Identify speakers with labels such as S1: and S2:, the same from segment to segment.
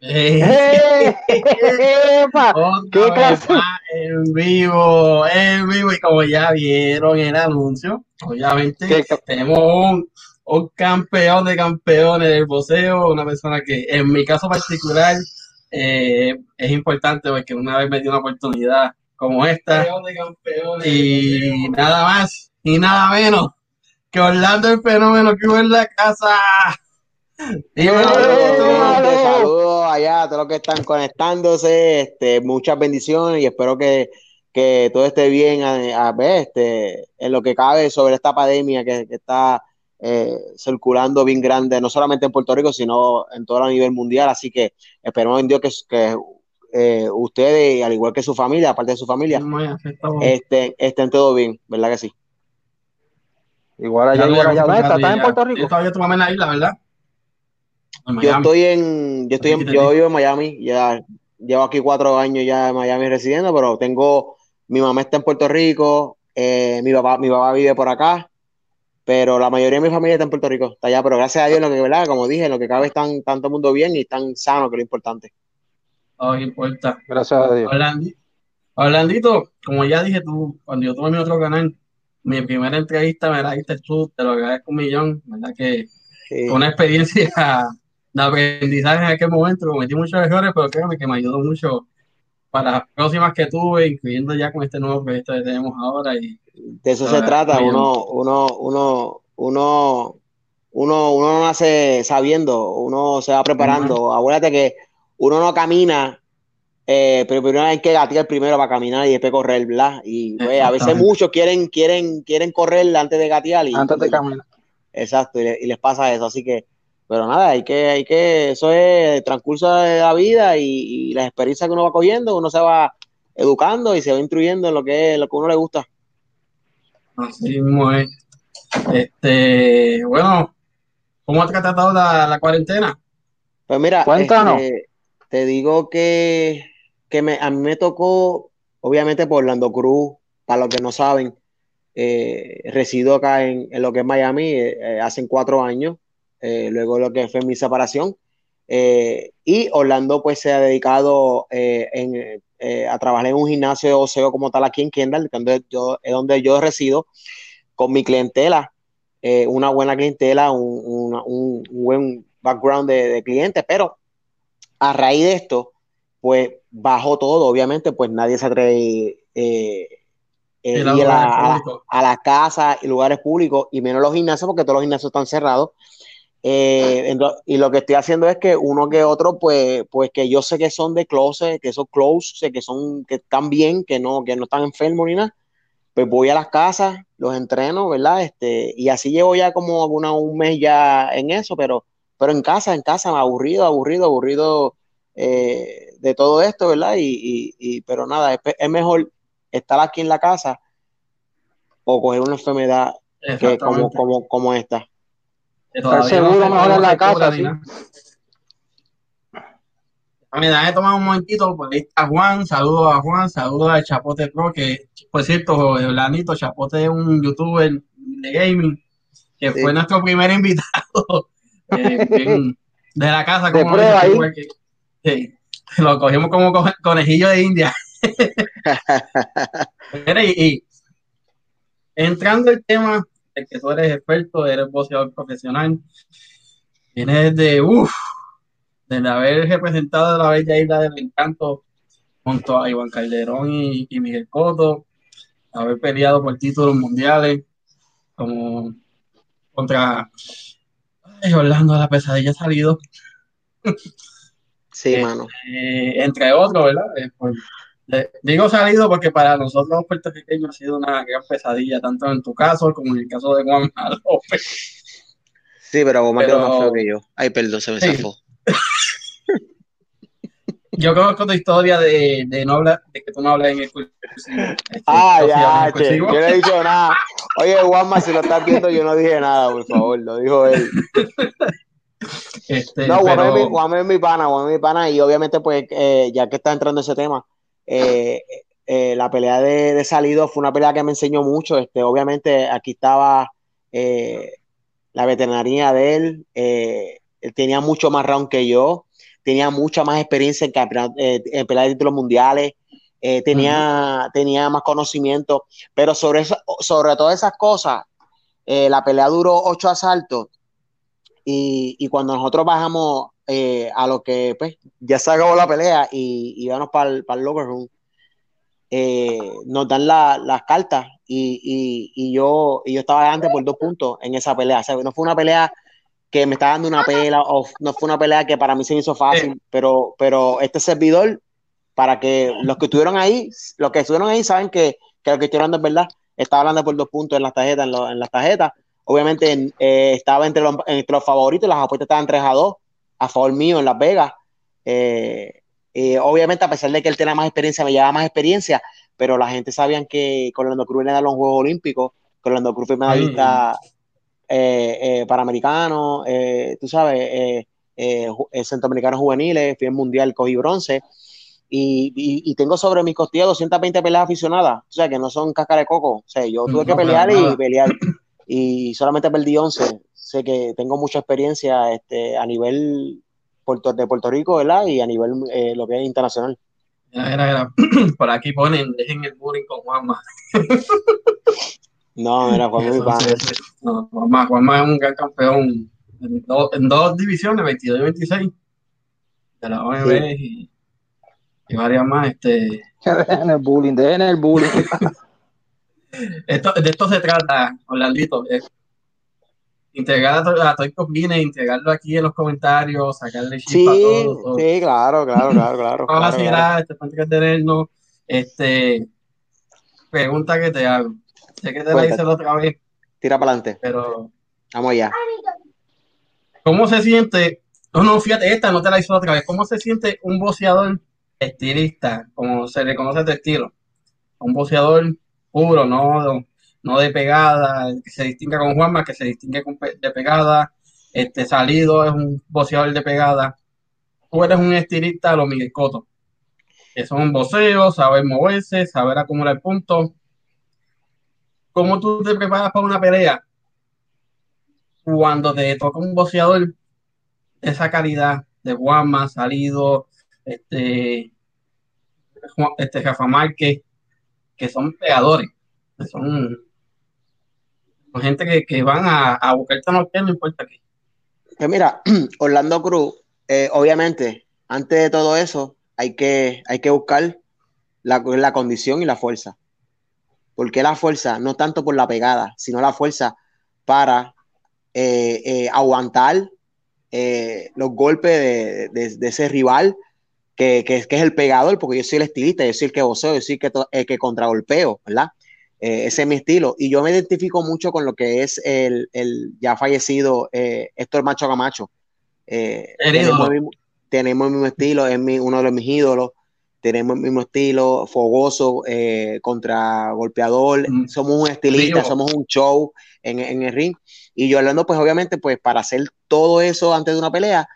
S1: Eh.
S2: ¡Epa!
S1: Otra
S2: ¿Qué
S1: vez
S2: clase?
S1: más En vivo, en vivo, y como ya vieron el anuncio, obviamente
S2: ¿Qué ca-
S1: tenemos un, un campeón de campeones del boxeo, una persona que en mi caso particular eh, es importante porque una vez me dio una oportunidad como esta, y nada más y nada menos que Orlando el fenómeno que hubo en la casa. Dímelo,
S2: Saludos,
S1: Orlando.
S2: gente, saludos allá a todos los que están conectándose. Este, muchas bendiciones y espero que, que todo esté bien a, a ver, este, en lo que cabe sobre esta pandemia que, que está eh, circulando bien grande, no solamente en Puerto Rico, sino en todo a nivel mundial. Así que esperemos en Dios que, que eh, ustedes, al igual que su familia, aparte de su familia,
S1: Muy afectado.
S2: este, estén todo bien, ¿verdad que sí?
S3: Igual allá, igual allá. ¿Dónde está? ¿Estás en Puerto
S1: Yo
S3: Rico?
S1: todavía tu mamá en la isla, ¿verdad? En
S2: Yo
S1: Miami.
S2: estoy en, yo estoy en, yo vivo en Miami, ya llevo aquí cuatro años ya en Miami residiendo, pero tengo, mi mamá está en Puerto Rico, eh, mi papá, mi papá vive por acá, pero la mayoría de mi familia está en Puerto Rico, está allá, pero gracias a Dios, lo que, ¿verdad? Como dije, lo que cabe están tanto mundo bien y están sanos, que es lo importante.
S1: No importa.
S3: Gracias a Dios.
S1: Orlandi- Orlandito, como ya dije tú, cuando yo tuve mi otro canal, mi primera entrevista me la diste tú, te lo agradezco un millón, ¿verdad? Que
S2: Sí.
S1: fue una experiencia de aprendizaje en aquel momento, cometí muchos errores, pero créeme que me ayudó mucho para las próximas que tuve, incluyendo ya con este nuevo proyecto que tenemos ahora y
S2: De eso
S1: Ah,
S2: se trata,
S1: bien.
S2: uno, uno, uno, uno, uno, uno no nace sabiendo, uno se va preparando. Acuérdate que uno no camina, eh, pero primero hay que gatear primero para caminar y después correr, ¿verdad? Y pues, a veces
S1: Exactamente.
S2: muchos quieren, quieren, quieren correr antes de gatear y,
S3: Antes de
S2: y-
S3: caminar.
S2: exacto, y, le- y les pasa eso. Así que, pero nada, hay que, hay que, eso es el transcurso de la vida y, y las experiencias que uno va cogiendo, uno se va educando y se va instruyendo en lo que, es- lo que a uno le gusta.
S1: así mismo es. Este, bueno, ¿cómo te ha tratado la, la cuarentena?
S2: Pues mira,
S3: Cuéntanos.
S2: este, te digo que, que me, a mí me tocó, obviamente por Orlando Cruz, para los que no saben, eh, resido acá en, en lo que es Miami eh, eh, hace cuatro años, eh, luego lo que fue mi separación, eh, y Orlando pues se ha dedicado eh, en, eh, a trabajar en un gimnasio de boxeo como tal aquí en Kendall, donde yo, es donde yo resido, con mi clientela eh, una buena clientela, un, una- un- un buen background de, de clientes, pero a raíz de esto, pues bajó todo, obviamente, pues nadie se atreve eh, eh,
S1: El
S2: ir
S1: abogado
S2: a- a-
S1: público.
S2: a las casas y lugares públicos, y menos los gimnasios, porque todos los gimnasios están cerrados. Eh, ento- y lo que estoy haciendo es que uno que otro, pues, pues que yo sé que son de closet, que son close, que son, que están bien, que no, que no están enfermos ni nada, pues voy a las casas, los entreno, ¿verdad? Este, y así llevo ya como una, un mes ya en eso, pero, pero en casa, en casa, aburrido, aburrido, aburrido eh, de todo esto, ¿verdad? Y, y- y- pero nada, es, pe- es mejor estar aquí en la casa o coger una enfermedad que como,
S1: Exactamente.
S2: como, como esta.
S1: Que todavía
S3: seguro
S1: sé
S3: mejor
S1: cómo
S3: en la
S1: se
S3: casa,
S1: cobra ni
S3: sí.
S1: nada. Ah, Mira, he tomado un momentito, por ahí está Juan, saludos a Juan, saludos a Chapote Pro, que por cierto, eh, Blanito, Chapote es un youtuber de gaming, que
S2: Sí.
S1: fue nuestro primer invitado eh, bien de la casa,
S3: De
S1: como lo
S3: prueba
S1: dice,
S3: ahí.
S1: igual que- sí, lo cogimos como co- conejillo de India. Mira, y, y entrando el tema de que tú eres experto, eres boxeador profesional, vienes de, uff, desde haber representado a la bella isla del encanto junto a Iván Calderón y, y Miguel Cotto, haber peleado por títulos mundiales, como contra ay, Orlando de la pesadilla ha salido,
S2: Sí,
S1: Eh,
S2: mano.
S1: eh, entre otros, ¿verdad? Eh, pues, eh, digo salido porque para nosotros los puertorriqueños ha sido una gran pesadilla, tanto en tu caso como en el caso de Juan López.
S2: Sí, pero Goma
S1: pero-
S2: quedó más feo que yo. Ay, perdón, se me
S1: Sí.
S2: zafó.
S1: Yo conozco tu historia de, de no hablar, de que tú no hablas en el cursivo. Este,
S2: Ah,
S1: yo sí hablo en
S2: ya,
S1: el
S2: che, yo
S1: cursivo.
S2: no he dicho nada. Oye, Juanma, si lo estás viendo, yo no dije nada, por favor, lo dijo él.
S1: Este,
S2: No, Juanma
S1: pero-
S2: es, mi- Juanma es mi pana, Juanma es mi pana, y obviamente, pues, eh, ya que está entrando ese tema, eh, eh, la pelea de, de salido fue una pelea que me enseñó mucho. Este, obviamente, aquí estaba eh, la veterinaria de él, eh, él tenía mucho más round que yo, tenía mucha más experiencia en, campeonato, eh, en pelear de títulos mundiales, eh, tenía, uh -huh. tenía más conocimiento, pero sobre, eso, sobre todas esas cosas, eh, la pelea duró ocho asaltos y, y cuando nosotros bajamos a lo que, pues, ya se acabó la pelea y, y vamos para el, pa el locker room, eh, nos dan la, las cartas y, y, yo, y yo estaba adelante por dos puntos en esa pelea, o sea, no fue una pelea que me está dando una pelea, o no fue una pelea que para mí se me hizo fácil, sí. pero, pero este servidor, para que los que estuvieron ahí, los que estuvieron ahí saben que, que lo que estoy hablando es verdad, estaba hablando por dos puntos en las tarjetas, en, lo, en las tarjetas, obviamente eh, estaba entre los, entre los favoritos, las apuestas estaban 3 a 2, a favor mío en Las Vegas, eh, eh, obviamente a pesar de que él tenía más experiencia, me llevaba más experiencia, pero la gente sabían que Orlando Cruz venía a los Juegos Olímpicos, que Orlando Cruz fue medallista... Sí. Eh, eh, panamericanos, eh, tú sabes, eh, centroamericanos juveniles, fui en mundial, cogí bronce. Y, y, y, tengo sobre mis costillas 220 peleas aficionadas, o sea que no son cáscara de coco. O sea, yo tuve no, que pelear y pelear, y solamente perdí 11. Sé que tengo mucha experiencia este, a nivel Puerto, de Puerto Rico, ¿verdad? Y a nivel eh, lo que es internacional.
S1: Era, era, era. Por aquí ponen, dejen el bullying con Juanma.
S2: No, mira, Juan es
S1: no, Juanma, Juanma, es un gran campeón en, do, en, dos divisiones, 22 y 26, de la OMB sí. y, y, varias más. Este...
S3: Dejen el bullying, dejen el bullying.
S1: esto, de esto se trata, Orlandito. Eh. Integrar a Toy Combine, integrarlo aquí en los comentarios, sacarle
S2: chispa sí, a todo, todo. Sí, claro, claro, claro, claro.
S1: Ahora
S2: claro,
S1: sí,
S2: claro.
S1: este, tenernos. Este, pregunta que te hago. Sé que te la hice la otra vez.
S2: Tira para adelante.
S1: Pero.
S2: Vamos allá.
S1: ¿Cómo se siente? No, no, fíjate, esta no te la hice la otra vez. ¿Cómo se siente un boceador estilista? Como se le conoce este estilo. Un boceador puro, no, no de pegada, que se distingue con Juanma, que se distingue con pe de pegada. Este salido es un boceador de pegada. Tú eres un estilista lo Miguel Coto. Que son boceos, saber moverse, saber acumular puntos. ¿cómo tú te preparas para una pelea cuando te toca un boxeador de esa calidad de Guama, Salido, este, este Rafa Márquez, que son pegadores, que son, son gente que, que, van a, a buscarte a no no importa qué.
S2: Pues mira, Orlando Cruz, eh, obviamente, antes de todo eso, hay que, hay que buscar la, la condición y la fuerza. Porque la fuerza? No tanto por la pegada, sino la fuerza para eh, eh, aguantar eh, los golpes de, de, de ese rival que, que, que, es el pegador, porque yo soy el estilista, yo soy el que voceo, yo soy el que, el que contragolpeo, ¿verdad? Eh, ese es mi estilo. Y yo me identifico mucho con lo que es el, el ya fallecido eh, Héctor Macho Camacho. Eh, Tenemos el, mismo, tenemos, el mismo estilo, es mi, uno de mis ídolos tenemos el mismo estilo, fogoso, eh, contra golpeador, mm. somos un estilista, Río. somos un show en, en, el ring. Y yo hablando, pues obviamente, pues para hacer todo eso antes de una pelea,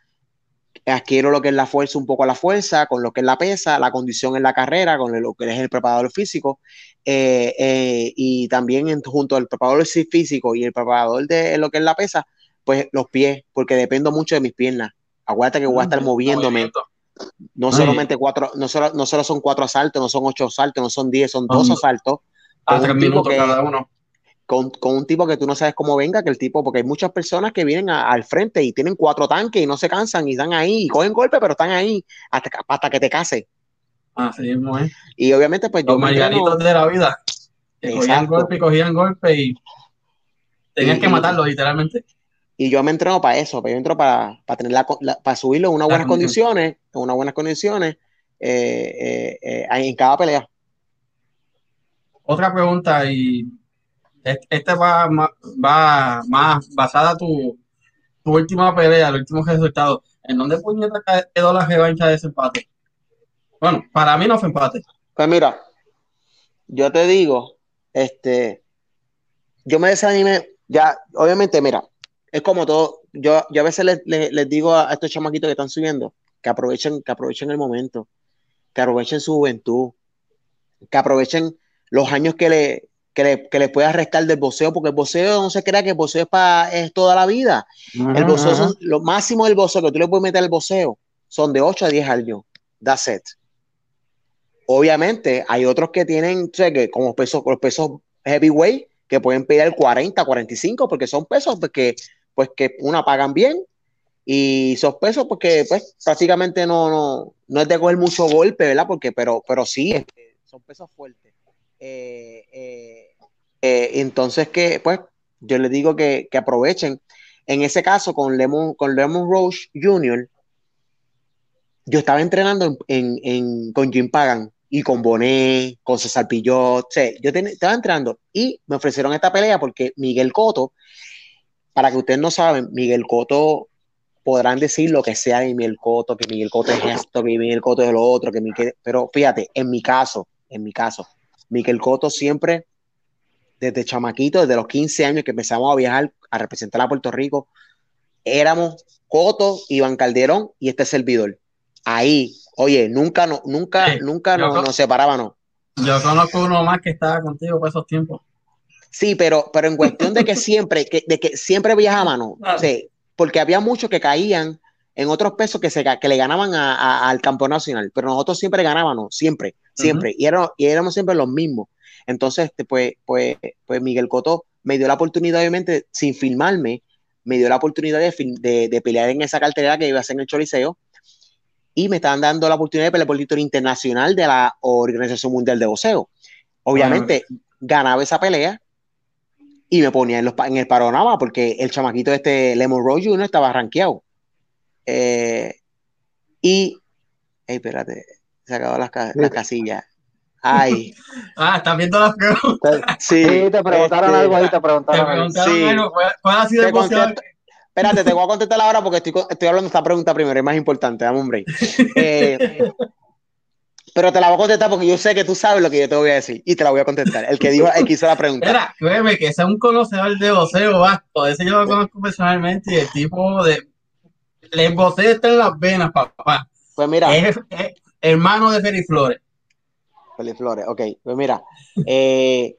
S2: adquiero lo que es la fuerza, un poco a la fuerza, con lo que es la pesa, la condición en la carrera, con lo que es el preparador físico, eh, eh, y también en, junto al preparador físico y el preparador de lo que es la pesa, pues los pies, porque dependo mucho de mis piernas. Aguanta que voy a estar mm, moviéndome. Movimiento. No solamente cuatro, no solo, no solo, son cuatro asaltos, no son ocho asaltos, no son diez, son dos asaltos.
S1: A tres minutos que, cada uno.
S2: Con, con, un tipo que tú no sabes cómo venga, que el tipo, porque hay muchas personas que vienen a, al frente y tienen cuatro tanques y no se cansan y están ahí y cogen golpe, pero están ahí hasta, hasta que te case.
S1: Así mismo, ¿eh?
S2: Y obviamente, pues
S1: Los yo margaritos entreno... de la vida. Que Exacto. cogían golpe y cogían golpe y tenías y, que matarlo, literalmente
S2: y yo me entreno para eso, pues, yo entro para, para tener la, la, para subirlo en unas buenas condiciones, en unas buenas condiciones eh, eh, eh, en cada pelea.
S1: Otra pregunta y esta va, va más basada a tu, tu última pelea, el último resultado. ¿En dónde puñeta quedó la revancha de ese empate? Bueno, para mí no fue empate.
S2: Pues mira, yo te digo, este, yo me desanimé, ya, obviamente, mira, es como todo, yo, yo a veces les, les, les, digo a estos chamaquitos que están subiendo, que aprovechen, que aprovechen el momento, que aprovechen su juventud, que aprovechen los años que le, que le, que le pueda restar del boxeo, porque el boxeo no se crea que el boxeo es, para, es toda la vida. Uh -huh. El boxeo, es, lo máximo del boxeo que tú le puedes meter al boxeo son de 8 a 10 años. That's it. Obviamente, hay otros que tienen, sé que como pesos, los pesos heavyweight, que pueden pelear 40, 45, porque son pesos que, pues, que una pagan bien y esos pesos porque pues prácticamente no, no, no es de coger mucho golpe, ¿verdad? Porque, pero, pero sí, este, son pesos fuertes. Eh, eh, eh, entonces que, pues, yo les digo que, que aprovechen. En ese caso, con Lemon, con Lemon Roche Jr., yo estaba entrenando en, en, en, con Jim Pagan y con Bonet, con César Pillot, o sea, yo ten, estaba entrenando y me ofrecieron esta pelea porque Miguel Coto, para que ustedes no saben, Miguel Coto podrán decir lo que sea de Miguel Coto, que Miguel Coto es esto, que Miguel Coto es lo otro, que Miguel... pero fíjate, en mi caso, en mi caso, Miguel Coto siempre, desde chamaquito, desde los 15 años que empezamos a viajar a representar a Puerto Rico, éramos Coto, Iván Calderón y este servidor. Ahí, oye, nunca, no, nunca, sí, nunca nos, nos separábamos.
S1: Yo conozco uno más que estaba contigo para esos tiempos.
S2: Sí, pero, pero en cuestión de que siempre, que, de que siempre viajaban, ¿no? Claro. Sí, porque había muchos que caían en otros pesos que, se, que le ganaban a, a, al campeón nacional, pero nosotros siempre ganábamos, siempre, siempre, uh -huh. y, éramos, y, éramos, siempre los mismos. Entonces, pues, pues, pues Miguel Coto me dio la oportunidad, obviamente, sin filmarme, me dio la oportunidad de, de, de pelear en esa cartera que iba a ser en el Choliseo, y me estaban dando la oportunidad de pelear por el título internacional de la Organización Mundial de Boxeo. Obviamente, uh -huh. ganaba esa pelea, y me ponía en, los, en el panorama porque el chamaquito de este Lemon Road Jr. estaba rankeado. Eh, y. Ey, espérate, se acabó las, ca las casillas. Ay.
S1: ah, están viendo las preguntas.
S3: Sí, sí te preguntaron este, algo ahí, te preguntaron, te preguntaron
S1: Ah, sí. algo. ¿Cuál ha sido te el
S2: contesto, Espérate, te voy a contestar ahora porque estoy, estoy hablando de esta pregunta primero, es más importante, dame un break. Eh, pero te la voy a contestar porque yo sé que tú sabes lo que yo te voy a decir y te la voy a contestar. El que dijo, el que hizo la pregunta.
S1: Mira, créeme que es un conocedor de voceo vasto, ese yo lo conozco personalmente y el tipo de. El voceo está en las venas, papá.
S2: Pues mira.
S1: Es, es hermano de Feliflores.
S2: Feliflores, ok. Pues mira, eh,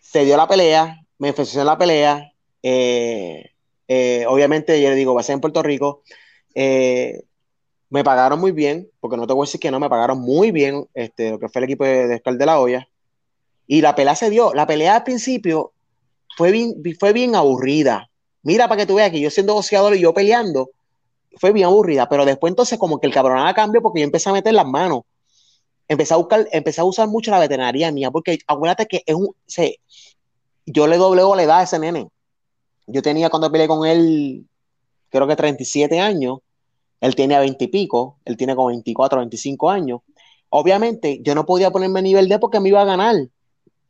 S2: se dio la pelea, me ofreció la pelea. Eh, eh, obviamente, yo le digo, va a ser en Puerto Rico. Eh, me pagaron muy bien, porque no te voy a decir que no, me pagaron muy bien este, lo que fue el equipo de, de Oscar de la Hoya. Y la pelea se dio. La pelea al principio fue bien, fue bien aburrida. Mira para que tú veas que yo siendo boxeador y yo peleando, fue bien aburrida. Pero después entonces como que el cabronada cambió porque yo empecé a meter las manos. Empecé a, buscar, empecé a usar mucho la veterinaria mía, porque acuérdate que es un... Se, yo le dobleo la edad a ese nene. Yo tenía cuando peleé con él, creo que 37 años él tiene 20 y pico, él tiene como 24, 25 años. Obviamente, yo no podía ponerme a nivel D porque me iba a ganar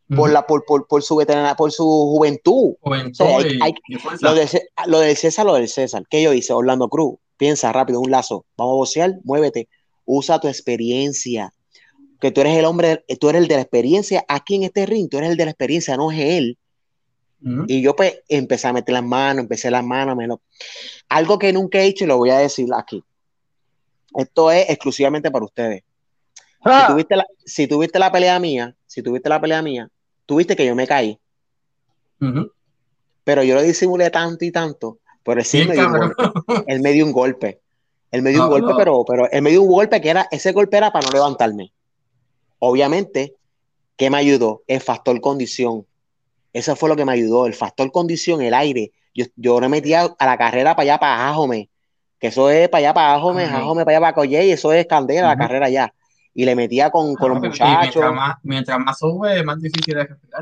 S2: mm. por, la, por, por, por, su veterana, por su juventud.
S1: juventud o sea, hay, hay,
S2: lo, de, lo, del César, lo del César. ¿Qué yo hice? Orlando Cruz, piensa rápido, un lazo. Vamos a bocear, muévete. Usa tu experiencia. Que tú eres el hombre, tú eres el de la experiencia. Aquí en este ring, tú eres el de la experiencia, no es él. Mm. Y yo pues empecé a meter las manos, empecé las manos, menos. Algo que nunca he hecho y lo voy a decir aquí. Esto es exclusivamente para ustedes. ¡Ah! Si, tuviste la, si tuviste la pelea mía, si tuviste la pelea mía, tuviste que yo me caí. Uh -huh. Pero yo lo disimulé tanto y tanto, pero sí, me dio, un él me dio un golpe. Él me dio no, un golpe, no. pero, pero él me dio un golpe que era, ese golpe era para no levantarme. Obviamente, ¿qué me ayudó? El factor condición. Eso fue lo que me ayudó, el factor condición, el aire. Yo, yo me metía a la carrera para allá, para Ajome, que eso es para allá, para Ajome, Ajome para allá, para Coyé, y eso es candela, Ajá. la carrera allá. Y le metía con,
S1: Ah,
S2: con los muchachos.
S1: Mientras más, mientras más, sube, más difícil es respirar.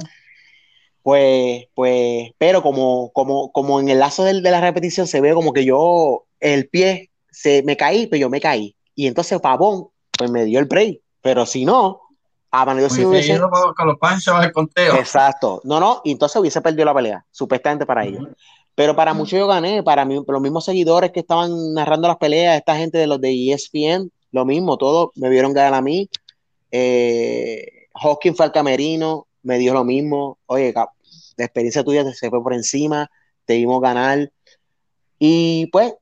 S2: Pues, pues, pero como, como, como en el lazo de, de la repetición se ve como que yo, el pie, se me caí, pero yo me caí. Y entonces Pavón, pues me dio el break. Pero si no, Ah, bueno, yo sí
S1: hubiese... con los panchos el conteo.
S2: Exacto. No, no, y entonces hubiese perdido la pelea, supuestamente para ellos. Uh -huh. Pero para uh -huh. muchos yo gané, para mí, los mismos seguidores que estaban narrando las peleas, esta gente de E los de ESPN, lo mismo, todos me vieron ganar a mí. Eh, Hawkins fue al camerino, me dio lo mismo. Oye, la experiencia tuya se fue por encima, te vimos ganar. Y pues,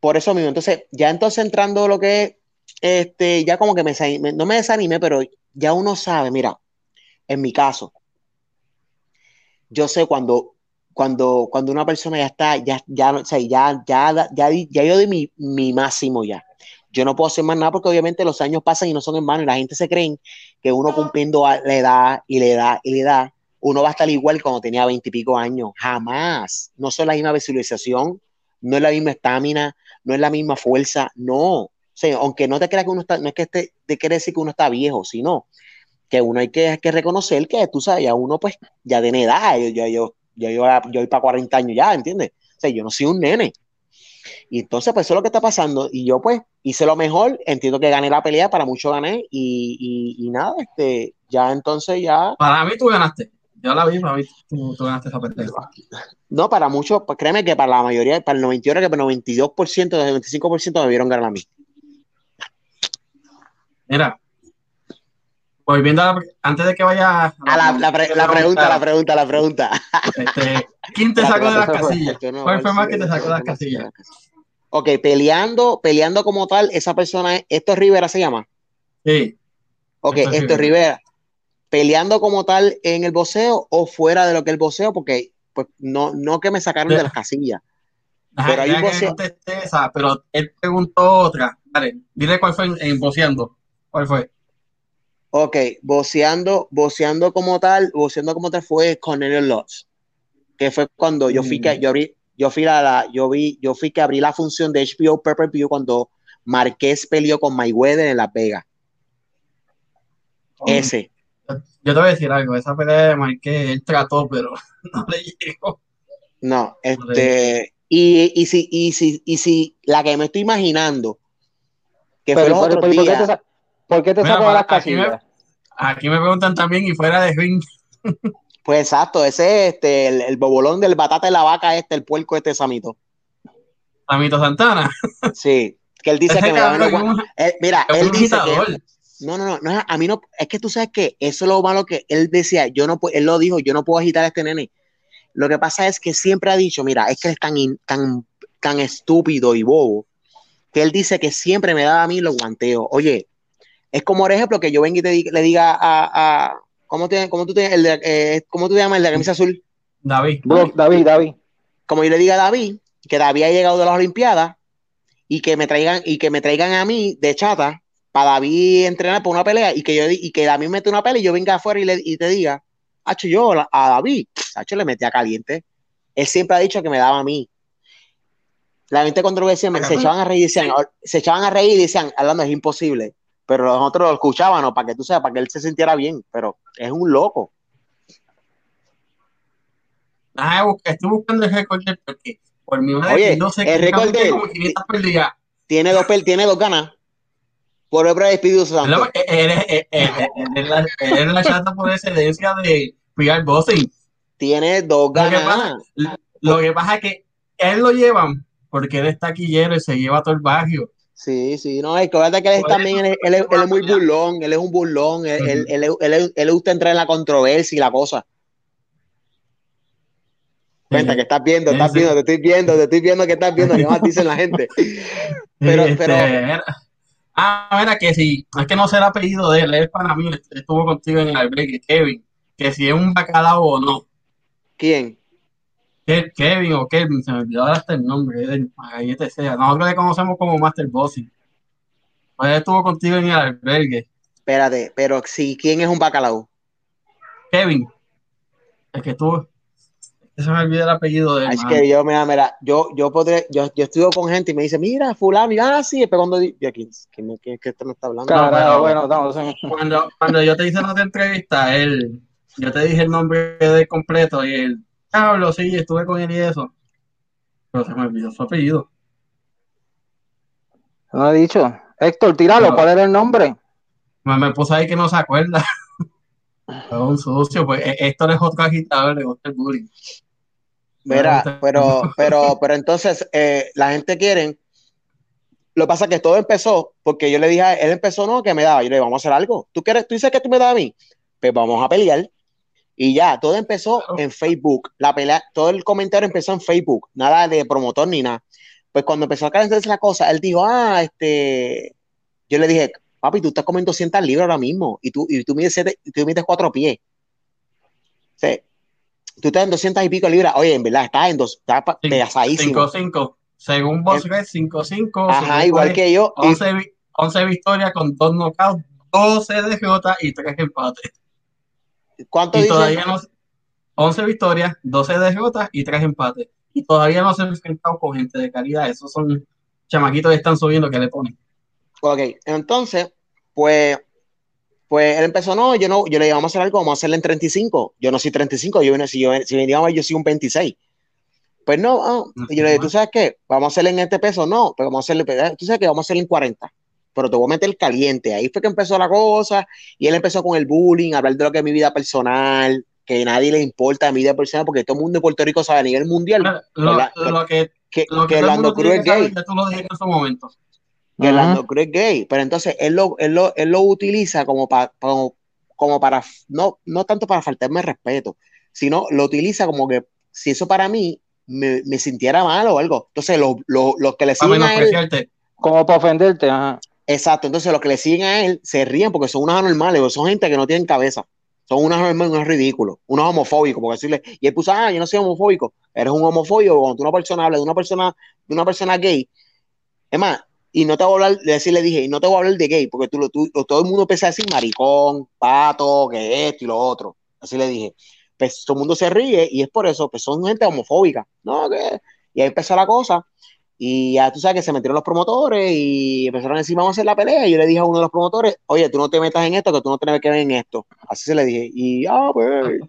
S2: por eso mismo. Entonces, ya entonces entrando lo que es, este, ya como que me, me no me desanimé, pero ya uno sabe, mira, en mi caso, yo sé cuando, cuando, cuando una persona ya está, ya, ya, o sea, ya, ya, ya, ya yo di mi, mi máximo ya. Yo no puedo hacer más nada porque obviamente los años pasan y no son en vano y la gente se creen que uno cumpliendo a- la edad y la edad y la edad, uno va a estar igual cuando tenía veintipico años. Jamás. No son la misma visualización, no es la misma estamina, no es la misma fuerza, no. O sea, aunque no te creas que uno está, no es que esté- te quiere decir que uno está viejo, sino que uno hay que, que reconocer que tú sabes, ya uno pues ya tiene edad, yo, yo, yo, yo, yo, yo voy para 40 años ya, ¿entiendes? O sea, yo no soy un nene. Y entonces, pues eso es lo que está pasando. Y yo, pues, hice lo mejor. Entiendo que gané la pelea, para mucho gané. Y, y- y nada, este, ya entonces, ya.
S1: Para mí tú ganaste. Yo la vi, para mí tú, tú ganaste esa pelea.
S2: No, para muchos, pues, créeme que para la mayoría, para el 91, que para el 92%, desde el 95% me vieron ganar a mí.
S1: Mira, volviendo a la, antes de que vaya a
S2: A Ah, la, la pre- la pregunta, la pregunta, la pregunta.
S1: Este, ¿Quién te sacó de las casillas?
S2: Yo no,
S1: ¿Cuál fue
S2: sí,
S1: más que te
S2: yo
S1: sacó de
S2: no,
S1: las casillas?
S2: Ok, peleando, peleando como tal, esa persona es, esto es Rivera se llama.
S1: Sí,
S2: Ok,
S1: Héctor
S2: esto es Rivera. Peleando como tal en el boxeo o fuera de lo que es el boxeo, porque pues no, no que me sacaron de las casillas.
S1: Ajá,
S2: Pero hay un
S1: ya que
S2: voceo-
S1: contesté esa, pero él preguntó otra. Dale, dile cuál fue en, en voceando. ¿Cuál fue?
S2: Ok, boceando, boceando como tal, boceando como tal fue Cornelio Lodge, que fue cuando yo fui que yo abrí, yo fui a la, yo vi, yo fui que abrí la función de HBO Pepper View cuando Marqués peleó con Mayweather en Las Vegas.
S1: Oh.
S2: Ese.
S1: Yo te voy a decir algo, esa pelea de Marqués, él trató, pero no le llegó.
S2: No, este, y, y si, y si, y si la que me estoy imaginando, que fue
S3: Pero,
S2: los
S3: pero, pero,
S2: otros
S3: ¿por, qué
S2: días,
S3: te, sa- por qué te
S1: Mira,
S3: sacó de las
S1: para- aquí me-
S3: casillas?
S1: Aquí me preguntan también, y fuera de ring,
S2: pues exacto, ese es este, el, el bobolón del batata de la vaca, este, el puerco este Samito.
S1: Samito Santana.
S2: Sí, que él dice
S1: Ese
S2: que me va a
S1: cabrón
S2: ver-
S1: es un-
S2: él- mira,
S1: es
S2: él
S1: un
S2: dice que
S1: agitador.
S2: No, no, no, no, a mí no, es que tú sabes que eso es lo malo que él decía, yo no pu- él lo dijo, yo no puedo agitar a este nene. Lo que pasa es que siempre ha dicho, mira, es que él es tan, in- tan, tan estúpido y bobo, que él dice que siempre me daba a mí los guanteos. Oye, es como por ejemplo que yo venga y te di- le diga a, a- ¿cómo, te, cómo, tú te, el de- eh, ¿cómo tú te llamas el de la camisa azul?
S1: David.
S3: Brock, David, David.
S2: Como yo le diga a David, que David ha llegado de las Olimpiadas y que me traigan, y que me traigan a mí de chata para David entrenar por una pelea y que yo di- y que David mete una pelea y yo venga afuera y, le, y te diga, hacho, yo la- a David, hacho, le metí a caliente. Él siempre ha dicho que me daba a mí. La gente controversia me- se echaban a reír y decían, "Oh", se echaban a reír y decían, hablando es imposible. Pero nosotros lo escuchábamos para que tú sepas, para que él se sintiera bien. Pero es un loco.
S1: Ajá, busca- estoy buscando el récord de él porque por mi madre,
S2: Oye,
S1: no sé
S2: el
S1: qué
S2: récord
S1: cabrón
S2: de
S1: tiene
S2: él.
S1: como 500 perdidas.
S2: Tiene dos, pel- tiene dos ganas. Por obra de Espíritu Santo.
S1: Él- él- él- él- él- él- él- él- él es e-, la chata por excelencia de Pierre Bossing.
S2: Tiene dos
S1: Lo que
S2: ganas.
S1: Lo que pasa es que él lo llevan porque él es taquillero y se lleva a todo el barrio.
S2: Sí, sí, no, es que acuérdate que él es
S1: Por eso
S2: también, él, es- él es- él es muy burlón, él es un burlón, él, él, él, él- él- él le gusta entrar en la controversia y la cosa. Cuenta que estás viendo, estás
S1: Sí, sí.
S2: viendo, te estoy viendo, te estoy viendo que estás viendo, que más dicen la gente. pero-
S1: Sí, este,
S2: pero-
S1: era- ah, mira, que si, es que no sé el apellido de él, él para mí estuvo contigo en el break, Kevin, que si es un bacalao o no.
S2: ¿Quién?
S1: Ke- Kevin o Kevin, se me olvidó ahora hasta el nombre, es del Magallete sea. Nosotros le conocemos como Master Bossing. Pues él estuvo contigo en el albergue.
S2: Espérate, pero si, ¿quién es un bacalao?
S1: Kevin, el que estuvo. es que Se me olvidó el apellido de él.
S2: Ay, Es
S1: mano.
S2: que yo, mira, mira, yo, yo podré, yo, yo estudio con gente y me dice, mira, fulano, y yo, ah, sí, pero cuando di- yo, ¿quién, quién, quién- qué esto me está hablando?
S1: Claro.
S3: Carajo,
S1: pero-
S3: bueno, estamos en-
S1: Cuando, cuando yo te hice la otra entrevista, él, yo te dije el nombre de completo y él, Pablo, sí, estuve con él y eso. Pero se me olvidó su apellido.
S3: No he dicho. Héctor, tíralo,
S1: No.
S3: ¿cuál era el nombre?
S1: Me, me puso ahí que no se acuerda. Es un sucio, pues e- Héctor es otro agitador, le gusta el bullying.
S2: Mira, pero, pero, pero entonces eh, la gente quiere. Lo que pasa es que todo empezó porque yo le dije a él, él empezó, no, que me daba. Yo le dije, vamos a hacer algo. ¿Tú quieres, tú dices que tú me das a mí? Pues vamos a pelear. Y ya, todo empezó
S1: Claro.
S2: en Facebook. La pelea, todo el comentario empezó en Facebook. Nada de promotor ni nada. Pues cuando empezó a calentarse la cosa, él dijo, ah, este. Yo le dije, papi, tú estás comiendo 200 libras ahora mismo y tú, y tú mides siete- y tú mides cuatro pies. O sea, tú estás en 200 y pico libras. Oye, en verdad, estás en dos, estás pa-
S1: Cin-
S2: pesadísimo.
S1: 5-5. Según vos, 5-5.
S2: Eh, Ajá, igual que yo. Y
S1: 11, vi- 11 victorias con 2 knockouts, 12 derrotas y 3 empates.
S2: ¿Cuánto
S1: Y
S2: dices?
S1: todavía no. 11 victorias, 12 derrotas y 3 empates. Y todavía no se han enfrentado con gente de calidad. Esos son chamaquitos que están subiendo que le ponen.
S2: Ok, entonces, pues, pues él empezó, no, yo no, yo le dije, vamos a hacer algo, vamos a hacerle en 35. Yo no soy 35, yo, si, yo, si veníamos, yo soy un 26. Pues no, ah, y yo le dije, ¿tú sabes qué? Vamos a hacerle en este peso, no, pero vamos a hacerle, pero, eh, ¿tú sabes qué? Vamos a hacerle en 40. Pero te voy a meter caliente. Ahí fue que empezó la cosa, y él empezó con el bullying, a hablar de lo que es mi vida personal, que nadie le importa mi vida personal, porque todo el mundo en Puerto Rico sabe a nivel mundial
S1: Lo, lo- lo que,
S2: que,
S1: lo que todo
S2: que
S1: el mundo
S2: Orlando Cruz
S1: tiene
S2: es
S1: que saber,
S2: gay
S1: ya tú lo dijiste en su momento.
S2: que
S3: Ajá.
S2: Lando Cruz es gay, pero entonces él lo, él lo, él lo utiliza como, pa- como, como para, no, no tanto para faltarme el respeto, sino lo utiliza como que si eso para mí me, me sintiera mal o algo. Entonces los, los, los que le
S1: Para
S2: siguen a él,
S1: menospreciarte.
S3: Como para ofenderte, ajá.
S2: exacto, entonces los que le siguen a él se ríen porque son unos anormales, o son gente que no tienen cabeza. Son unos anormales, unos ridículos, unos homofóbicos, porque decirle, y él puso, ah, yo no soy homofóbico, eres un homofóbico, cuando tú una persona habla de una persona, de una persona gay, es más, y no te voy a hablar, de decir, le dije, y no te voy a hablar de gay, porque tú, lo- tú- lo- todo el mundo empieza a decir maricón, pato, que esto y lo otro. Así le dije. Pues todo el mundo se ríe y es por eso, pues son gente homofóbica. No, que. Y ahí empezó la cosa. Y ya tú sabes que se metieron los promotores y empezaron a decir, vamos a hacer la pelea. Y yo le dije a uno de los promotores, oye, tú no te metas en esto, que tú no tienes que ver en esto. Así se le dije. Y ya, pues.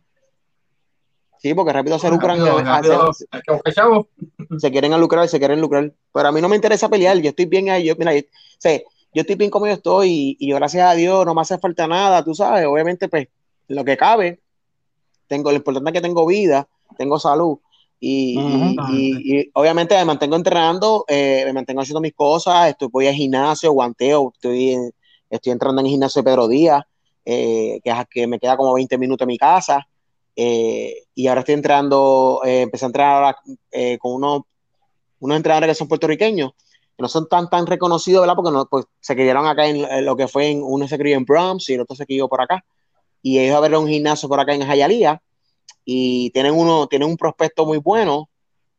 S2: Sí, porque rápido se lucran.
S1: Rápido,
S2: hacer-
S1: rápido, hay que buscar chavos.
S2: se quieren lucrar, se quieren lucrar. Pero a mí no me interesa pelear, yo estoy bien ahí, yo, mira, yo, o sea, yo estoy bien como yo estoy y, y yo, gracias a Dios no me hace falta nada, tú sabes, obviamente pues lo que cabe, tengo, lo importante es que tengo vida, tengo salud y, y-
S1: Ujú.
S2: y- y obviamente me mantengo entrenando, eh, me mantengo haciendo mis cosas, estoy, voy al gimnasio, guanteo, estoy, en- estoy entrando en el gimnasio de Pedro Díaz, eh, que, es a- que me queda como 20 minutos en mi casa. eh, y ahora estoy entrando, eh, empecé a entrar ahora eh, con unos unos entrenadores que son puertorriqueños, que no son tan tan reconocidos, ¿verdad? Porque no, pues, se criaron acá en, en lo que fue, en, uno se crió en Bronx y el otro se crió por acá. Y ellos abrieron un gimnasio por acá en Jayalía y tienen, uno, tienen un prospecto muy bueno.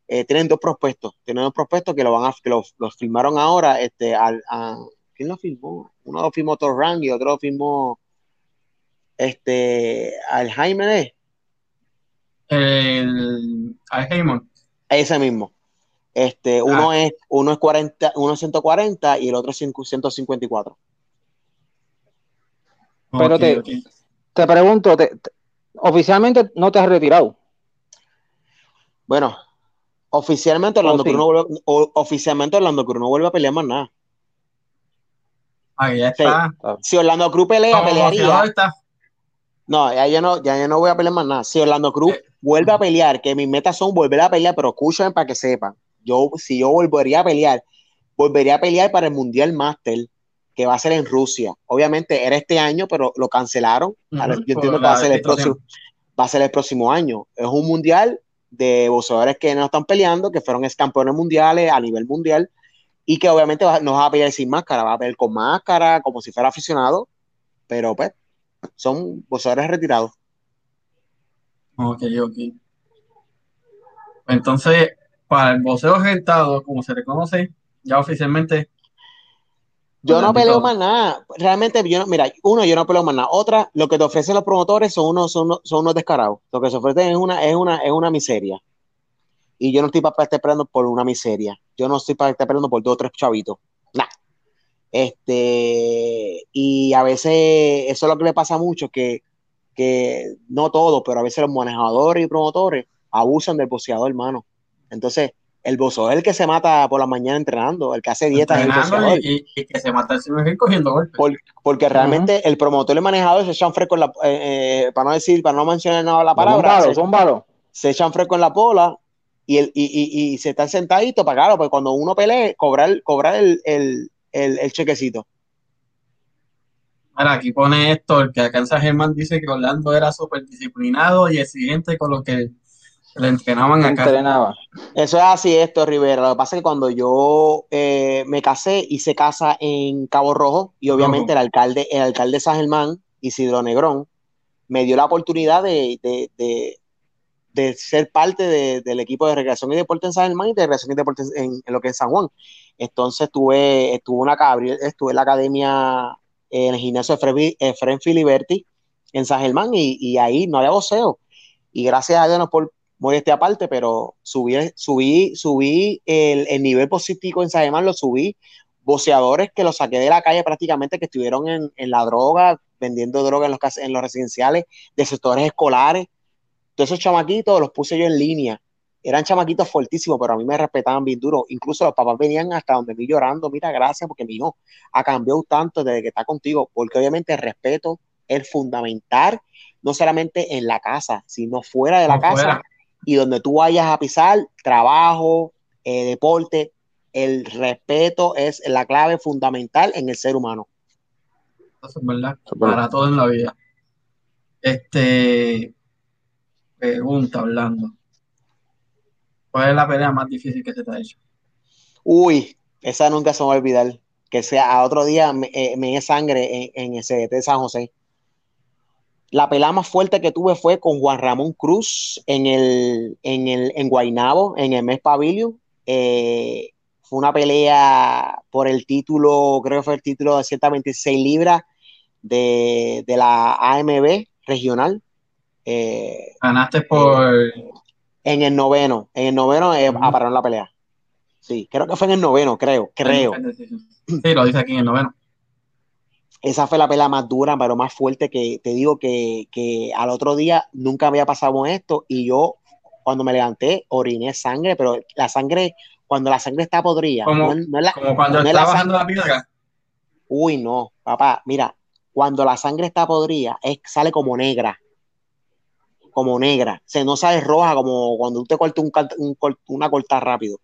S2: eh, tienen dos prospectos, tienen dos prospectos que, lo van a, que los, los filmaron ahora. Este, al, a- ¿Quién lo filmó? Uno lo filmó Torran y otro lo filmó este, al Jaime. ¿eh?
S1: El, a Heyman.
S2: Ese mismo. Este, uno es, uno es 40, uno es 140 y el otro es 5 154.
S3: Pero
S1: Ok,
S3: te-
S1: ok.
S3: Te pregunto, te- te- oficialmente no te has retirado.
S2: Bueno, oficialmente Orlando
S3: Oh, sí.
S2: Cruz no vuelve, o- oficialmente Orlando Cruz no vuelve a pelear más nada.
S1: Ah, ya
S2: Sí.
S1: está.
S2: Si Orlando Cruz pelea,
S1: Como
S2: pelearía.
S1: boxeador está.
S2: No, ya yo no, ya yo no voy a pelear más nada. Si Orlando Cruz
S1: Eh.
S2: vuelve a pelear, que mis metas son volver a pelear, pero escúchame para que sepan. Yo, si yo volvería a pelear, volvería a pelear para el Mundial Master, que va a ser en Rusia. Obviamente era este año, pero lo cancelaron. Ahora,
S1: Ujú,
S2: yo entiendo
S1: por
S2: que va a
S1: la
S2: ser el
S1: situación.
S2: próximo, va a ser el próximo año. Es un mundial de boxeadores que no están peleando, que fueron ex campeones mundiales a nivel mundial y que obviamente va- no va a pelear sin máscara, va a pelear con máscara, como si fuera aficionado, pero pues son boxeadores retirados.
S1: Ok, ok. Entonces, para el boxeo rentado, como se reconoce, ya oficialmente,
S2: Yo
S1: Hola,
S2: no peleo
S1: Ricardo.
S2: más nada. Realmente, yo no- mira, uno, yo no peleo más nada. Otra, lo que te ofrecen los promotores son unos, son, unos- son unos descarados. Lo que se ofrecen es una, es una, es una miseria. Y yo no estoy para estar esperando por una miseria. Yo no estoy para estar esperando por dos o tres chavitos. Nah. Este, y a veces, eso es lo que le pasa a muchos, que, que no todos, pero a veces los manejadores y promotores abusan del boxeador, hermano. Entonces, el boxeador es el que se mata por la mañana entrenando, el que hace dieta es el
S1: entrenando
S2: boxeador.
S1: y, y- y que se mata el señor cogiendo golpes.
S2: Por- porque realmente el promotor y el manejador se echan fresco en la, eh, eh, para no decir, para no mencionar nada la palabra,
S3: Zúmbalo,
S2: se,
S3: zúmbalo.
S2: se echan fresco en la pola y, el, y, y- y se están sentaditos para claro, pues cuando uno pelee, cobrar, cobrar el, el, el- el chequecito.
S1: Ahora, aquí pone esto, el que alcanza Germán dice que Orlando era súper disciplinado y exigente con lo que le entrenaban acá.
S3: Entrenaba.
S2: Eso es así, esto, Rivera. Lo que pasa es que cuando yo eh, me casé, hice casa en Cabo Rojo y obviamente
S1: Rojo.
S2: el alcalde, el alcalde de San Germán, Isidro Negrón, me dio la oportunidad de, de- de- de ser parte de, del equipo de recreación y deporte en San Germán y de recreación y deporte en, en lo que es San Juan. Entonces estuve, estuve, una, estuve en la academia eh, en el gimnasio Efren eh, Filiberti en San Germán y, y, ahí no había voceo. Y gracias a Dios no por modestia aparte, pero subí, subí, subí el, el nivel positivo en San Germán, lo subí. Voceadores que los saqué de la calle prácticamente, que estuvieron en, en la droga, vendiendo droga en los, en los residenciales, de sectores escolares. Todos esos chamaquitos los puse yo en línea. Eran chamaquitos fuertísimos, pero a mí me respetaban bien duro. Incluso los papás venían hasta donde mí llorando. Mira, gracias, porque mi hijo ha cambiado tanto desde que está contigo. Porque obviamente el respeto es fundamental, no solamente en la casa, sino fuera de la no casa. Fuera. Y donde tú vayas a pisar, trabajo, eh, deporte, el respeto es la clave fundamental en el ser humano.
S1: Eso es verdad, para todo en la vida. Este, pregunta hablando. ¿Cuál es la pelea más difícil que se te ha hecho?
S2: Uy, esa nunca se me va a olvidar. Que sea a otro día me, eh, me es sangre en, en el CDT de San José. La pelea más fuerte que tuve fue con Juan Ramón Cruz en el, en el en Guaynabo, en el mes Pavilion. Eh, fue una pelea por el título, creo que fue el título de 126 libras de, de la AMB regional. Eh,
S1: Ganaste por.
S2: en el noveno, en el noveno eh, uh -huh. apararon la pelea. Sí, creo que fue en el noveno, creo, creo.
S1: Sí, lo dice aquí en el noveno.
S2: Esa fue la pelea más dura, pero más fuerte que te digo que, que al otro día nunca había pasado esto y yo cuando me levanté oriné sangre, pero la sangre cuando la sangre está podrida.
S1: Como, no, no es la, como cuando no está la bajando la piedra.
S2: Uy, no, papá, mira, cuando la sangre está podrida, es, sale como negra. Como negra. O se no sale roja, como cuando tú te cortas un, un, una corta rápido.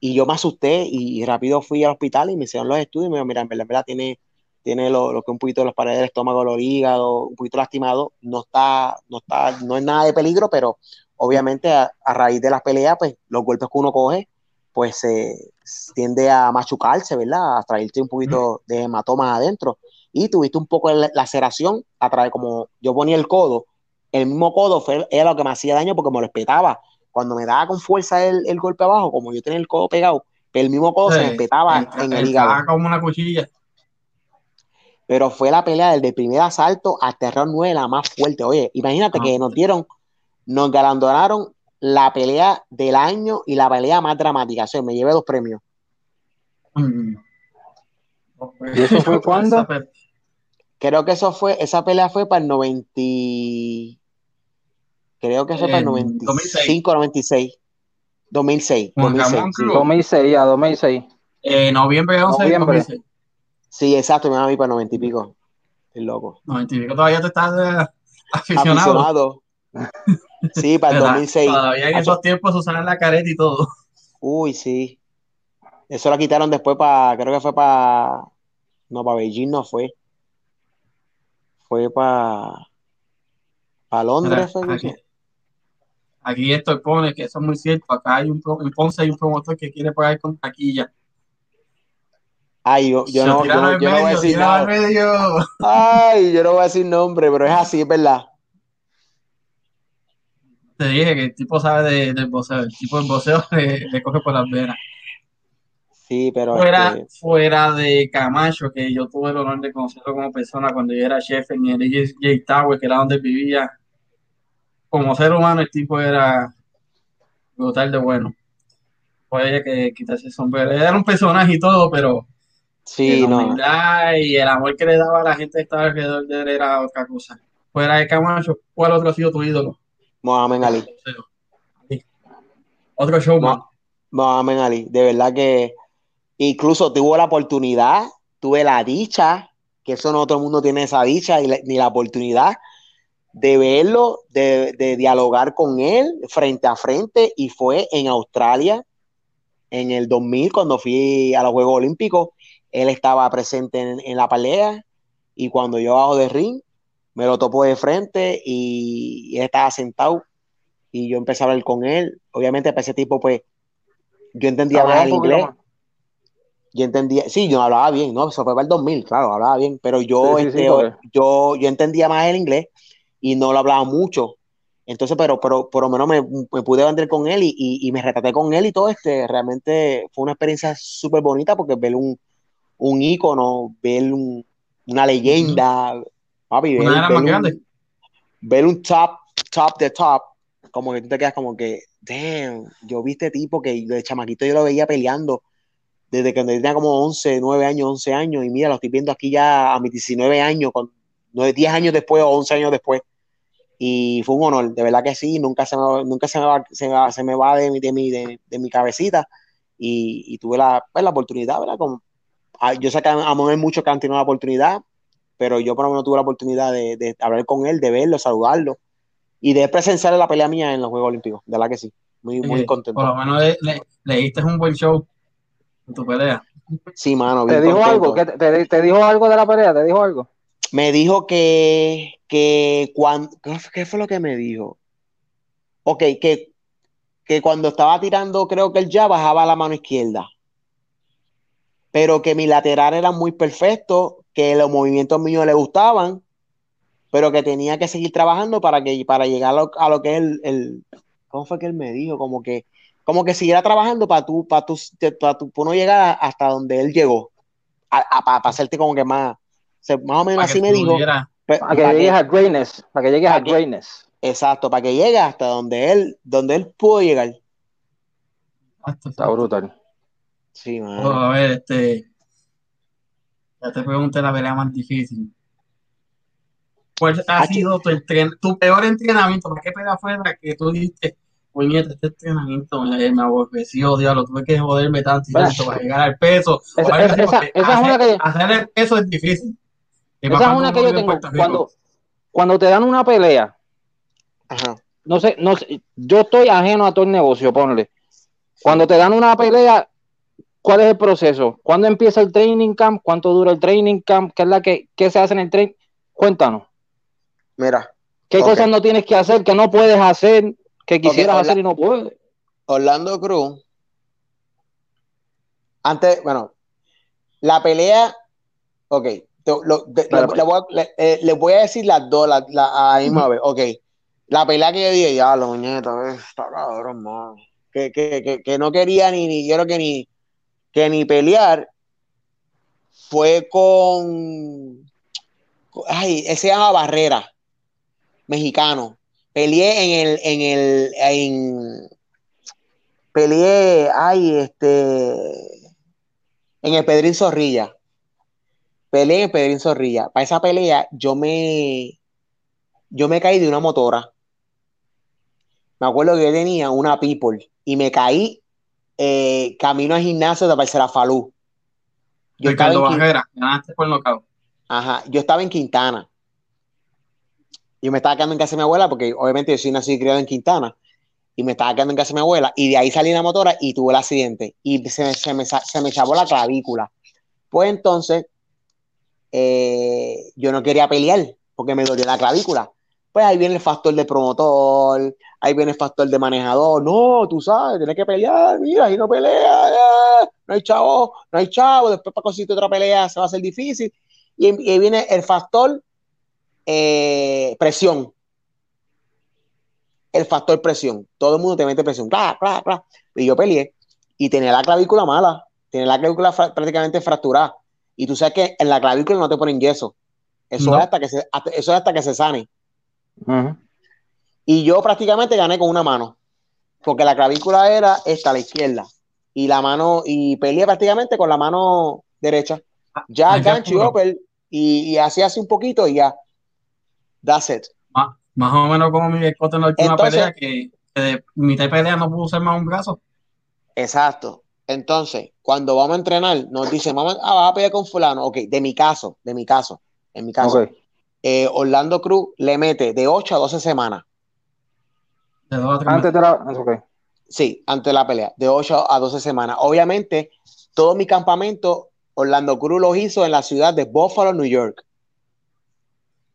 S2: Y yo me asusté y rápido fui al hospital y me hicieron los estudios y me dijeron, mira, en verdad, en verdad tiene, tiene lo, lo, que un poquito de los paredes del estómago, los hígados, un poquito lastimado. No está, no está, no es nada de peligro, pero obviamente a, a raíz de las peleas, pues los golpes que uno coge, pues eh, tiende a machucarse, ¿verdad? A traerte un poquito de hematomas adentro. Y tuviste un poco de laceración a través, como yo ponía el codo, el mismo codo fue, era lo que me hacía daño porque me lo espetaba. Cuando me daba con fuerza el, el golpe abajo, como yo tenía el codo pegado, el mismo codo sí,
S1: eh,
S2: se me espetaba el, en el, el hígado.
S1: como una cuchilla.
S2: Pero fue la pelea desde el primer asalto hasta el round 9 la más fuerte. Oye, imagínate ah, que nos dieron, nos galandonaron la pelea del año y la pelea más dramática. O sea, me llevé dos premios.
S3: Mm.
S1: pues,
S3: Okay. ¿Y eso fue cuándo?
S2: Creo que eso fue, esa pelea fue para el 90. Creo que fue para el 95, 96. 2006. 2006,
S3: sí. 2006, ya, 2006.
S1: Eh, noviembre 11 noviembre. 2006.
S2: Sí, exacto, me voy para el 90 y pico. El loco.
S1: 90 y pico, todavía te estás eh, aficionado. aficionado.
S2: Sí, para el ¿verdad? 2006.
S1: Todavía en esos tiempos usaron la careta y todo.
S2: Uy, sí. Eso la quitaron después para, creo que fue para, no, para Beijing no fue. Fue para, para Londres. Fue
S1: aquí, aquí, esto pone que eso es muy cierto. Acá hay un, en Ponce hay un promotor que quiere pagar con taquilla.
S2: Ay, yo, yo no, yo, yo medio, no voy a decir nada. Medio. Ay, yo no voy a decir nombre, pero es así, es verdad
S1: te dije que el tipo sabe de, del boxeo, el tipo del boxeo le, le, coge por las venas.
S2: Sí, pero.
S1: Fuera, este... fuera de Camacho, que yo tuve el honor de conocerlo como persona cuando yo era chef en el J Tower, que era donde vivía. Como ser humano, el tipo era brutal de bueno. Puede que quitarse el sombrero. Era un personaje y todo, pero.
S2: Sí, no.
S1: Y el amor que le daba a la gente que estaba alrededor de él era otra cosa. Fuera de Camacho, ¿cuál otro ha sido tu ídolo?
S2: Mohamed Ali.
S1: Otro show más.
S2: Mohamed Ali, de verdad que incluso tuvo la oportunidad, tuve la dicha, que eso no todo el mundo tiene esa dicha y la, ni la oportunidad de verlo, de, de, dialogar con él frente a frente y fue en Australia en el 2000 cuando fui a los Juegos Olímpicos, él estaba presente en, en la pelea y cuando yo bajo de ring, me lo topó de frente y, él estaba sentado y yo empecé a hablar con él. Obviamente para ese tipo, pues, yo entendía más el inglés. Más. Yo entendía, sí, yo hablaba bien, ¿no? Eso fue para el 2000, claro, hablaba bien, pero yo, sí, sí, este, sí, yo, yo entendía más el inglés y no lo hablaba mucho. Entonces, pero, pero por lo menos me, me pude vender con él y, y, y, me retraté con él y todo este. Realmente fue una experiencia súper bonita porque ver un, un ícono, ver un, una leyenda, mm. papi, ver,
S1: una ver, más grande.
S2: un, ver un top, top de top, como que tú te quedas como que, damn, yo vi este tipo que de chamaquito yo lo veía peleando desde que tenía como 11, 9 años, 11 años, y mira, lo estoy viendo aquí ya a mis 19 años, con 10 años después o 11 años después y fue un honor, de verdad que sí, nunca se me, nunca se me va, se me va, se me va de, mi, de, mi, de, de, mi cabecita y, y tuve la, pues, la, oportunidad, ¿verdad? Como, a, yo sé que a, a Manuel mucho que han tenido la oportunidad, pero yo por lo menos tuve la oportunidad de, de, hablar con él, de verlo, saludarlo y de presenciar la pelea mía en los Juegos Olímpicos, de verdad que sí, muy, muy sí, contento.
S1: Por lo menos le, le, le, diste un buen show en tu pelea.
S2: Sí, mano.
S3: ¿Te dijo contento. algo? ¿Te, te, ¿Te dijo algo de la pelea? ¿Te dijo algo?
S2: me dijo que, que cuando, ¿qué fue lo que me dijo? Ok, que, que cuando estaba tirando, creo que él ya bajaba la mano izquierda, pero que mi lateral era muy perfecto, que los movimientos míos le gustaban, pero que tenía que seguir trabajando para, que, para llegar a lo, a lo que él, el, ¿cómo fue que él me dijo? Como que, como que siguiera trabajando para tú, para tú, para tú, no llegar hasta donde él llegó, a, para hacerte como que más, o sea, más o menos así me dijo.
S3: Para, para que llegues a greatness, para que llegues a greatness.
S2: Exacto, para que llegue hasta donde él, donde él pudo llegar.
S3: Está brutal.
S2: Sí, man.
S1: Oh, a ver, este. Ya te pregunté la pelea más difícil. ¿Cuál
S3: Ah,
S1: ha Aquí... sido tu, entren... tu peor entrenamiento? ¿Para qué pelea fue la que tú dijiste? puñeta, este entrenamiento me, me aborreció, diablo, tuve que joderme tanto y tanto para llegar al peso.
S3: Esa,
S1: para
S3: esa, esa, esa hacer, es una que...
S1: hacer el peso es difícil.
S3: Esa es una que yo tengo. Cuando, cuando, te dan una pelea,
S2: Ajá.
S3: no sé, no sé, yo estoy ajeno a todo el negocio, ponle. Cuando te dan una pelea, ¿cuál es el proceso? ¿Cuándo empieza el training camp? ¿Cuánto dura el training camp? ¿Qué es la que qué se hace en el training? Cuéntanos.
S2: Mira.
S3: ¿Qué okay. cosas no tienes que hacer, que no puedes hacer, que quisieras okay, hacer y no puedes?
S2: Orlando Cruz, antes, bueno, la pelea, ok, les voy a decir las dos la, la, a la misma vez. Ok. La pelea que yo dije, ya, la muñeca, está cabrón, man. Que, que, que, que, no quería ni, ni yo creo que ni, que ni pelear. Fue con. Ay, ese se llama Barrera, mexicano. Peleé en el. En el en, peleé, ay, este. En el Pedrín Zorrilla peleé en Pedrín Zorrilla. Para esa pelea, yo me, yo me caí de una motora. Me acuerdo que yo tenía una People y me caí eh, camino al gimnasio de Parcerafalú.
S1: Yo Ricardo Barrera, ganaste por nocaut.
S2: Ajá, yo estaba en Quintana. Yo me estaba quedando en casa de mi abuela porque obviamente yo soy nacido y criado en Quintana. Y me estaba quedando en casa de mi abuela. Y de ahí salí en la motora y tuve el accidente. Y se me, se me, se me chavó la clavícula. Pues entonces, eh, yo no quería pelear porque me dolía la clavícula. Pues ahí viene el factor de promotor, ahí viene el factor de manejador. No, tú sabes, tienes que pelear, mira, ahí no pelea, eh, no hay chavo, no hay chavo, después para conseguir otra pelea se va a hacer difícil. Y, y ahí viene el factor eh, presión. El factor presión. Todo el mundo te mete presión. Bla, bla, bla. Y yo peleé. Y tenía la clavícula mala. Tenía la clavícula fra prácticamente fracturada. Y tú sabes que en la clavícula no te ponen yeso. Eso, no. es, hasta que se, hasta, eso es hasta que se sane.
S3: Uh -huh.
S2: Y yo prácticamente gané con una mano. Porque la clavícula era esta, a la izquierda. Y la mano, y peleé prácticamente con la mano derecha. Ya, ah, gancho y upper, y, y, así hace un poquito y ya. That's it.
S1: Ah, más, o menos como mi escote en la última Entonces, pelea, que, que de mitad de pelea no pudo usar más un brazo.
S2: Exacto. Entonces, cuando vamos a entrenar, nos dicen, vamos ah, vas a pelear con fulano. Ok, de mi caso, de mi caso, en mi caso. Okay. Eh, Orlando Cruz le mete de 8 a 12 semanas.
S1: De 2 a
S2: Ah,
S1: 3
S3: antes de la... Okay.
S2: Sí, antes de la pelea, de 8 a 12 semanas. Obviamente, todo mi campamento, Orlando Cruz lo hizo en la ciudad de Buffalo, New York.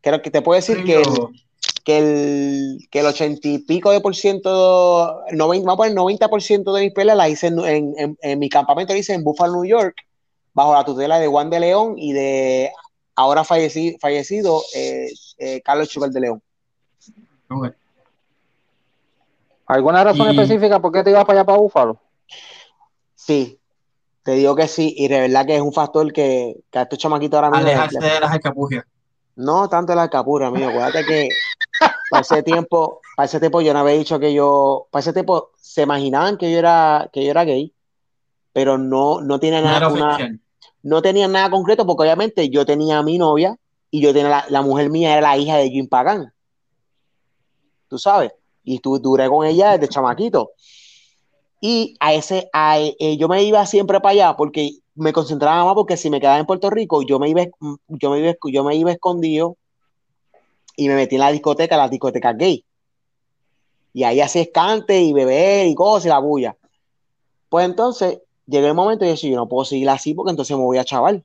S2: Creo que te puedo decir sí, que, no. el, que, el, que el 80 y pico de por ciento, 90, vamos a poner 90 por ciento de mis peleas las hice en, en, en, en, mi campamento, las hice en Buffalo, New York, bajo la tutela de Juan de León y de ahora falleci, fallecido eh, eh, Carlos Schubert de León.
S1: Okay.
S3: ¿Alguna razón
S1: Y-
S3: específica por qué te ibas para allá para Búfalo?
S2: Sí, te digo que sí, y de verdad que es un factor que, que a estos chamaquitos ahora mismo.
S1: Alejarse de las escapugias.
S2: No tanto la capura, amigo. Acuérdate que para ese tiempo, para ese tiempo yo no había dicho que yo, para ese tiempo se imaginaban que yo era, que yo era gay, pero no, no tiene
S1: No
S2: nada,
S1: era
S2: una-
S1: oficial.
S2: no tenía nada concreto, porque obviamente yo tenía a mi novia y yo tenía la, la mujer mía era la hija de Jim Pagan. Tú sabes. Y tu- duré con ella desde chamaquito. Y a ese, a- eh, yo me iba siempre para allá porque me concentraba más porque si me quedaba en Puerto Rico, yo me iba, esc- yo me iba, esc- yo me iba escondido y me metí en la discoteca, la discoteca gay. Y ahí hacía escante y beber y cosas y la bulla. Pues entonces llegó el momento y yo decía, yo no puedo seguir así porque entonces me voy a chaval.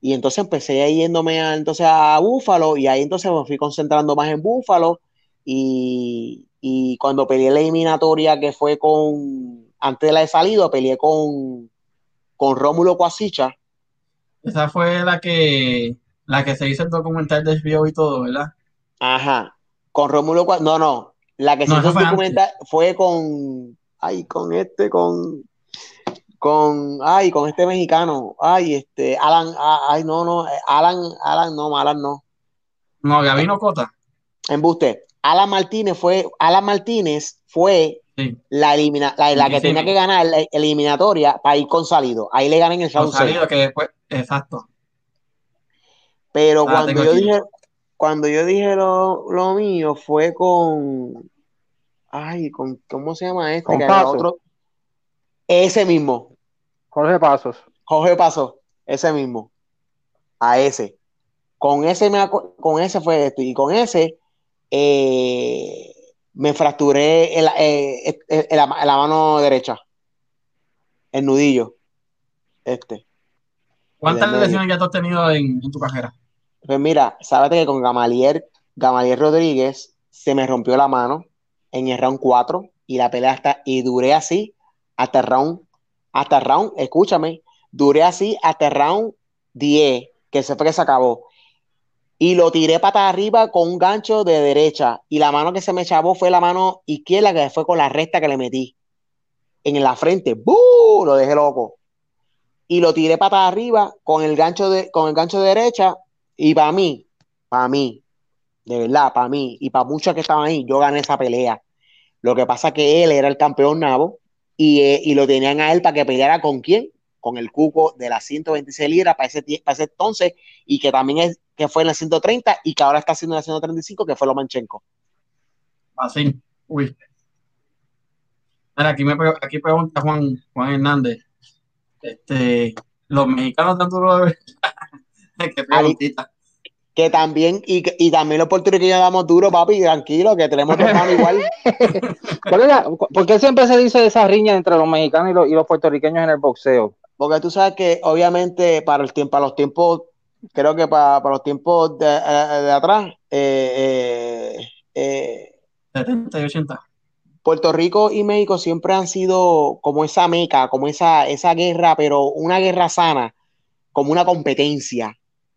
S2: Y entonces empecé a yéndome a, entonces a Búfalo y ahí entonces me fui concentrando más en Búfalo y, y cuando peleé la eliminatoria que fue con, antes de la de salido, peleé con, con Rómulo Cuasicha.
S1: Esa fue la que, la que se hizo el documental de HBO y todo, ¿verdad?
S2: Ajá, con Rómulo Cuasicha, no, no, la que se
S1: No,
S2: hizo
S1: eso fue
S2: el documental fue con, ay, con este, con, con, ay, con este mexicano, ay, este, Alan, ah, ay, no, no, Alan, Alan, no, Alan no.
S1: No, Gabino Cota.
S2: Embuste. Alan Martínez fue, Alan Martínez fue
S1: Sí.
S2: la, elimina, la, la que
S1: Invisível.
S2: tenía que ganar la eliminatoria para ir con salido. Ahí le ganan el round
S1: Con
S2: seis.
S1: salido que después. Exacto.
S2: Pero
S1: Ah,
S2: cuando
S1: tengo
S2: yo
S1: aquí.
S2: dije, cuando yo dije lo, lo mío fue con, ay, con, ¿cómo se llama este?
S3: Con
S2: Que era
S3: Paso.
S2: otro. Ese mismo,
S3: Jorge Pasos.
S2: Jorge Paso, ese mismo, a ese. Con ese, me, aco- con ese fue esto. Y con ese eh, me fracturé el- eh, el- el- la, la mano derecha, el nudillo. Este.
S1: ¿Cuántas
S2: Del medio.
S1: lesiones ya tú has tenido en, en tu carrera?
S2: Pues mira, sábate que con Gamaliel, Gamaliel Rodríguez se me rompió la mano en el round 4 y la pelea hasta, y duré así hasta el round, hasta el round, escúchame, duré así hasta el round 10, que se fue que se acabó. Y lo tiré pata arriba con un gancho de derecha. Y la mano que se me chavó fue la mano izquierda, que fue con la recta que le metí. En la frente, ¡buh! Lo dejé loco. Y lo tiré pata arriba con el gancho de, con el gancho de derecha y para mí, para mí, de verdad, para mí y para muchos que estaban ahí, yo gané esa pelea. Lo que pasa que él era el campeón nabo y, eh, y lo tenían a él para que peleara con quién, con el cuco de las 126 libras para ese, tie- para ese entonces y que también es, que fue en la 130 y que ahora está haciendo la 135, que fue Lomachenko.
S1: Así. Uy. Mira, aquí me pre- aquí pregunta Juan, Juan Hernández. Este, los mexicanos tanto lo Qué preguntita.
S2: Que también, y, que- y también los puertorriqueños damos duro, papi, tranquilo, que tenemos dos manos igual.
S3: ¿Cuál es la- cu- ¿Por qué siempre se dice esa riña entre los mexicanos y los, y los puertorriqueños en el boxeo?
S2: Porque tú sabes que obviamente para el tiempo, para los tiempos, creo que para, para los tiempos de, eh, de atrás, eh, eh, eh,
S1: 70 y 80.
S2: Puerto Rico y México siempre han sido como esa meca, como esa, esa guerra, pero una guerra sana, como una competencia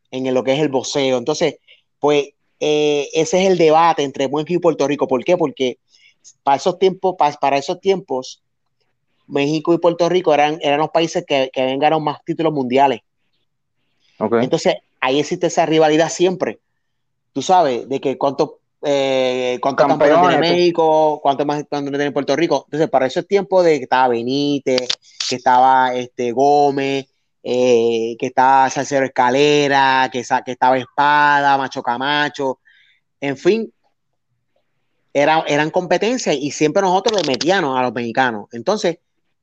S2: en lo que es el boxeo. Entonces, pues eh, ese es el debate entre México y Puerto Rico. ¿Por qué? Porque para esos tiempos, pa- para, esos tiempos, México y Puerto Rico eran, eran los países que, que habían ganado más títulos mundiales.
S3: Ok.
S2: Entonces, ahí existe esa rivalidad siempre. Tú sabes, de que cuántos eh, cuántos campeones,
S3: Campeones,
S2: tiene
S3: tú.
S2: México, cuántos más campeones tiene Puerto Rico. Entonces, para esos tiempos de que estaba Benítez, que estaba este Gómez, eh, que estaba Salcero Escalera, que, sa- que estaba Espada, Macho Camacho, en fin, era- eran competencias y siempre nosotros le metíamos a los mexicanos. Entonces,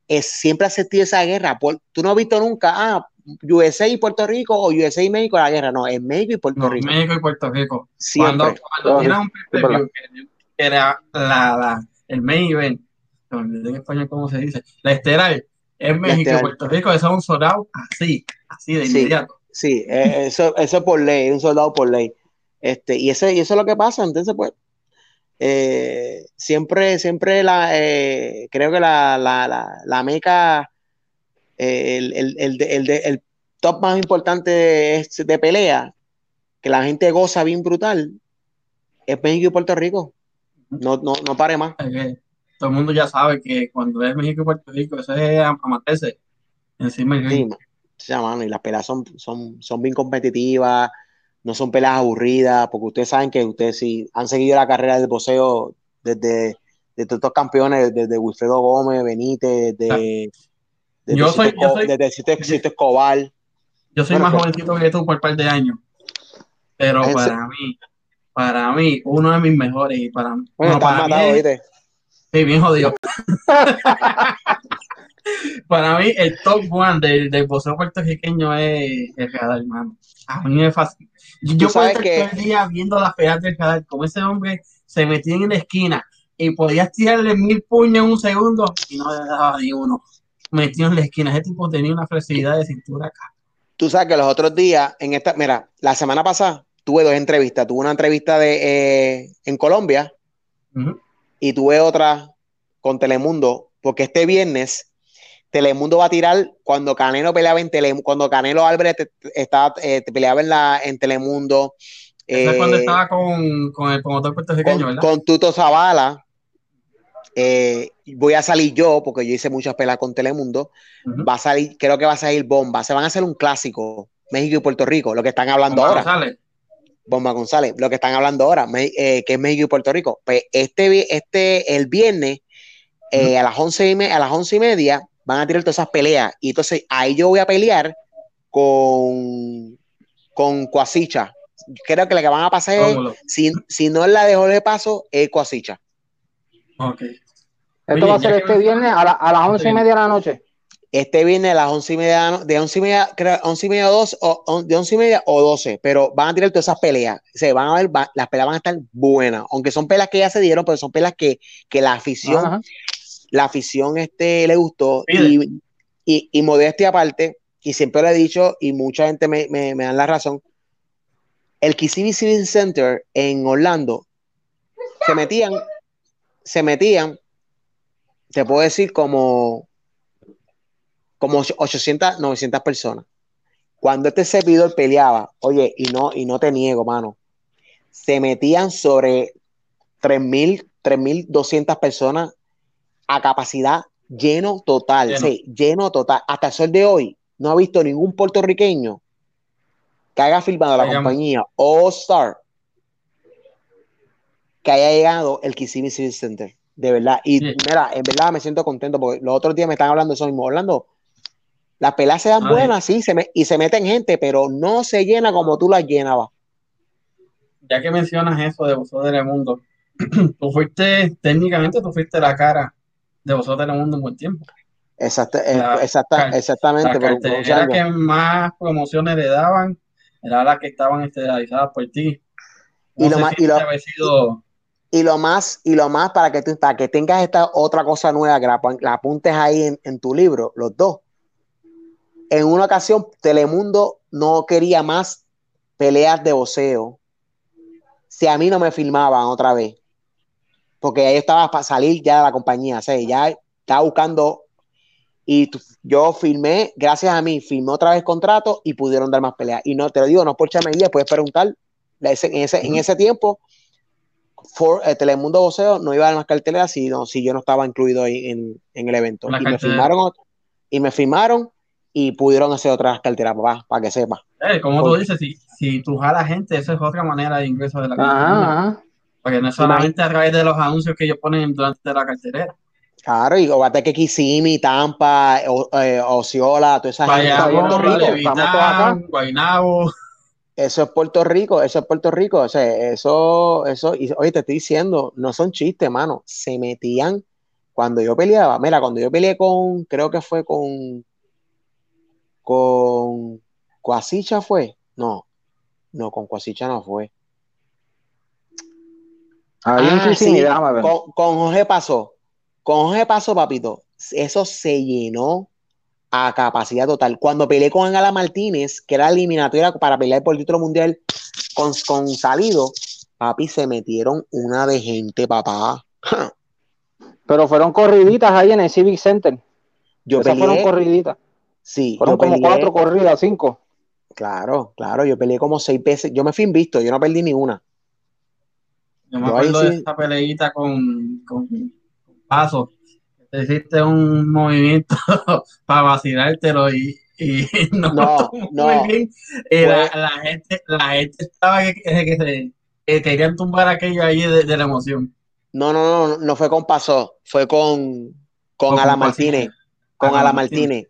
S2: es, siempre ha existido esa guerra. Por- tú no has visto nunca, ah, USA y Puerto Rico o USA y México la guerra. No, es México y Puerto
S1: No,
S2: Rico.
S1: México y Puerto Rico.
S2: Siempre.
S1: Cuando, cuando tiras un
S3: es verdad.
S1: pay-per-view que que era la, la- el main event, se me olvidó en español cómo se dice, la esteral, en México
S2: estelar.
S1: y Puerto Rico, eso es un soldado así, así de
S2: Sí.
S1: inmediato.
S2: Sí, eh, eso, eso es por ley, un soldado por ley. Este, y, eso, y eso es lo que pasa. Entonces, pues, eh, siempre, siempre la, eh, creo que la, la, la, la meca, eh, el, el, el, de- el de- el top más importante es de pelea, que la gente goza bien brutal, es México y Puerto Rico. No, no, no pare más.
S1: Es que todo el mundo ya sabe que cuando es México y Puerto Rico, eso es amaterse encima del
S2: Sí, ma- sí, mano, y las peleas son, son, son bien competitivas, no son peleas aburridas, porque ustedes saben que ustedes sí han seguido la carrera del boxeo desde, desde estos campeones, desde Wilfredo Gómez, Benítez, desde, desde
S1: Ah. Yo soy-
S2: Cito
S1: yo
S2: Esco-
S1: soy-
S2: desde Cito- Cito Escobar.
S1: Yo soy
S2: Bueno,
S1: más
S2: pues-
S1: jovencito que tú por un par de años, pero
S2: Ese-
S1: para mí, para mí, uno de mis mejores y para mí,
S2: Bueno,
S1: no,
S2: estás
S1: para mí
S2: matado,
S1: es-
S2: ¿viste?
S1: Sí, bien jodido. Para mí, el top one del, del boxeo puertorriqueño es el Radar, hermano. A mí me fascina. Yo, yo
S2: Tú
S1: puedo
S2: sabes
S1: estar
S2: que-
S1: todo el día viendo las peleas del Radar, como ese hombre se metía en la esquina y podías tirarle mil puños en un segundo y no le daba ni uno. Metido en la esquina. Ese tipo tenía una flexibilidad de cintura acá.
S2: Tú sabes que los otros días, en esta, mira, la semana pasada tuve dos entrevistas. Tuve una entrevista de, eh, en Colombia
S1: Ujú.
S2: y tuve otra con Telemundo, porque este viernes Telemundo va a tirar cuando Canelo peleaba en Telemundo, cuando Canelo Álvarez te- te- estaba, eh, te peleaba en, la, en Telemundo,
S1: Eso es cuando
S2: eh,
S1: estaba con, con el promotor puertorriqueño,
S2: con,
S1: ¿verdad?
S2: con Tuto Zavala. eh, voy a salir yo, porque yo hice muchas peleas con Telemundo.
S1: Ujú.
S2: Va a salir, creo que va a salir bomba. Se van a hacer un clásico, México y Puerto Rico, lo que están hablando
S1: Con
S2: ahora.
S1: González.
S2: Bomba González, lo que están hablando ahora, me- eh, que es México y Puerto Rico. Pues este, vi- este el viernes, eh, a, las 11 y me- a las once y media, van a tirar todas esas peleas. Y entonces ahí yo voy a pelear con, con Coasicha. Creo que la que van a pasar es,
S1: Rómulo.
S2: si, si no es la de Jorge Paso, es Coasicha.
S1: Ok.
S3: Esto
S1: Oye,
S3: va a
S1: ya
S3: ser
S1: que-
S3: este viernes a, la- a las once y media de la noche.
S2: Este viernes a las once y media, no, de once y media, creo, once y media a dos, o, on- de once y media o doce, pero van a tirar todas esas peleas. Se van a ver, va- las peleas van a estar buenas, aunque son peleas que ya se dieron, pero son peleas que, que la afición,
S3: Ajá.
S2: la afición este, le gustó.
S1: Pide.
S2: Y, y, y modestia aparte, y siempre lo he dicho, y mucha gente me, me, me dan la razón, el Kissimmee Civic Center en Orlando, se metían, se metían, te puedo decir como como och- 800, 900 personas. Cuando este servidor peleaba, oye, y no, y no te niego, mano, se metían sobre 3.000, 3.200 personas a capacidad lleno total,
S1: Lleno.
S2: sí, lleno total. Hasta el sol de hoy no ha visto ningún puertorriqueño que haya firmado la
S1: Digamos.
S2: compañía All Star que haya llegado el Kissimmee Civic Center. De verdad, y
S1: Sí.
S2: mira, en verdad me siento contento porque los otros días me están hablando de eso mismo. Orlando, las peleas se dan
S1: Ah,
S2: buenas, sí, se me- y se meten gente, pero no se llena como tú las llenabas.
S1: ya que mencionas eso de Bozo Telemundo, tú fuiste, técnicamente tú fuiste la cara de Bozo Telemundo un buen tiempo.
S2: Exacta- eh,
S1: La
S2: exacta-
S1: car-
S2: exactamente,
S1: La
S2: pero
S1: cartelera que más promociones le daban era la que estaban estelarizada por ti.
S2: Y lo
S1: No sé
S2: más-
S1: si
S2: y lo-
S1: te había sido-
S2: y lo más, y lo más para que tú para que tengas esta otra cosa nueva que la, pon- la apuntes ahí en, en tu libro, los dos. En una ocasión, Telemundo no quería más peleas de voceo. Si a mí no me filmaban otra vez, porque ahí estaba para salir ya de la compañía, o sea, ya estaba buscando. Y tu- yo firmé, gracias a mí, firmé otra vez contrato y pudieron dar más peleas. Y no te lo digo, no es por chamería, puedes preguntar. la- ese- En ese, en ese tiempo, for, eh, Telemundo Voceo no iba a dar más carteleras si, no, si yo no estaba incluido ahí en, en el evento.
S1: La
S2: Y me,
S1: cartelera.
S2: firmaron, ot- y me firmaron y pudieron hacer otras carteras, papá, para que sepa.
S1: eh, como tú
S2: Oye.
S1: dices, si, si tú jalas gente, esa es otra manera de ingreso de la
S3: Ajá,
S1: compañía.
S3: ajá.
S1: Porque no es solamente a través de los anuncios que ellos ponen durante la cartelera.
S2: Claro, y Obate que Kissimmee, Tampa, o, eh, Osceola, toda esa gente. Eso es
S1: Bayamón,
S2: Puerto
S3: Bayamón,
S2: Rico.
S3: Valevi- estamos todos acá.
S1: Levitán, Guaynabo.
S2: Eso es Puerto Rico, eso es Puerto Rico. O sea, eso, eso, y, oye, te estoy diciendo, no son chistes, mano. Se metían cuando yo peleaba. Mira, cuando yo peleé con, creo que fue con, con Cuasicha fue. No, no, con Cuasicha no fue.
S3: Ahí en
S2: Ah,
S3: Kissimmee,
S2: sí,
S3: déjame ver.
S2: Con, con Jorge pasó. Con Jorge pasó, papito. Eso se llenó a capacidad total. Cuando peleé con Ángela Martínez, que era eliminatoria para pelear por el título mundial con, con salido, papi, se metieron una de gente, papá.
S3: Pero fueron corriditas ahí en el Civic Center.
S2: Yo
S3: Esas fueron
S2: peleé.
S3: corriditas.
S2: Sí,
S3: Fueron
S2: yo
S3: como
S2: peleé.
S3: cuatro corridas, cinco.
S2: Claro, claro, yo peleé como seis veces. Yo me fui invisto, yo no perdí ni una.
S1: Yo me
S2: Yo ahí
S1: acuerdo
S2: sí.
S1: de esa peleita con, con, paso. Te hiciste un movimiento para vacilártelo y, y no,
S2: No, no.
S1: muy bien. Y la, la gente, la gente estaba que, que- que se que querían tumbar aquello ahí de, de la emoción.
S2: No, no, no, no fue con Paso, fue con, con
S1: Con
S2: Ala
S1: Paso.
S2: Martínez, con
S1: Ala
S2: Ala Martínez,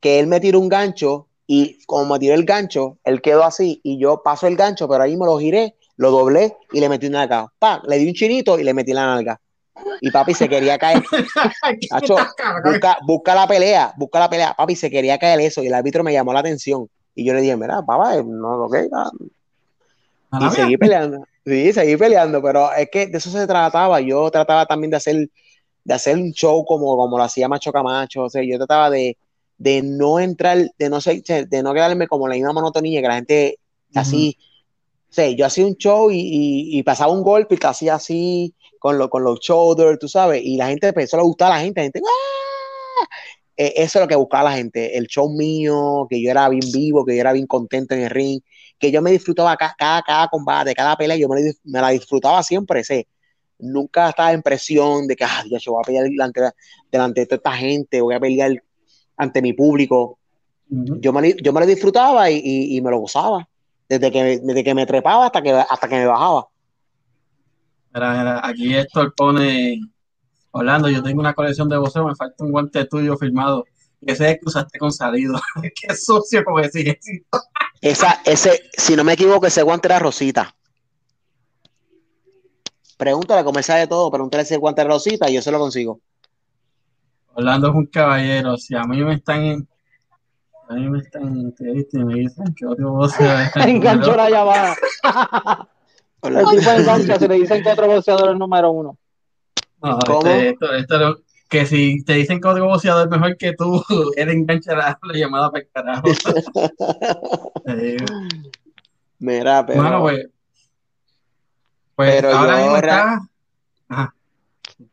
S2: que él me tiró un gancho y como me tiró el gancho, él quedó así y yo paso el gancho, pero ahí me lo giré, lo doblé y le metí una nalga. Pa, le di un chinito y le metí la nalga. Y papi se quería caer. Acho, busca, busca la pelea, busca la pelea. Papi se quería caer eso y el árbitro me llamó la atención. Y yo le dije, mira, papá, eh, no lo que ah,
S1: A la
S2: y seguí peleando. Sí, seguí peleando, pero es que de eso se trataba. Yo trataba también de hacer, de hacer un show como, como lo hacía Macho Camacho. O sea, yo trataba de, de no entrar, de no ser, de no quedarme como la misma monotonía que la gente así. O sea, yo hacía un show y, y- y pasaba un golpe y te hacía así con, lo, con los shoulders, tú sabes. Y la gente pues, empezó a gustar a la gente. La gente ¡ah! Eh, eso es lo que buscaba la gente. El show mío, que yo era bien vivo, que yo era bien contento en el ring que yo me disfrutaba ca- cada, cada combate, cada pelea, yo me, la dis- me la disfrutaba siempre, sé. Nunca estaba en presión de que, ah, Dios, yo voy a pelear delante, delante de toda esta gente, voy a pelear ante mi público.
S1: Ujú.
S2: Yo me, la- yo me la disfrutaba y, y- y me lo gozaba. Desde que, me- desde que me trepaba hasta que, hasta que me bajaba.
S1: Mira, mira, aquí Héctor pone, Orlando, yo tengo una colección de boxeo, me falta un guante tuyo firmado. Ese es el que usaste con salido. Qué sucio como decir.
S2: Esa, ese, si no me equivoco, ese guante era Rosita. Pregúntale cómo él sabe todo, pregúntale si el guante era Rosita y yo se lo consigo.
S1: Orlando es un caballero. Si a mí me están en, a mí me están en entrevista y me dicen que odio boxeo.
S3: Enganchó la llamada. El tipo engancha, se le dicen que otro boxeador es número uno.
S1: No, este,
S2: ¿Cómo?
S1: Héctor, Héctor, que si te dicen que odio boxeador es mejor que tú, él engancha la, la llamada para el carajo. Te digo.
S2: Mira, pero.
S1: Bueno, pues, pues
S2: pero
S1: ahora
S2: yo
S1: mismo
S2: ahora-
S1: está.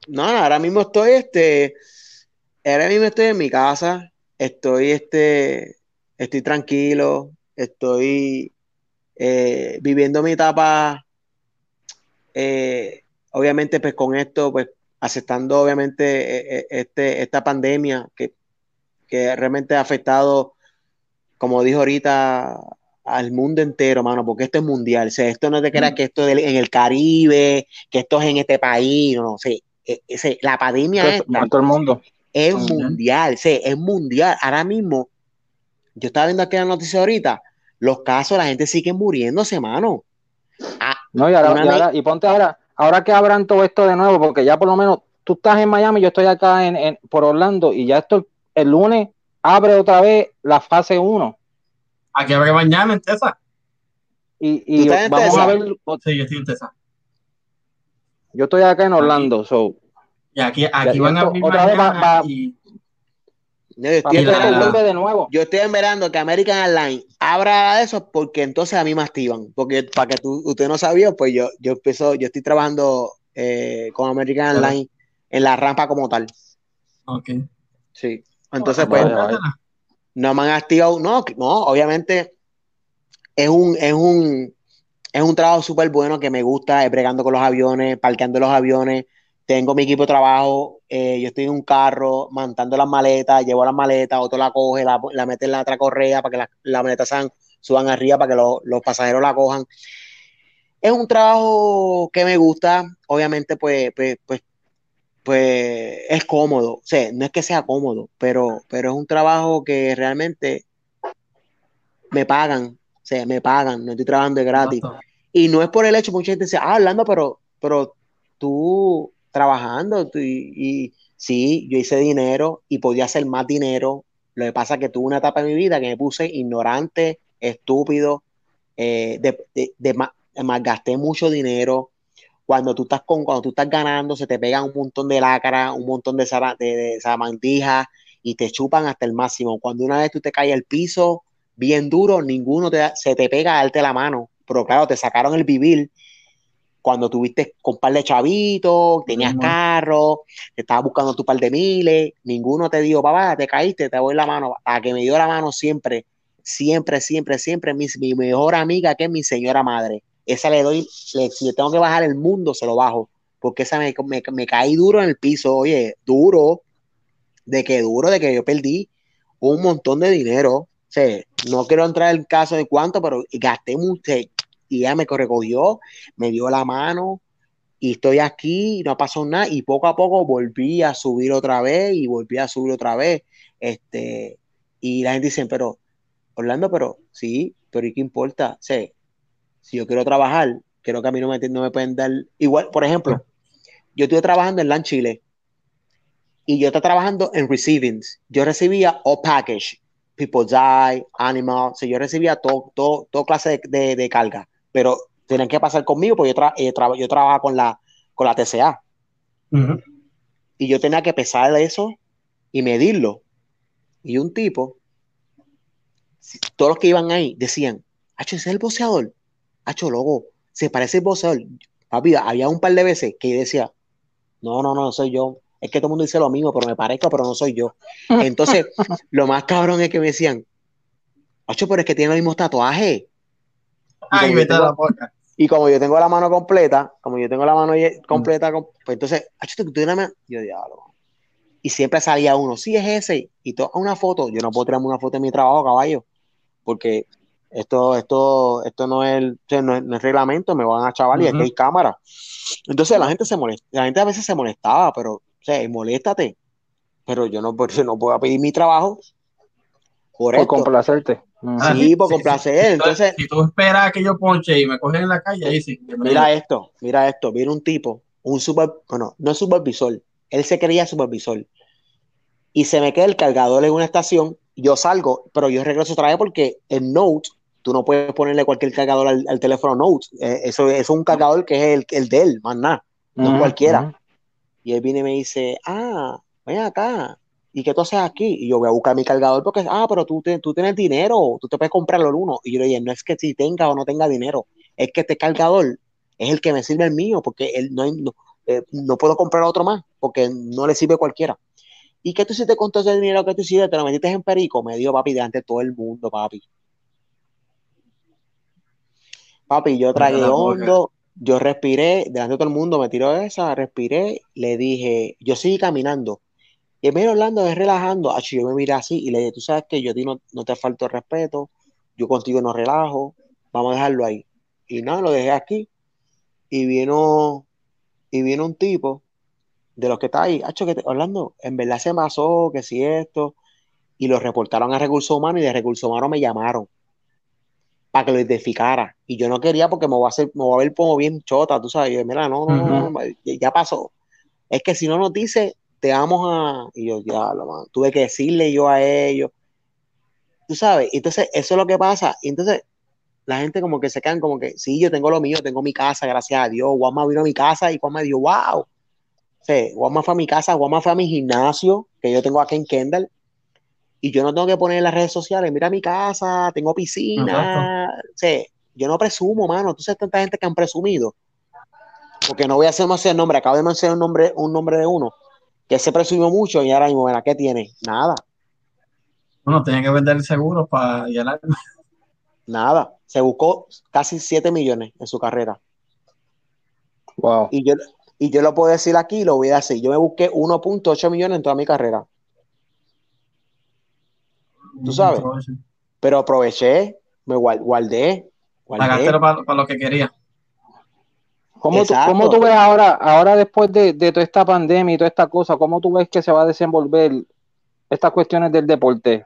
S2: No, no, ahora mismo estoy, este, ahora mismo estoy en mi casa, estoy, este, estoy tranquilo, estoy eh, viviendo mi etapa, eh, obviamente, pues con esto, pues aceptando, obviamente, eh, eh, este, esta pandemia que, que realmente ha afectado, como dijo ahorita, al mundo entero, mano, porque esto es mundial, o sea, esto no te creas
S1: Mm.
S2: que esto es del- en el Caribe, que esto es en este país, no, no sé. E- ese- la pandemia
S3: Pues,
S2: esta
S3: a todo el mundo.
S2: es
S1: Ujú.
S2: mundial, sí, es mundial. Ahora mismo, yo estaba viendo aquí la noticia ahorita, los casos, la gente sigue muriéndose, mano.
S3: No, y, ahora-
S2: Una
S3: y
S2: ne-
S3: ahora- y ponte ahora, ahora que abran todo esto de nuevo, porque ya por lo menos tú estás en Miami, yo estoy acá en, en- por Orlando, y ya esto el lunes abre otra vez la fase 1.
S1: Aquí habrá mañana en Tesa.
S3: Y,
S2: ¿Tú
S3: y
S2: estás en
S3: vamos
S2: Texas?
S3: a ver,
S1: Sí, yo estoy en Tesa.
S3: yo estoy acá en Orlando, so,
S1: Y aquí,
S3: Ya,
S1: aquí
S3: y
S1: van a
S3: esto,
S1: abrir
S3: otra vez va-
S1: mañana
S3: va-
S1: y
S2: yo,
S3: papi,
S2: estoy
S1: la-
S3: esto
S2: esperando,
S3: vuelve de nuevo.
S2: yo estoy esperando que American Airlines abra eso porque entonces a mí me activan. Porque para que tú, usted no sabía, pues yo, yo empiezo, yo estoy trabajando eh, con American
S1: Claro.
S2: Airlines en la rampa como tal.
S1: ok.
S2: Sí. Entonces,
S1: Bueno,
S2: pues,
S3: vaya, vaya.
S1: cártela.
S2: No me han activado, no, que- no, obviamente es un, es un, es un trabajo súper bueno que me gusta, eh, bregando con los aviones, parqueando los aviones, tengo mi equipo de trabajo, eh, yo estoy en un carro, montando las maletas, llevo las maletas, otro la coge, la, la mete en la otra correa para que las las maletas sean- suban arriba para que lo- los pasajeros la cojan. Es un trabajo que me gusta, obviamente pues, pues, pues, pues es cómodo, o sea, no es que sea cómodo, pero, pero es un trabajo que realmente me pagan, o sea, me pagan, no estoy trabajando de gratis.
S1: Exacto.
S2: Y no es por el hecho, mucha gente dice, ah, Orlando, pero, pero tú trabajando, tú- y, y sí, yo hice dinero y podía hacer más dinero. Lo que pasa es que tuve una etapa en mi vida que me puse ignorante, estúpido, eh, de, de- de ma- malgasté mucho dinero. Cuando tú estás con, cuando tú estás ganando, se te pegan un montón de lacra, un montón de, zara- de, de zamandijas y te chupan hasta el máximo. Cuando una vez tú te caes al piso, bien duro, ninguno te da- se te pega a darte la mano. Pero claro, te sacaron el vivir cuando tuviste con par de chavitos, tenías
S1: Mismo.
S2: carro, te estabas buscando tu par de miles, ninguno te dijo, papá, te caíste, te voy la mano. A que me dio la mano siempre, siempre, siempre, siempre, mi, mi mejor amiga que es mi señora madre. Esa le doy, le- si le tengo que bajar el mundo, se lo bajo. porque esa me, me, me caí duro en el piso, oye, duro, de que duro, de que yo perdí un montón de dinero. O sea, no quiero entrar en el caso de cuánto, pero gasté mucho y ella me recogió, me dio la mano y estoy aquí, y no pasó nada y poco a poco volví a subir otra vez y volví a subir otra vez. Este, y la gente dice, pero Orlando, pero sí, pero ¿y qué importa? O sea, si yo quiero trabajar, creo que a mí no me, no me pueden dar igual, por ejemplo, yo estoy trabajando en LAN Chile y yo estaba trabajando en receiving. Yo recibía all package, people die, animals, o sea, yo recibía todo, todo, todo clase de, de, de, carga, pero tenían que pasar conmigo porque yo, tra yo, tra yo trabajaba con la, con la TCA. Uh -huh. Y yo tenía que pesar eso y medirlo. Y un tipo, todos los que iban ahí decían, Hacho, ese es el boceador. Hacho, loco, se parece el boceador. Papi, había un par de veces que yo decía, no, no, no, soy yo es que todo el mundo dice lo mismo, pero me parezco, pero no soy yo. Entonces, lo más cabrón es que me decían, ocho, pero es que tiene los mismos tatuajes.
S1: Ay, me tengo, la boca.
S2: Y como yo tengo la mano completa, como yo tengo la mano completa, pues entonces, ocho, tú tienes la mano. Yo, diablo. Y siempre salía uno, sí es ese, y toda una foto. Yo no puedo tirarme una foto de mi trabajo, caballo, porque esto, esto, esto no es, el, no es, no es reglamento, me van a chaval y aquí uh -huh. hay cámara. Entonces la gente se molesta, la gente a veces se molestaba, pero o sea, moléstate, pero yo no, yo no puedo pedir mi trabajo
S3: por, por complacerte. Mm,
S2: Ah, sí, por sí, complacer. Sí. Entonces,
S1: si tú esperas que yo ponche y me cogen en la calle, ahí sí.
S2: Mira eh. esto, mira esto. Viene un tipo, un super, bueno, no es supervisor, él se creía supervisor. Y se me queda el cargador en una estación, yo salgo, pero yo regreso otra vez porque el Note, tú no puedes ponerle cualquier cargador al, al teléfono Note. Eh, eso, eso, es un cargador que es el, el de él, más nada,
S3: mm,
S2: no uh -huh, cualquiera. Uh -huh. Y él viene y me dice, ah, ven acá, ¿y qué tú haces aquí? Y yo voy a buscar mi cargador porque, ah, pero tú, te, tú tienes dinero, tú te puedes comprarlo el uno. Y yo le dije, no es que si tenga o no tenga dinero, es que este cargador es el que me sirve el mío porque él no, no, eh, no puedo comprar otro más porque no le sirve cualquiera. ¿Y qué tú hiciste con todo ese dinero que tú hiciste? Te lo metiste en perico, me dio papi delante de todo el mundo, papi. Papi, yo tragué hondo, yo respiré, delante de todo el mundo me tiró esa, respiré, le dije, yo seguí caminando. Y en medio Orlando es relajando, Ach, yo me miré así y le dije, tú sabes que yo a ti no, no, te falto el respeto, yo contigo no relajo, vamos a dejarlo ahí. Y nada, lo dejé aquí. Y vino, y vino un tipo de los que está ahí, Acho, que te, Orlando, en verdad se pasó, que si sí esto, y lo reportaron a recursos humanos y de recursos humanos me llamaron para que lo identificara. Y yo no quería porque me voy a, hacer, me voy a ver como bien chota, tú sabes. Y yo, mira, no, no, no, no, ya pasó. Es que si no nos dice, te vamos a. Y yo, ya, lo man. Tuve que decirle yo a ellos. Tú sabes. Entonces, eso es lo que pasa. Y entonces, la gente como que se quedan como que, sí, yo tengo lo mío, tengo mi casa, gracias a Dios. Guamá vino a mi casa y Guamá dijo, wow. O sea, Guamá fue a mi casa, Guamá fue a mi gimnasio, que yo tengo aquí en Kendall y yo no tengo que poner en las redes sociales, mira mi casa, tengo piscina, o sea, yo no presumo, mano, tú sabes tanta gente que han presumido, porque no voy a hacer más el nombre, acabo de mencionar un nombre, un nombre de uno, que se presumió mucho y ahora mismo, mira, ¿qué tiene? Nada.
S1: Bueno, tenía que vender el seguro para llenar.
S2: Nada, se buscó casi 7 millones en su carrera.
S3: Wow.
S2: Y yo, y yo lo puedo decir aquí, lo voy a decir, yo me busqué 1.8 millones en toda mi carrera tú sabes. Pero aproveché, me guardé. guardé.
S1: Pagaste para, para, lo que quería.
S3: ¿Cómo tú, ¿Cómo tú, ves ahora, ahora después de, de, toda esta pandemia y toda esta cosa, cómo tú ves que se va a desenvolver estas cuestiones del deporte?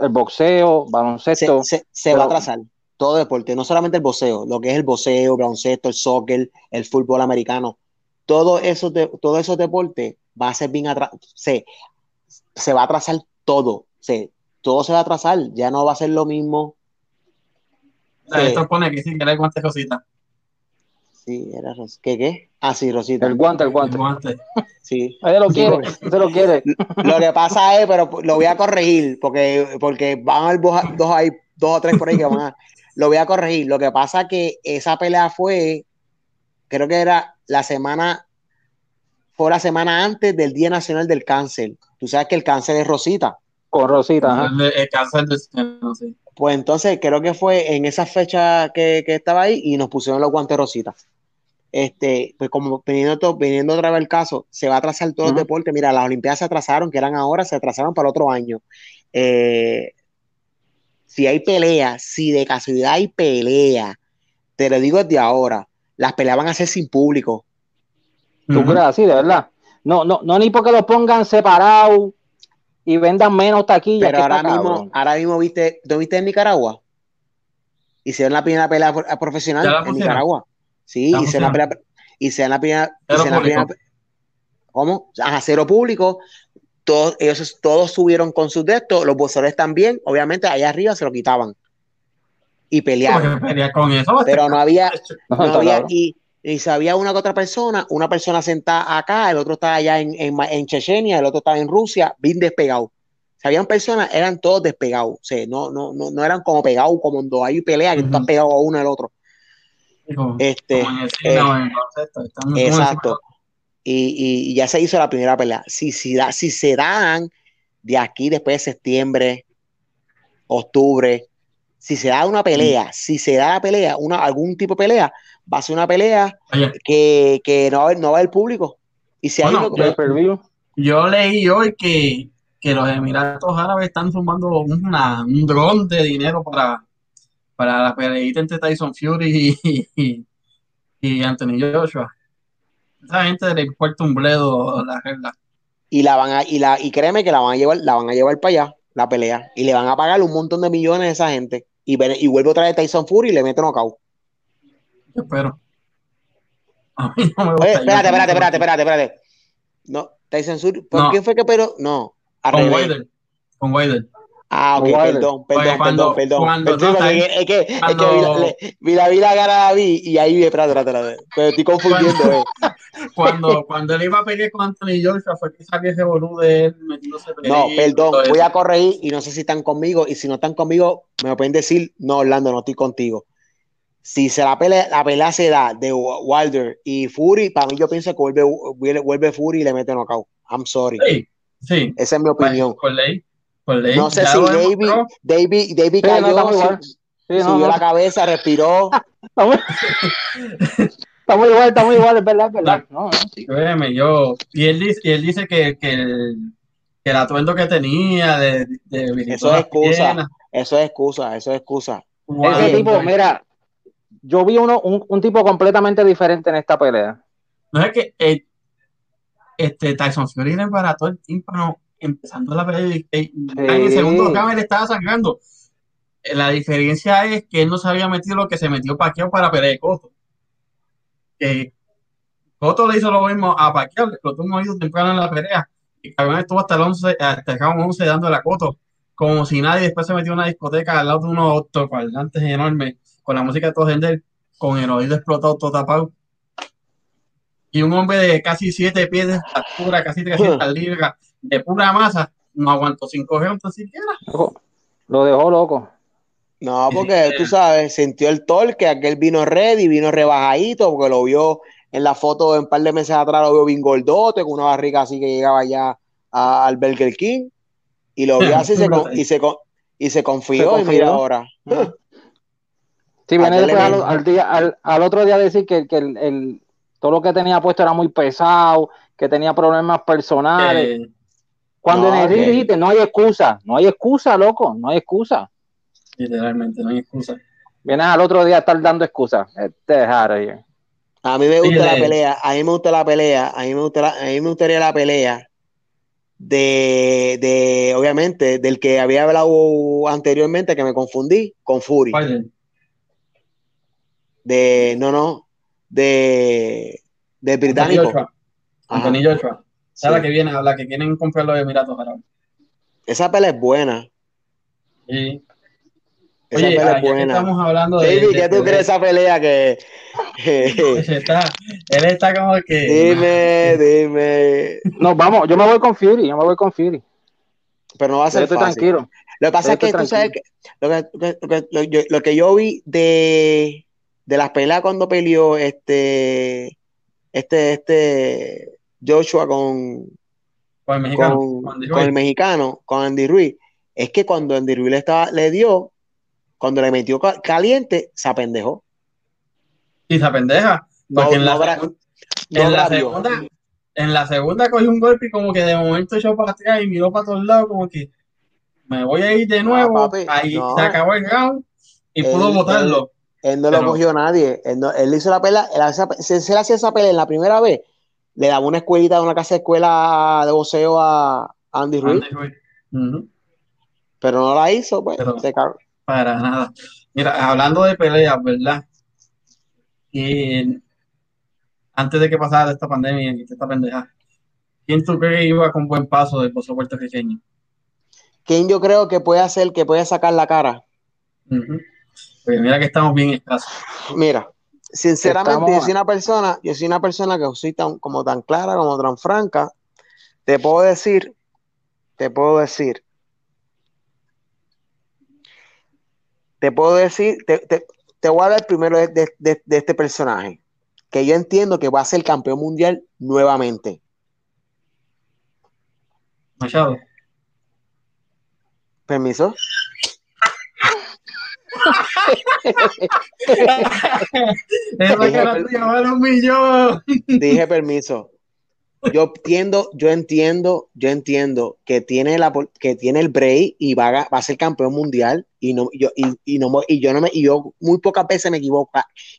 S3: El boxeo, baloncesto.
S2: Se, se, se pero... va a trazar todo deporte, no solamente el boxeo, lo que es el boxeo, baloncesto, el soccer, el fútbol americano. Todos esos, de, todo esos deportes va a ser bien se, se va a trazar todo. Se, todo se va a atrasar, ya no va a ser lo mismo.
S1: O sea, esto pone que sí, que le guante Rosita.
S2: Sí, era Rosita. ¿Qué, qué? Ah, sí, Rosita.
S3: El guante, el guante. El guante.
S2: Sí.
S3: Ella lo quiere, sí, porque... lo quiere.
S2: Lo que pasa es, pero lo voy a corregir, porque, porque van a haber dos, hay, dos o tres por ahí que van a... Lo voy a corregir. Lo que pasa es que esa pelea fue, creo que era la semana, fue la semana antes del Día Nacional del Cáncer. Tú sabes que el cáncer es Rosita
S3: con Rosita.
S1: El, el cáncer de seno, sí.
S2: Pues entonces creo que fue en esa fecha que, que, estaba ahí y nos pusieron los guantes Rosita. este, pues como viniendo, todo, viniendo otra vez el caso, se va a atrasar todo el
S3: Ajá.
S2: deporte. Mira, las Olimpiadas se atrasaron, que eran ahora, se atrasaron para otro año. Eh, si hay pelea, si de casualidad hay pelea, te lo digo desde ahora, las peleas van a ser sin público.
S3: ¿Tú
S1: Ujú.
S3: crees así, de verdad? No, no, no ni porque los pongan separados y vendan menos taquillas.
S2: Pero
S3: que
S2: ahora
S3: está
S2: mismo,
S3: cabrón.
S2: ahora mismo viste, ¿tú viste en Nicaragua? Hicieron la primera pelea pro- a profesional
S1: Ya la
S2: en
S1: pusieron.
S2: Nicaragua. Sí,
S1: Ya la
S2: hicieron la
S1: pusieron.
S2: pelea, hicieron la primera,
S1: Cero
S2: hicieron la primera-
S1: público.
S2: ¿cómo? Ajá, cero público. Todos, ellos todos subieron con sus textos, los boxeadores también, obviamente allá arriba se lo quitaban.
S1: ¿Cómo
S2: Y
S1: que
S2: pelearon.
S1: pelea con eso?
S2: Pero no había,
S3: No,
S2: no
S3: está
S2: había-
S3: cabrón.
S2: y, y si había una que otra persona, una persona sentada acá, el otro estaba allá en, en, Ma- en Chechenia, el otro estaba en Rusia, bien despegado. Si habían personas, eran todos despegados. O sea, no, no, no, no eran como pegados, como cuando hay pelea, que tú
S1: Ujú.
S2: estás pegado a uno al otro.
S1: Como,
S2: Este,
S1: como en el cine
S2: eh,
S1: o en el baloncesto, están uno encima del
S2: exacto. Y, y- y ya se hizo la primera pelea. Si, si, da- si se dan de aquí después de septiembre, octubre, si se da una pelea, si se da la pelea, una, algún tipo de pelea, va a ser una pelea
S1: otro. Oye,
S2: que, que no, va a haber- no va el público. Y si hay
S1: Bueno,
S2: lo-
S3: Pay per view.
S1: yo leí hoy que, que los Emiratos Árabes están sumando una- un dron de dinero para, para la peleita entre Tyson Fury y, y, y Anthony Joshua. Esa gente le importa un bledo la regla.
S2: y la van a, y la, y créeme que la van a llevar, la van a llevar para allá, la pelea, y le van a pagar un montón de millones a esa gente. Y, ven- y vuelve otra vez Tyson Fury y le mete knockout.
S1: Yo espero. A mí no me gusta.
S2: Oye,
S1: yo
S2: Eh, espérate,
S1: no
S2: espérate,
S1: creo
S2: espérate,
S1: que-
S2: espérate, espérate. No, Tyson Fury, ¿por
S1: No.
S2: quién fue que pero? No, al
S1: Con
S2: revés.
S1: Wilder. Con Wilder.
S2: Ah, ok,
S3: Con Wilder.
S2: perdón,
S1: Oye,
S2: perdón,
S1: cuando-
S2: perdón, perdón.
S1: cuando
S2: Perdón,
S1: no,
S2: porque
S1: Tyson-
S2: es que, es que vi, la,
S1: cuando-
S2: le- vi la, vi la cara a David y ahí, espérate, espérate, espérate. Me estoy confundiendo, eh.
S1: Cuando, cuando él iba a pelear con Anthony Joshua fue que salió ese boludo de él metiéndose
S2: No,
S1: peligro y todo
S2: perdón, voy
S1: eso.
S2: a corregir y no sé si están conmigo y si no están conmigo me lo pueden decir, no, Orlando, no estoy contigo. Si se la pelea, la pelea se da de Wa- Wilder y Fury, para mí yo pienso que vuelve, vuelve, vuelve Fury y le mete knockout. I'm sorry.
S1: Sí, sí.
S2: Esa es mi opinión.
S1: Pues, Por ley, por ley.
S2: No sé
S1: ya
S2: si
S1: lo
S2: David,
S1: demostró.
S2: David, David
S3: Sí, no,
S2: cayó,
S3: estamos igual.
S2: su-
S3: Sí, no,
S2: subió
S3: no.
S2: la cabeza, respiró.
S3: Estamos estamos igual, estamos igual, es verdad, es verdad. No, no, sí.
S1: Créeme, yo. Y él dice, y él dice que, que el, que el atuendo que tenía de, de
S2: Eso es excusa. Eso es excusa, eso es excusa.
S3: Ese
S2: Oye,
S3: tipo, mira, yo vi uno, un, un tipo completamente diferente en esta pelea.
S1: No es que eh, este Tyson Fury le embarató el tímpano empezando la pelea. y- y- ya En el segundo round él estaba sangrando. Eh, La diferencia es que él no se había metido lo que se metió Paquiao para pelear de Cotto. Que Cotto le hizo lo mismo a Paquiao, le explotó un oído temprano en la pelea. Y Cabrón estuvo hasta el 11, hasta el round 11 dándole a Cotto, como si nadie. Después se metió a una discoteca al lado de unos altoparlantes enormes, con la música de todo gente, con el oído explotado, todo tapado. Y un hombre de casi 7 pies de estatura, casi 300 libras, de pura masa, no aguantó 5 rounds ni siquiera.
S3: Loco, Lo dejó loco.
S2: No,
S1: Sí,
S2: porque
S1: sí.
S2: tú sabes, sintió el torque, aquel vino ready, vino rebajadito, porque lo vio en la foto de un par de meses atrás, lo vio bien gordote, con una barriga así que llegaba ya a- al Burger King, y lo vio así se con- y, se con- y se confió,
S3: Se
S2: y mira
S3: confió.
S2: ahora.
S3: Si viene
S2: Aquel
S3: después al,
S2: elemento.
S3: al día, al, al otro día a decir que, que el, el- todo lo que tenía puesto era muy pesado, que tenía problemas personales.
S1: Eh,
S3: Cuando
S2: No,
S3: en el ring
S2: que-
S3: dijiste, no hay excusa, no hay excusa, loco, no hay excusa.
S1: literalmente, no hay excusa.
S3: Vienes al otro día a estar dando excusas. Este es Harry.
S2: A mí me gusta
S1: Sí,
S2: la
S1: de-
S2: pelea, a mí me gusta la pelea, a mí me gusta la- a mí me gustaría la pelea de, de, obviamente, del que había hablado anteriormente, que me confundí, con Fury.
S1: Wilder.
S2: de no no de de
S1: Anthony
S2: británico
S1: Joshua.
S2: Ajá,
S1: Anthony Joshua. Esa es la
S2: sí.
S1: que viene, la que quieren comprar los Emiratos Árabes.
S2: esa pelea es buena
S1: Y-
S2: esa
S1: oye,
S2: pelea
S1: ah,
S2: es
S1: ya que
S2: buena
S1: estamos hablando de.
S2: David
S1: de-
S2: ¿qué tú
S1: de-
S2: crees de esa pelea que
S1: Oye, está- él está como que.
S2: dime dime
S3: No, vamos, yo me voy con Fury, yo me voy con Fury.
S2: pero no va a
S3: Yo
S2: ser
S3: estoy
S2: fácil
S3: tranquilo.
S2: lo que pasa es
S3: Estoy
S2: que tú sabes que lo que, lo que- lo que yo, lo que yo vi de de las peleas cuando peleó este este este Joshua con
S1: Con el mexicano.
S2: con,
S1: Juan de
S2: con el
S1: Ruiz.
S2: mexicano, con Andy Ruiz, es que cuando Andy Ruiz le, estaba, le dio, cuando le metió ca- caliente, se apendejó.
S1: Y esa pendeja. Porque en la,
S2: no habrá-
S1: segun-
S2: no
S1: en la
S2: habrá Dios.
S1: segunda, en la segunda cogió un golpe y como que de momento echó para atrás y miró para todos lados, como que me voy a ir de nuevo.
S2: papi,
S1: Ahí
S2: no.
S1: se acabó el round y
S2: Él-
S1: pudo botarlo.
S2: Él no
S1: Pero-
S2: lo cogió nadie. Él, no- él hizo la pelea. Él, hace- si él hacía esa pelea en la primera vez, le daba una escuelita, una casa de escuela de boxeo a Andy Ruiz,
S1: Andy Ruiz. Ujú,
S2: pero no la hizo, pues.
S1: Pero-
S2: Se cagó.
S1: Para nada. Mira, hablando de peleas, ¿verdad? Y antes de que pasara esta pandemia y esta pendeja, ¿quién tú crees que iba con buen paso del boxeo puertorriqueño?
S2: ¿Quién yo creo que puede hacer, que puede sacar la cara?
S1: Ujú. Porque mira que estamos bien escasos.
S2: Mira, sinceramente,
S3: Estamos-
S2: yo soy una persona, yo soy una persona que soy tan, como tan clara, como tan franca. Te puedo decir, te puedo decir. Te puedo decir, te, te- te voy a hablar primero de, de- de- de este personaje, que yo entiendo que va a ser campeón mundial nuevamente.
S1: Machado.
S2: Permiso.
S1: Esa cara tuya vale un millón.
S2: Dije permiso. Yo entiendo, yo entiendo, yo entiendo que tiene la por- que tiene el break y va a, ga- va a ser campeón mundial y no yo y, y no mo- y yo no me y yo muy pocas veces me equivoco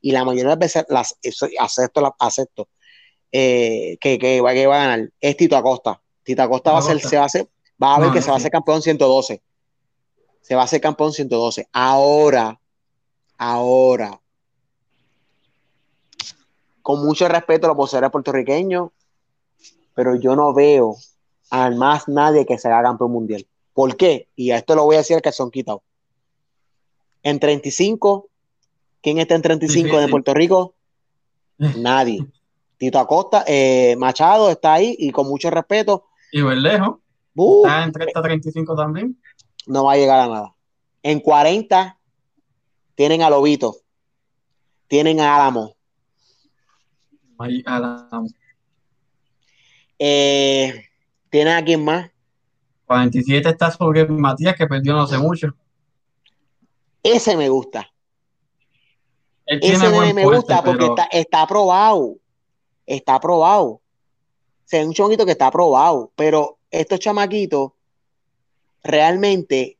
S2: y la mayoría de las veces las eso- acepto la- acepto eh, que, que va que va a ganar es Tito Acosta. Tito Acosta va a ser
S1: Acosta.
S2: se va a ser va a ver
S1: No,
S2: que
S1: no,
S2: se va a
S1: sí.
S2: ser campeón 112. Se va a ser campeón 112. Ahora ahora con mucho respeto a los boxeadores puertorriqueños, pero yo no veo a más nadie que se haga campeón mundial. ¿Por qué? Y a esto lo voy a decir al calzón quitado. En 35, ¿quién está en 35 de
S1: Difícil.
S2: Puerto Rico? Nadie. Tito Acosta, eh, Machado está ahí y con mucho respeto,
S1: Y Berlejo.
S2: ¡bu!
S1: Está en 30-35 también.
S2: no va a llegar a nada. En 40 tienen a Lobito, tienen a Álamo,
S1: Ahí, a la
S2: eh, tienen a quién más.
S1: 47 está sobre Matías, que perdió no hace mucho.
S2: Ese me gusta.
S1: Él tiene
S2: Ese
S1: buen
S2: nene me
S1: porte,
S2: gusta porque
S1: pero-
S2: está, está aprobado. Está aprobado. O sea, es un chamaquito que está aprobado. Pero estos chamaquitos realmente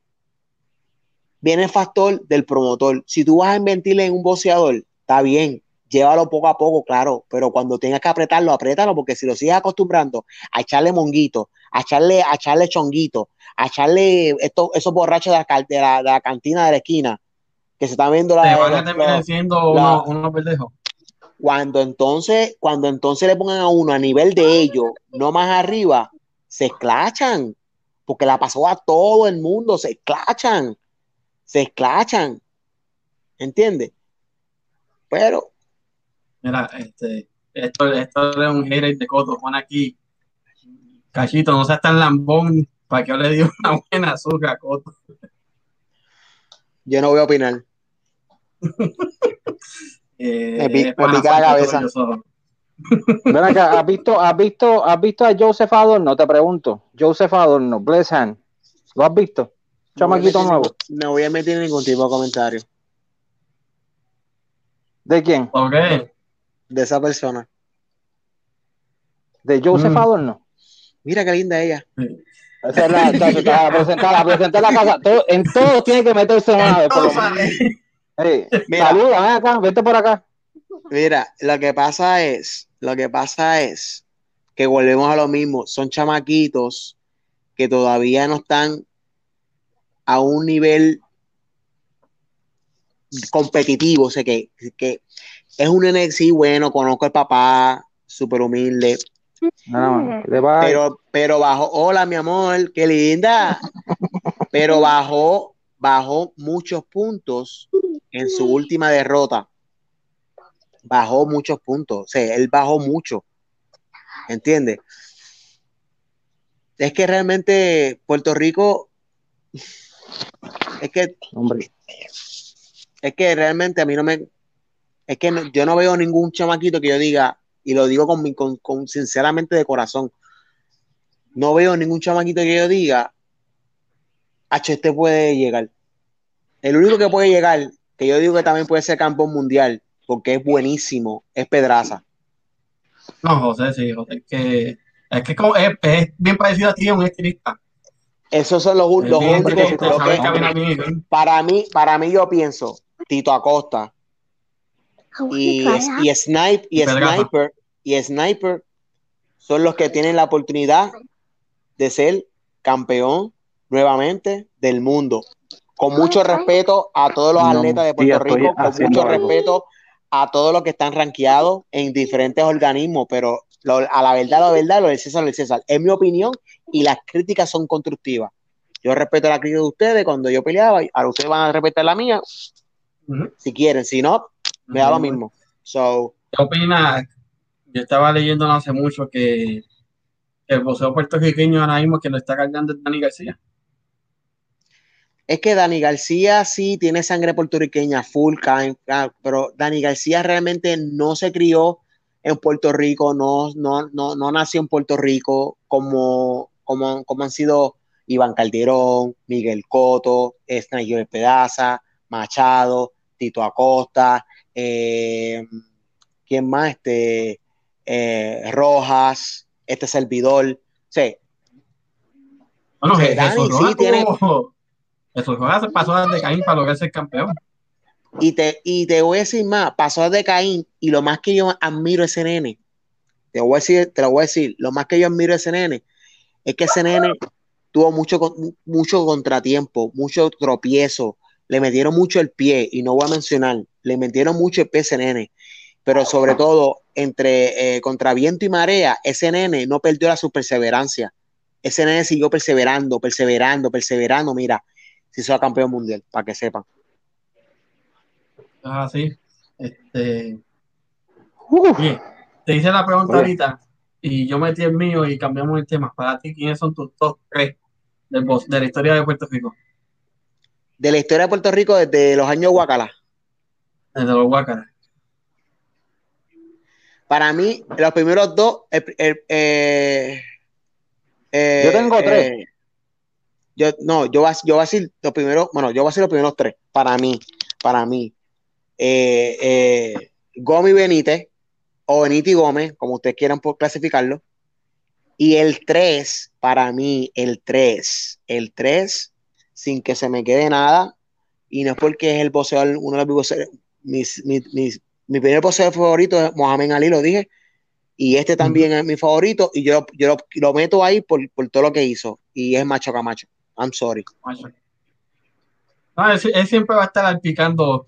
S2: viene el factor del promotor. Si tú vas a invertirle en un boxeador, está bien. Llévalo poco a poco, claro. Pero cuando tengas que apretarlo, apriétalo, porque si lo sigues acostumbrando a echarle monguito, a echarle, a echarle chonguito, a echarle estos, esos borrachos de la, cal- de la- de la cantina de la esquina, que se están viendo la,
S1: te van a
S2: los-
S1: terminar
S2: los-
S1: siendo
S2: la-
S1: unos unos pendejos.
S2: cuando entonces, cuando entonces le pongan a uno a nivel de ellos, no más arriba, se esclachan, porque la pasó a todo el mundo, se esclachan, se esclachan, ¿entiendes? Pero
S1: Mira, este, esto, esto es un hater de Coto. Pon aquí. Cachito, no seas tan lambón para que yo le diga una buena azúcar a Coto.
S2: yo no voy a opinar.
S1: Eh,
S2: Me pi-
S1: es
S2: me
S1: pana
S2: pica la
S1: fuerte,
S2: cabeza.
S1: yo soy.
S3: Ven acá, ¿has visto, has visto, has visto a Joseph Adorno? Te pregunto. Joseph Adorno, Bless Hand. ¿Lo has visto? Chamaquito
S2: no voy a meter
S3: nuevo.
S2: ningún- No voy a meter ningún tipo de comentario
S3: ¿De quién?
S1: Ok,
S2: de esa persona.
S3: ¿De Joseph
S1: Mm.
S3: Adorno?
S2: Mira qué linda ella.
S3: Esa es la, chacho, para presentar, para presentar la casa. Todo- en todo tiene que meterse una vez, por lo menos. Ey,
S2: Mira.
S3: saluda, ven acá, vete por acá.
S2: Mira, lo que pasa es, lo que pasa es que volvemos a lo mismo, son chamaquitos que todavía no están a un nivel competitivo, o sea que, que es un nene, sí, bueno, conozco al papá, súper humilde,
S3: No, le va-
S2: pero, pero bajó, hola mi amor, qué linda, pero bajó, bajó muchos puntos en su última derrota. Bajó muchos puntos, o sea, él bajó mucho, ¿entiendes? Es que realmente Puerto Rico, es que
S3: hombre,
S2: es que realmente a mí no me. Es que no- yo no veo ningún chamaquito que yo diga, y lo digo con, mi- con, con- sinceramente de corazón, no veo ningún chamaquito que yo diga, H, este puede llegar. El único que puede llegar, que yo digo que también puede ser campeón mundial, porque es buenísimo, es Pedraza.
S1: No, José, sí, José, es que es, que como- es, es bien parecido a ti, es un estilista.
S2: Esos son los,
S1: Es
S2: los
S1: bien
S2: únicos.
S1: estilista,
S2: lo
S1: sabe
S2: que-
S1: caminar bien. ¿eh?
S2: para mí, para mí yo pienso Tito Acosta y, y, Snipe, y
S1: Y Pedraza.
S2: Sniper y Sniper son los que tienen la oportunidad de ser campeón nuevamente del mundo. Con mucho respeto a todos los
S4: No,
S2: atletas de
S4: tía,
S2: Puerto
S4: estoy
S2: Rico, con
S4: haciendo
S2: mucho
S4: algo.
S2: respeto a todos los que están rankeados en diferentes organismos, pero lo- a la verdad, la verdad, lo de César, lo de César. Es mi opinión y las críticas son constructivas. Yo respeto la crítica de ustedes cuando yo peleaba, y ahora ustedes van a respetar la mía,
S1: Ujú.
S2: si quieren, si no, me da lo
S1: Ujú.
S2: mismo. So,
S1: ¿Qué opinas? Yo estaba leyendo no hace mucho que el boxeo puertorriqueño ahora mismo que lo está cargando es Dani García.
S2: Es que Dani García sí tiene sangre puertorriqueña, full kind, ah, pero Dani García realmente no se crió en Puerto Rico, no, no, no, no nació en Puerto Rico como, como, como han sido Iván Calderón, Miguel Coto, Snayer Pedaza, Machado, Tito Acosta, eh, ¿quién más? Este, eh, Rojas, este servidor. O sea,
S1: Bueno,
S2: Sí,
S1: Je-
S2: Dani,
S1: Jesús
S2: sí,
S1: Rojas
S2: tiene-
S1: tuvo- Jesús Rojas se pasó de Caín para lograr ser campeón.
S2: Y te, y te voy a decir más, pasó de Caín y lo más que yo admiro a ese nene, te, voy a decir, te lo voy a decir, lo más que yo admiro a ese nene es que ese nene tuvo mucho, con- mucho contratiempo, mucho tropiezo, le metieron mucho el pie y no voy a mencionar, le metieron mucho el pie a ese nene, pero sobre todo entre eh, contra viento y marea, ese nene no perdió la su perseverancia, ese nene siguió perseverando, perseverando, perseverando, mira, se hizo campeón mundial, para que sepan.
S1: Es así. Este,
S3: Uf.
S1: oye, te hice la pregunta
S2: Oye.
S1: ahorita y yo metí el mío y cambiamos el tema. Para ti, ¿quiénes son tus top tres del box, de la historia de Puerto Rico?
S2: de la historia de Puerto Rico desde los años Guacala.
S1: Desde los Huácaras.
S2: Para mí, los primeros dos. el- el- eh, eh,
S3: Yo tengo tres.
S2: eh, yo, no, yo voy, a- yo voy a decir los primeros. Bueno, yo voy a decir los primeros tres. Para mí, para mí. Eh, eh, Gómez Benítez, o Benítez y Gómez, como ustedes quieran por clasificarlo. Y el 3, para mí, el 3, el 3, sin que se me quede nada, y no es porque es el boxeador, uno de los boxeadores, mis, mis- mis- mi primer boxeador favorito es Mohamed Ali, lo dije, y este también es mi favorito, y yo, yo lo, lo meto ahí por, por todo lo que hizo, y es Macho Camacho, I'm sorry.
S1: macho. No, él, él siempre va a estar ahí picando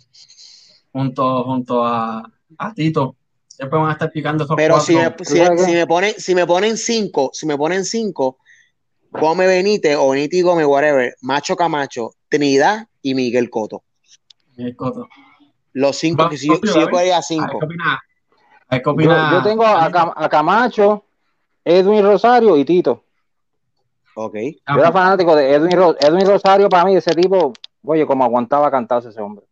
S1: junto, junto a, a Tito. Siempre van a estar picando esos
S2: Pero si
S1: cuatro.
S2: me, si, si me ponen, si me ponen cinco, si me ponen cinco, Gómez Benítez o Benítez y Gómez, whatever, Macho Camacho, Trinidad y Miguel Coto.
S1: Miguel Cotto.
S2: Los cinco,
S1: Va-
S2: que si yo,
S1: propio,
S2: si yo
S1: David.
S2: podría
S1: A ver,
S2: cinco.
S1: ¿qué opina? A ver, ¿qué
S3: Yo,
S1: opina?
S3: yo tengo a, Cam- a Camacho, Edwin Rosario y Tito.
S2: Ok.
S1: Ah,
S3: Yo era fanático de Edwin, Ro- Edwin Rosario para mí, ese tipo, oye, como aguantaba cantarse ese hombre.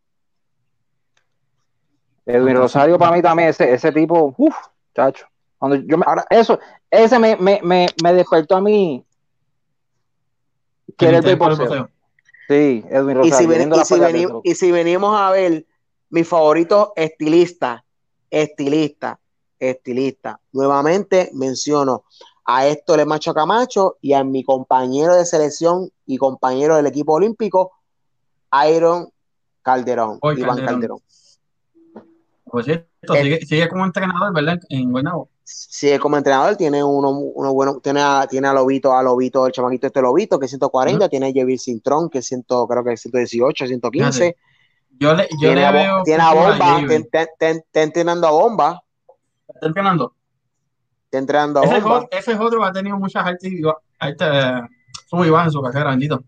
S3: Edwin
S1: Fantástico.
S3: Rosario para mí también, ese, ese tipo, uff, chacho. Cuando yo me-
S2: Ahora-
S3: eso, ese me, me, me, me despertó a mí.
S1: El
S3: Querer ver
S1: interés por el
S3: boxeo.
S1: boxeo.
S3: Sí, Edwin
S2: Y
S3: Rosario.
S2: si, ven-
S3: viendo
S2: y
S3: las
S2: si
S3: peleas de
S2: veni-
S3: ese loco.
S2: y si venimos a ver, mi favorito estilista, estilista, estilista. Nuevamente menciono a Héctor El Macho Camacho y a mi compañero de selección y compañero del equipo olímpico, Iron Calderón,
S1: Hoy
S2: Iván
S1: Calderón.
S2: Calderón.
S1: Por cierto,
S2: Eh.
S1: sigue, sigue como entrenador, ¿verdad? En Guaynabo.
S2: Sí, como entrenador tiene uno, uno bueno, tiene a, tiene a Lobito, a Lobito, el chamaquito este Lobito, que es 140, tiene a Javier Cintrón, que es 100, creo que es 118, 115,
S1: Fíjate, Yo le, yo
S2: tiene,
S1: le
S2: a, Bo-
S1: veo.
S2: tiene a
S1: futuro
S2: Bomba,
S1: Javier.
S2: te- te- te- está entrenando a Bomba,
S1: Está entrenando.
S2: está entrenando a
S1: Ese,
S2: Bomba.
S1: jo- ese otro ha tenido muchas altas y ba- altas, sub y bajas en su carrera, bendito.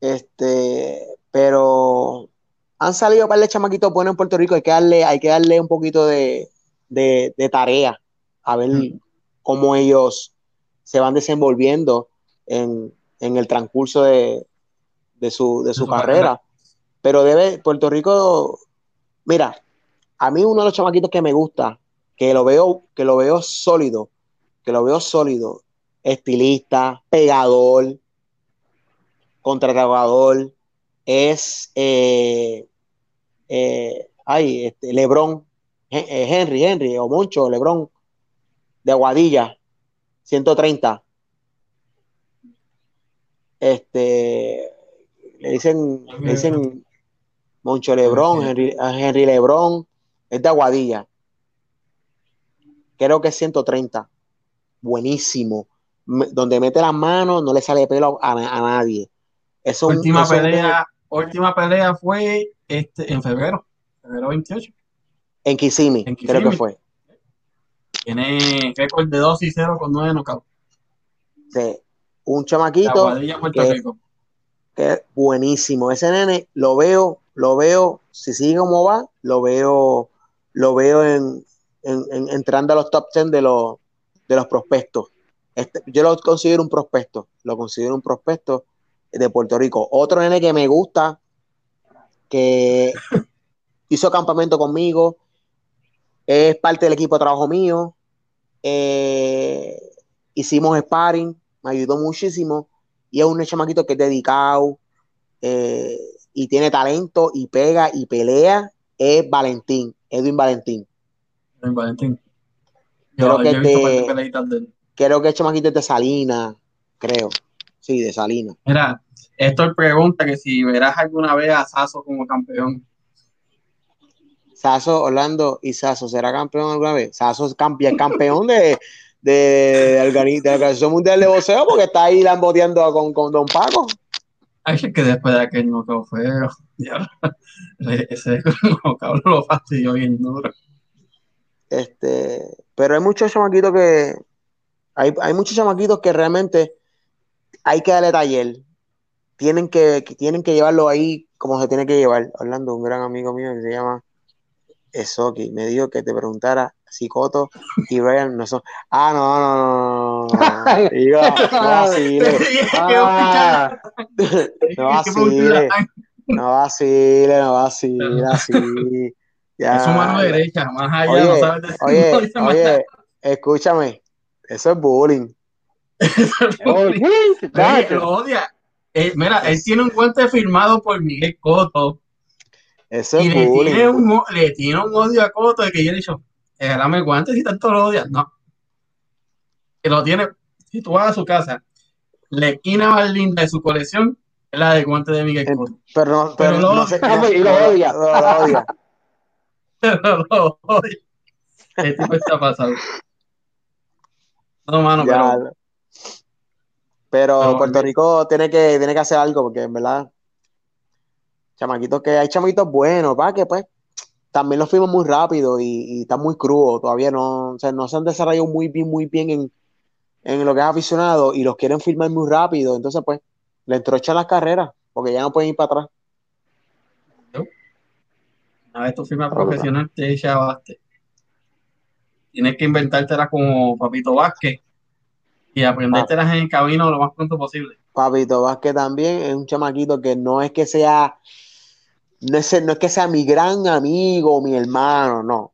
S2: Este, pero han salido para par de chamaquitos buenos en Puerto Rico, hay que darle, hay que darle un poquito de, de- de tarea a ver
S1: Mm.
S2: cómo ellos se van desenvolviendo en, en el transcurso de, de su, de su
S1: su
S2: carrera.
S1: carrera.
S2: Pero debe, Puerto Rico, mira, a mí uno de los chamaquitos que me gusta, que lo veo, que lo veo sólido, que lo veo sólido, estilista, pegador, contratador, es eh, eh, ay, este, Lebron, Hen- eh, Henry, Henry, o Moncho, Lebron, de Aguadilla, 130. Este, le dicen, le dicen Moncho Lebron, Henry, ah, Henry Lebron, es de Aguadilla. Creo que es 130. Buenísimo. Me- donde mete las manos, no le sale pelo a, a nadie. Es un-
S1: última,
S2: es un-
S1: pelea, última pelea fue este, en febrero, febrero 28.
S2: en Kissimmee,
S1: en
S2: creo
S1: Kissimmee.
S2: que fue.
S1: Tiene récord de 2 y 0 con 9 knockouts.
S2: Sí. Un
S1: De
S2: chamaquito
S1: Aguadilla, Puerto
S2: que-
S1: Rico.
S2: que es buenísimo. Ese nene lo veo, lo veo, si sigue como va, lo veo, lo veo en, en- en- entrando a los top 10 de los, de los prospectos. Este- yo lo considero un prospecto, lo considero un prospecto de Puerto Rico. Otro nene que me gusta, que hizo campamento conmigo, es parte del equipo de trabajo mío, eh, hicimos sparring, me ayudó muchísimo y es un chamaquito que es dedicado eh, y tiene talento y pega y pelea, es Valentín, Edwin Valentín.
S1: En Valentín.
S2: Creo
S1: Yo,
S2: que este
S1: yo he visto
S2: te-
S1: un par de peleitas de él.
S2: Creo que el chamaquito es de Salina, creo. Sí, de Salina.
S1: Mira, Héctor pregunta que si verás alguna vez a Sasso como campeón.
S2: Saso, Orlando y Saso, ¿será campeón alguna vez? Saso es campeón, campeón de, de, de organi- de la Organización Mundial de Boxeo porque está ahí lamboteando con, con Don Paco.
S1: Ay, es que después de aquel knockout fue. diablo, Ese knockout lo fastidió bien duro.
S2: Este, pero hay muchos chamaquitos que hay, hay muchos chamaquitos que realmente hay que darle taller. Tienen que, que tienen que llevarlo ahí como se tiene que llevar. Orlando, un gran amigo mío que se llama Esoki, me dijo que te preguntara si Coto y Brian no son. Ah, no, no, no, no, no, no. Digo, no vacile,
S3: Ah,
S2: no vacile, no vacile, no vacile, así. Ya.
S1: Es su mano derecha, más allá
S2: Ah. Oye,
S1: no sabes decir.
S2: Oye,
S1: no dice más nada.
S2: oye, escúchame, eso es bullying.
S3: oh, sí,
S1: Oye,
S3: chacho.
S1: lo odia. Eh, mira, él tiene un guante firmado por Miguel Cotto.
S2: Eso
S1: y
S2: es
S1: le tiene,
S2: bullying.
S1: un, o- le tiene un odio a Coto de que yo le he dicho, regálame el guante si tanto lo odias. No. Que lo tiene, si tú vas a su casa, la esquina más linda de su colección es la del guante de Miguel
S2: El-
S1: Cotto.
S2: Pero no,
S1: pero
S2: pero
S1: lo
S2: no
S1: odia.
S2: sé.
S3: Ah, pues, y lo
S2: no-
S3: odia.
S2: no lo odia.
S1: Pero lo odio. El Este tipo está pasado. No, mano,
S2: Ya,
S1: pero
S2: lo- pero
S1: pero-
S2: Puerto Rico tiene que, tiene que hacer algo, porque en verdad, chamaquitos que hay chamaquitos buenos, para que pues también los fuimos muy rápido y, y están muy crudos, todavía no, o sea, no se han desarrollado muy bien, muy bien en, en lo que es aficionado y los quieren firmar muy rápido, entonces pues le entrochan las carreras, porque ya no pueden ir para atrás.
S1: una vez tu firma profesional te echabaste. Tienes que inventártela como Papito Vázquez y aprendértelas en el camino lo más pronto posible.
S2: Papito Vázquez también es un chamaquito que no es que sea, no es, no es que sea mi gran amigo, mi hermano, no.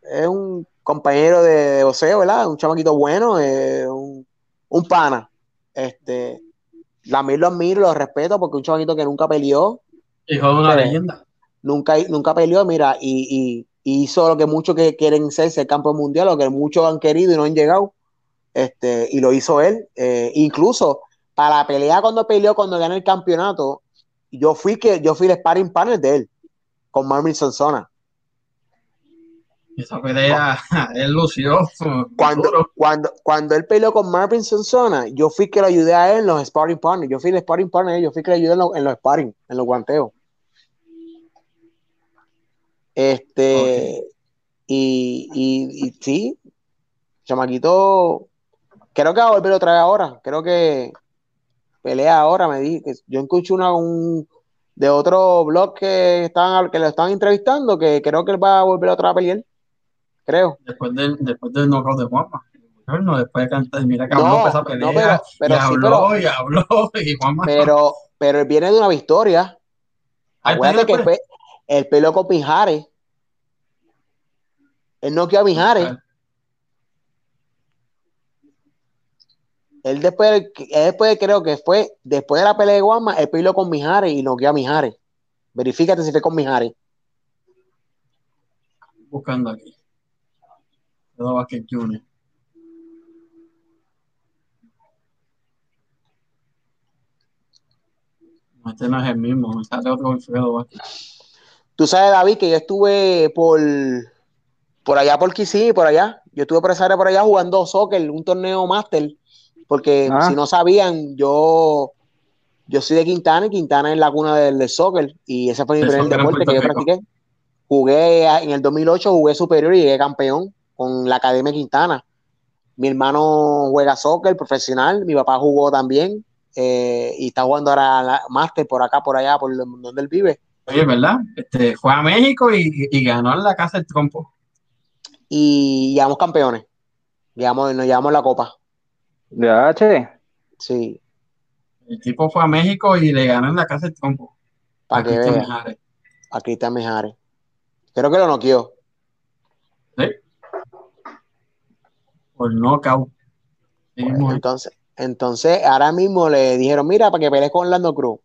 S2: Es un compañero de, de boxeo, ¿verdad? Un chamaquito bueno, eh, un, un pana. Este, también lo admiro, lo respeto porque es un chamaquito que nunca peleó,
S1: Hijo de una
S2: Sí.
S1: leyenda.
S2: nunca, nunca peleó, mira, y, y- y hizo lo que muchos que quieren ser, ser campeón mundial, lo que muchos han querido y no han llegado, este, y lo hizo él. Eh, incluso para la pelea cuando peleó, cuando ganó el campeonato, yo fui que yo fui el sparring partner de él, con Marvin Sonsona.
S1: Esa pelea, él lució.
S2: Cuando,
S1: duro.
S2: cuando, cuando él peleó con Marvin Sonsona, yo fui que lo ayudé a él en los sparring partners, yo fui el sparring partner, de él, yo fui que lo ayudé en, lo- en los sparring, en los guanteos. Este, y, y, y sí, Chamaquito, creo que va a volver otra vez ahora. Creo que pelea ahora, me di. que Yo escuché una, un, de otro blog que, estaban, que lo estaban entrevistando, que creo que él va a volver otra vez a pelear. Creo.
S1: Después del, después del knockout de Juanma. No, después de cantar, mira que
S2: No,
S1: habló esa
S2: no,
S1: pelea.
S2: pero- pero
S1: y
S2: sí,
S1: habló,
S2: pero-
S1: y habló, y Juanma.
S2: Pero, pero él viene de una victoria.
S1: Ahí está
S2: Acuérdate que
S1: después.
S2: fue el peleó con Mijares. Él no quedó a Mijares. Él después, él después creo que fue, después de la pelea de Guama, él peleó con Mijares y noqueó a Mijares. Verifícate si fue con Mijares.
S1: buscando aquí. Pedro Vázquez Jr. No, Este no es el mismo, me sale otro Alfredo Vázquez.
S2: Tú sabes, David, que yo estuve por, por allá, por Kissimmee, por allá. Yo estuve por esa área por allá jugando soccer, un torneo máster. Porque
S3: Ah.
S2: si no sabían, yo, yo soy de Quintana y Quintana es la cuna del, del soccer. Y ese fue mi
S1: Del
S2: primer
S1: soccer en
S2: deporte que yo
S1: Puerto Rico.
S2: practiqué. Jugué a- en el 2008, jugué superior y llegué campeón con la Academia Quintana. Mi hermano juega soccer profesional, mi papá jugó también. eh, y está jugando ahora la- máster por acá, por allá, por donde él vive.
S1: Oye, ¿verdad? Este, fue a México y, y ganó en la casa el trompo.
S2: y llegamos campeones. Llegamos, nos llevamos la copa.
S3: Ya, che.
S2: Sí,
S1: El tipo fue a México y le ganó en la casa el trompo.
S2: para
S1: Aquí
S2: que
S1: está
S2: vean.
S1: Mijares.
S2: A Cristian Mejares. Creo que lo noqueó.
S1: Por knockout. Sí,
S2: Pues,
S1: mujer.
S2: entonces, entonces, ahora mismo le dijeron, mira, para que pelees con Orlando Cruz.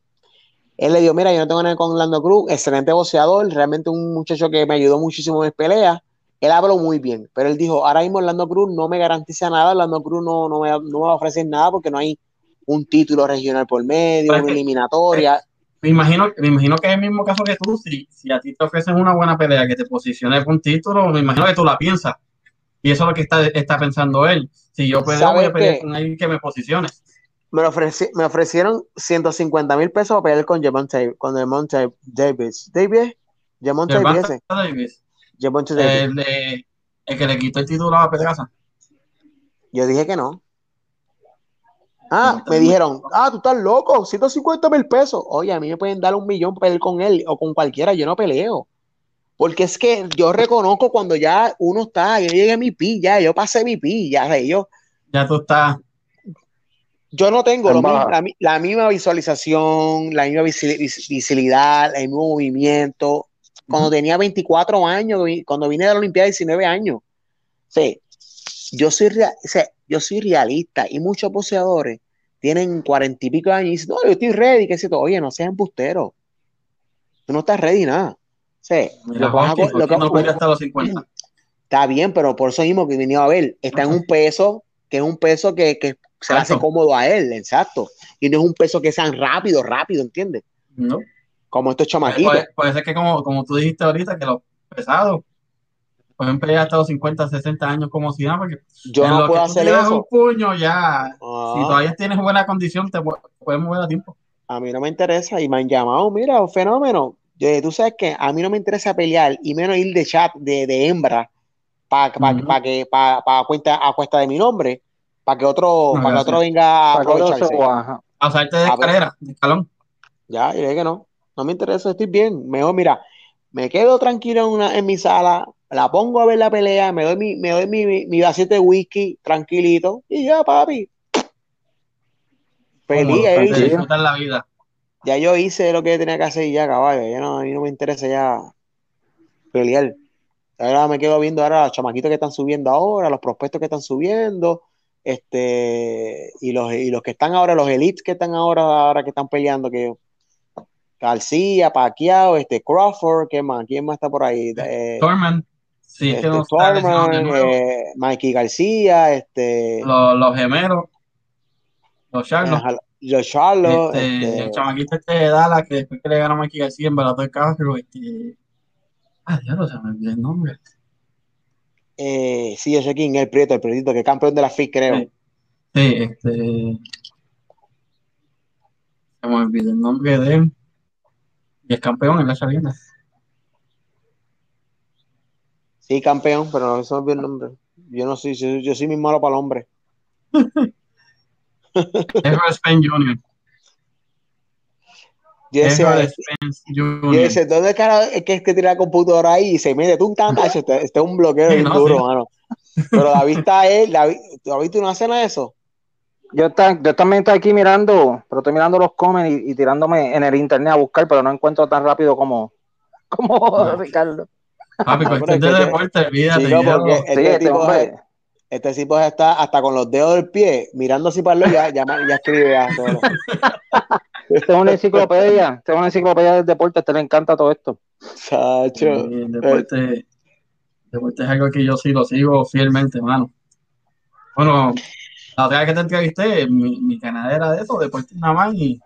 S2: Él le dijo, mira, yo no tengo nada con Orlando Cruz, excelente boxeador, realmente un muchacho que me ayudó muchísimo en mis peleas. Él habló muy bien, pero él dijo, ahora mismo Orlando Cruz no me garantiza nada, Orlando Cruz no, no, me, no me va a ofrecer nada porque no hay un título regional por medio,
S1: Pero es
S2: una
S1: que-
S2: eliminatoria.
S1: Me imagino, me imagino que es el mismo caso que tú. Si, si a ti te ofrecen una buena pelea que te posicione por un título, me imagino que tú la piensas. Y eso es lo que está, está pensando él. Si yo peleo, voy
S2: ¿Sabes
S1: a pelear
S2: qué?
S1: con alguien que me posicione.
S2: Me, lo ofreci- me ofrecieron 150 mil pesos para pelear con Javonte, con Javonte Davis. ¿Davis? Javonte Davis.
S1: Gervonta
S2: ese.
S1: Davis,
S2: Javonte Davis.
S1: el, de- el que le quitó el título a Pedraza.
S2: Yo dije que no. Ah,
S1: Javonte
S2: me
S1: Davis.
S2: dijeron, ah, tú estás loco, 150 mil pesos. Oye, a mí me pueden dar un millón para pelear con él o con cualquiera, yo no peleo. Porque es que yo reconozco cuando ya uno está, yo llegué a mi pi, ya, yo pasé mi pi, ya, rey, yo,
S1: Ya tú estás.
S2: yo no tengo lo
S3: Ambas.
S2: mismo- la, mi- la misma visualización, la misma visi- vis- visibilidad, el mismo movimiento. Cuando tenía 24 años, vi- cuando vine de la Olimpiada 19 años. O sea, yo soy, rea- o sea, yo soy realista y muchos boxeadores tienen 40 y pico de años y dicen, no, yo estoy ready, que si oye, no seas embustero. Tú no estás ready nada. O sea,
S1: Mira,
S2: lo que vas a
S1: Hockey,
S2: co- lo
S1: Hockey
S2: que-
S1: no pelea hasta los 50.
S2: Está bien, pero por eso mismo que vino a ver, está en un peso que es un peso que, que se le hace
S1: Alto.
S2: cómodo a él, exacto. Y no es un peso que sean rápido, rápido, ¿entiendes?
S1: ¿no?
S2: Como estos chamaquitos.
S1: Puede, puede ser que, como, como tú dijiste ahorita, que los pesados pueden pelear hasta los 50, 60 años como si nada, porque
S2: Yo
S1: en
S2: no
S1: lo
S2: puedo
S1: que tú
S2: hacer
S1: le das
S2: eso.
S1: un puño ya. Si
S2: Ah,
S1: todavía tienes buena condición, te pu- puedes mover a tiempo.
S2: a mí no me interesa. Y me han llamado, mira, un fenómeno. Yo- tú sabes que a mí no me interesa pelear y menos ir de chat de, de hembra para
S1: Ujú.
S2: que pa- pa cuenta a cuesta de mi nombre, para que otro,
S1: No,
S2: para que
S1: gracias.
S2: otro venga a
S3: Para que otro se
S2: aprovecharse.
S3: baja.
S1: Pasarte de
S2: A ver.
S1: escalera, de escalón.
S2: Ya, yo le dije que no, no me interesa, estoy bien. Mejor, mira, me quedo tranquilo en, una, en mi sala, la pongo a ver la pelea, me doy mi, me doy mi, mi, mi vasito de whisky tranquilito y ya, papi. eh. Feliz,
S1: Cómodo,
S2: ya,
S1: antes
S2: yo
S1: de
S2: hice,
S3: sí.
S1: disfrutar la vida.
S2: ya yo hice lo que tenía que hacer y ya, caballo. Ya no, a mí no me interesa ya pelear. Ahora me quedo viendo ahora los chamaquitos que están subiendo ahora, los prospectos que están subiendo, este, y los, y los que están ahora, los elites que están ahora, ahora que están peleando, que García, Pacquiao, este Crawford, ¿qué más? ¿Quién más está por ahí? Eh,
S1: Torment, si es
S2: este,
S1: que no está lesionado de
S2: Thurman,
S1: nuevo.
S2: eh, Mikey García, este, eh,
S1: Los, los gemelos, los charlos.
S2: ajá, Joe Charlo,
S1: este,
S2: este,
S1: El chamaquito este de Dallas, que después que le ganó a Mikey García, embarazó el carro. Este... Ah, Dios, se me olvidó el nombre.
S2: eh, sí, yo sé quién, el Prieto, el Prietito, que es campeón de la FIS, creo.
S1: Sí. Sí, este. Se me olvidó el nombre de él. Y es campeón en la Sabina.
S2: Sí, campeón, pero no se me olvidó el nombre. Yo no soy, yo, yo soy muy malo para el hombre.
S1: Errol Spence Jr.
S2: Yo decía,
S1: Errol Spence
S2: yo
S1: Jr.
S2: decía, ¿dónde cara es que, es que tiene la computadora ahí y se mete tú un tantacho? Este, este es un bloqueo
S1: Sí,
S2: bien
S1: no,
S2: duro,
S1: sí.
S2: mano. Pero David está él, David, David, ¿tú no haces nada de eso?
S3: Yo, está- yo también estoy aquí mirando, pero estoy mirando los comments y, y tirándome en el internet a buscar, pero no encuentro tan rápido como, como
S1: Bueno.
S3: Ricardo.
S1: Papi,
S2: No, pero
S1: cuestión
S2: es que
S1: de
S2: te-
S1: deporte, olvídate.
S2: Chico,
S1: ya
S2: porque
S1: lo-
S3: Sí,
S2: este
S3: este
S2: tipo
S3: hombre.
S2: es, Este tipo está hasta con los dedos del pie, mirando así para el ya, ya, ya escribe ya solo.
S3: Este es una enciclopedia, este es una enciclopedia del deporte, a este le encanta todo esto.
S2: Chacho.
S1: Eh, deporte, deporte es algo que yo sí lo sigo fielmente, mano. Bueno, la otra vez que te entrevisté, mi, mi canal era de eso, deporte nada más, y,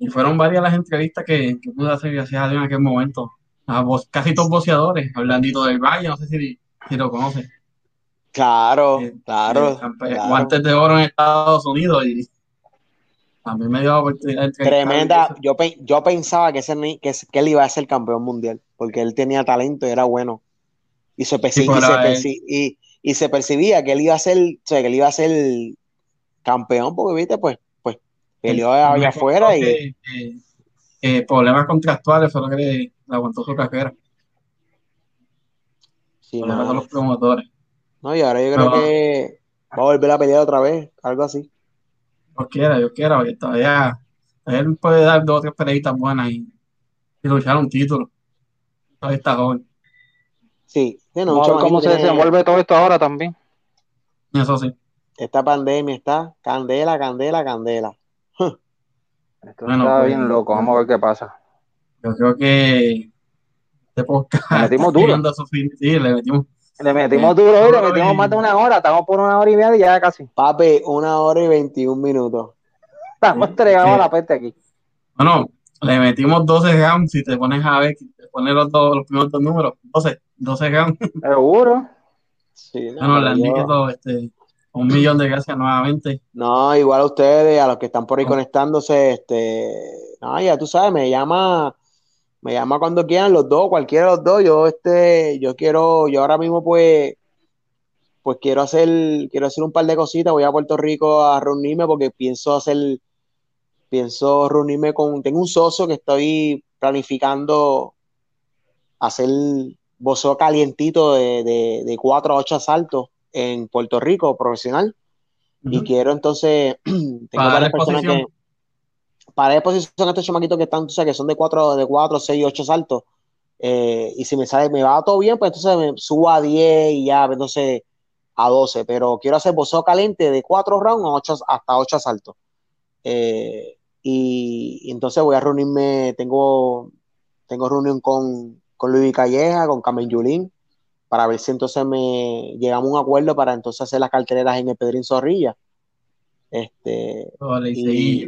S1: y fueron varias las entrevistas que, que pude hacer, gracias a Dios, en aquel momento. A vos, casi todos boceadores, Orlandito del Valle, no sé si, si lo conoces.
S2: Claro,
S1: Eh,
S2: claro.
S1: Campe-
S2: claro.
S1: Guantes de oro en Estados Unidos, y a mí me dio la oportunidad de entrevistar.
S2: Tremenda. Yo, pe- yo pensaba que, ese, ni- que, ese- que él iba a ser campeón mundial, porque él tenía talento y era bueno. Y se, perci-
S1: Sí, pero
S2: y, se
S1: era él.
S2: perci- y- y se percibía que él iba a ser, o sea, que él iba a ser campeón, porque viste, pues, pues peleó
S1: Me
S2: allá
S1: contó
S2: afuera y
S1: que- que- que problemas contractuales fueron que le, le aguantó su carrera.
S2: sí,
S1: problemas con
S2: mano.
S1: los promotores.
S2: No, y ahora yo creo
S1: No.
S2: que va a volver a pelear otra vez, algo así.
S1: Yo quiera, yo quiera, porque todavía él puede dar dos o tres peleitas buenas y, y luchar un título. Todavía está joven.
S2: Sí, bueno, un
S3: Vamos a ver
S2: chamaquito
S3: cómo se
S2: tiene-
S3: desenvuelve todo esto ahora también.
S1: Eso sí.
S2: Esta pandemia está candela, candela, candela.
S3: Esto
S1: Bueno,
S3: está
S1: pues,
S3: bien loco, vamos a ver qué pasa.
S1: Yo creo que este podcast
S3: Le metimos
S1: está
S3: duro.
S1: llegando a su fin. Sí, le metimos.
S3: Le metimos duro,
S1: Yo
S3: duro,
S1: creo
S3: le metimos
S1: que-
S3: más de una hora, estamos por una hora y media y ya casi.
S2: Papi, una hora y 21 minutos.
S3: Estamos
S1: Sí,
S3: entregados
S1: sí.
S3: a la peste aquí.
S1: Bueno, le metimos 12 rounds. Si te pones a ver, si te pones los, dos, los primeros dos números, 12, 12 rounds.
S3: Seguro.
S2: Sí, no,
S1: Bueno,
S2: pero
S1: le han
S2: yo-
S1: dicho este, un millón de gracias nuevamente.
S2: No, igual a ustedes, a los que están por ahí conectándose, este, no, ya tú sabes, me llama, me llama cuando quieran los dos, cualquiera de los dos, yo este, yo quiero, yo ahora mismo pues, pues quiero hacer, quiero hacer un par de cositas, voy a Puerto Rico a reunirme porque pienso hacer, pienso reunirme con, tengo un socio que estoy planificando hacer boxeo calientito de, de, de cuatro a ocho asaltos en Puerto Rico profesional. Y
S1: Ujú.
S2: quiero entonces, tengo
S1: Para dar
S2: varias personas que,
S1: exposición.
S2: para dar exposición a estos chamaquitos que están, tú sabes, que son de 4, de 4, 6, 8 saltos. Eh, y si me sale, me va todo bien, pues entonces me subo a 10 y ya, pues, entonces a 12. Pero quiero hacer boxeo caliente de 4 rounds a ocho- hasta 8 saltos. Eh, y, y entonces voy a reunirme, tengo, tengo reunión con, con Luis Calleja, con Carmen Yulín, para ver si entonces me llegamos a un acuerdo para entonces hacer las carteleras en el Pedrín Zorrilla. Este,
S1: Pero le seguí.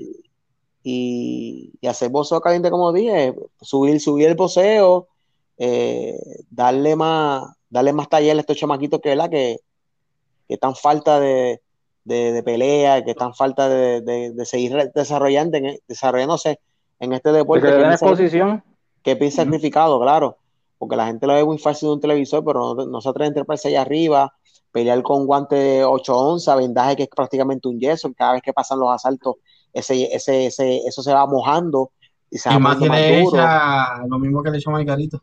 S2: y, y- y hacer boxeo caliente, como dije, subir, subir el boxeo, eh, darle más, darle más taller a estos chamaquitos que, ¿verdad? que, que están falta de, de- de pelea, que están falta de, de- de seguir re- desarrollando en- desarrollándose en este deporte
S3: Porque le
S2: que,
S3: den
S2: bien sacri-
S3: exposición.
S2: que es bien sacrificado, claro, porque la gente lo ve muy fácil de un televisor, pero no, no se atreven a treparse allá arriba, pelear con guante de 8 onzas, vendaje que es prácticamente un yeso, y cada vez que pasan los asaltos, ese, ese, ese, eso se va mojando y se va
S1: Y más
S2: poniendo
S1: si
S2: más
S1: le
S2: duro.
S1: echa lo mismo que le echó Margarito.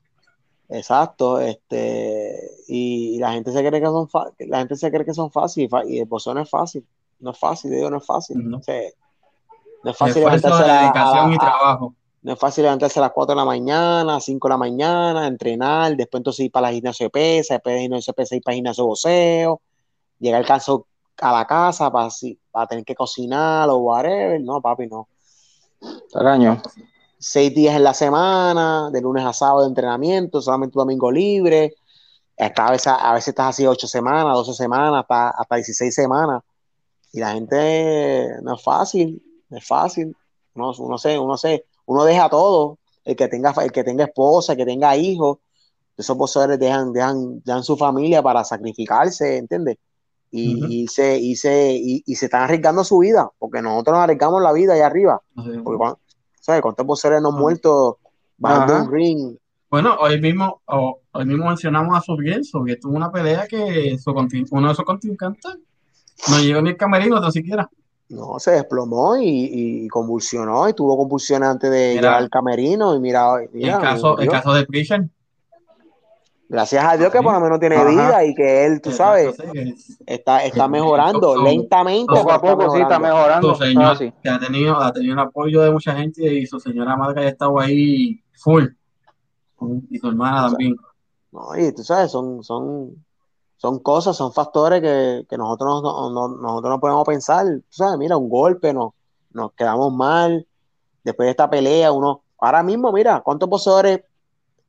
S2: Exacto, este, y, y la gente se cree que son fa- la gente se cree que son fáciles y el boxeo no es fácil, no es fácil, digo, no es fácil.
S1: No.
S2: O sea, no es fácil
S1: Esfuerzo,
S2: levantarse a la- a la-
S1: dedicación y
S2: a-
S1: trabajo.
S2: no es fácil levantarse a las 4 de la mañana, 5 de la mañana, entrenar, después entonces ir para la gimnasio de pesa, después de gimnasio de pesa ir para el gimnasio de boxeo, llegar caso a la casa para, si- para tener que cocinar o whatever. No, papi, no.
S3: Está cañón.
S2: Seis días en la semana, de lunes a sábado de entrenamiento, solamente un domingo libre. Hasta a, veces, a veces estás así 8 semanas, 12 semanas, hasta, hasta 16 semanas. Y la gente no es fácil, no es fácil. Uno, uno se, uno se, uno deja todo. El que tenga, el que tenga esposa, el que tenga hijos, esos poseedores dejan, dejan, dejan su familia para sacrificarse, ¿entiendes? Y,
S1: Ujú.
S2: y se, y se, y, y se están arriesgando su vida, porque nosotros nos arriesgamos la vida allá arriba.
S1: No sé.
S2: Porque cuando, ¿sabes? ¿Cuántos poseedores no han
S1: Ah.
S2: muerto bajando
S3: Ajá.
S2: un ring?
S1: Bueno, hoy mismo, o- hoy mismo mencionamos a Sobiel. Sobiel tuvo una pelea que su contin- uno de sus contrincantes no llegó ni el camerino, ni siquiera.
S2: No, se desplomó y, y convulsionó, y tuvo convulsiones antes de
S1: Mira.
S2: llegar al camerino, y mira,
S1: Y el
S2: mira,
S1: caso, el
S2: murió.
S1: caso de Pritchard.
S2: Gracias a Dios que
S1: Sí.
S2: por lo menos tiene
S3: Ajá.
S2: vida y que él, tú sabes,
S1: Exacto, sí, que
S2: está, está
S1: Sí.
S2: mejorando
S1: Son-
S2: lentamente,
S1: son-
S3: Poco
S2: pero
S3: a
S2: está
S3: poco sí está
S2: mejorando.
S1: su
S3: mejorando.
S1: señor,
S3: Eso sí.
S1: que ha tenido, ha tenido el apoyo de mucha gente y su señora madre ha estado ahí full. Y su hermana
S2: Exacto.
S1: también.
S2: No, y tú sabes, son, son, son cosas, son factores que, que nosotros no, no- nosotros no podemos pensar. Tú sabes, mira, un golpe, no, nos quedamos mal. Después de esta pelea, uno. Ahora mismo, mira, ¿cuántos boxeadores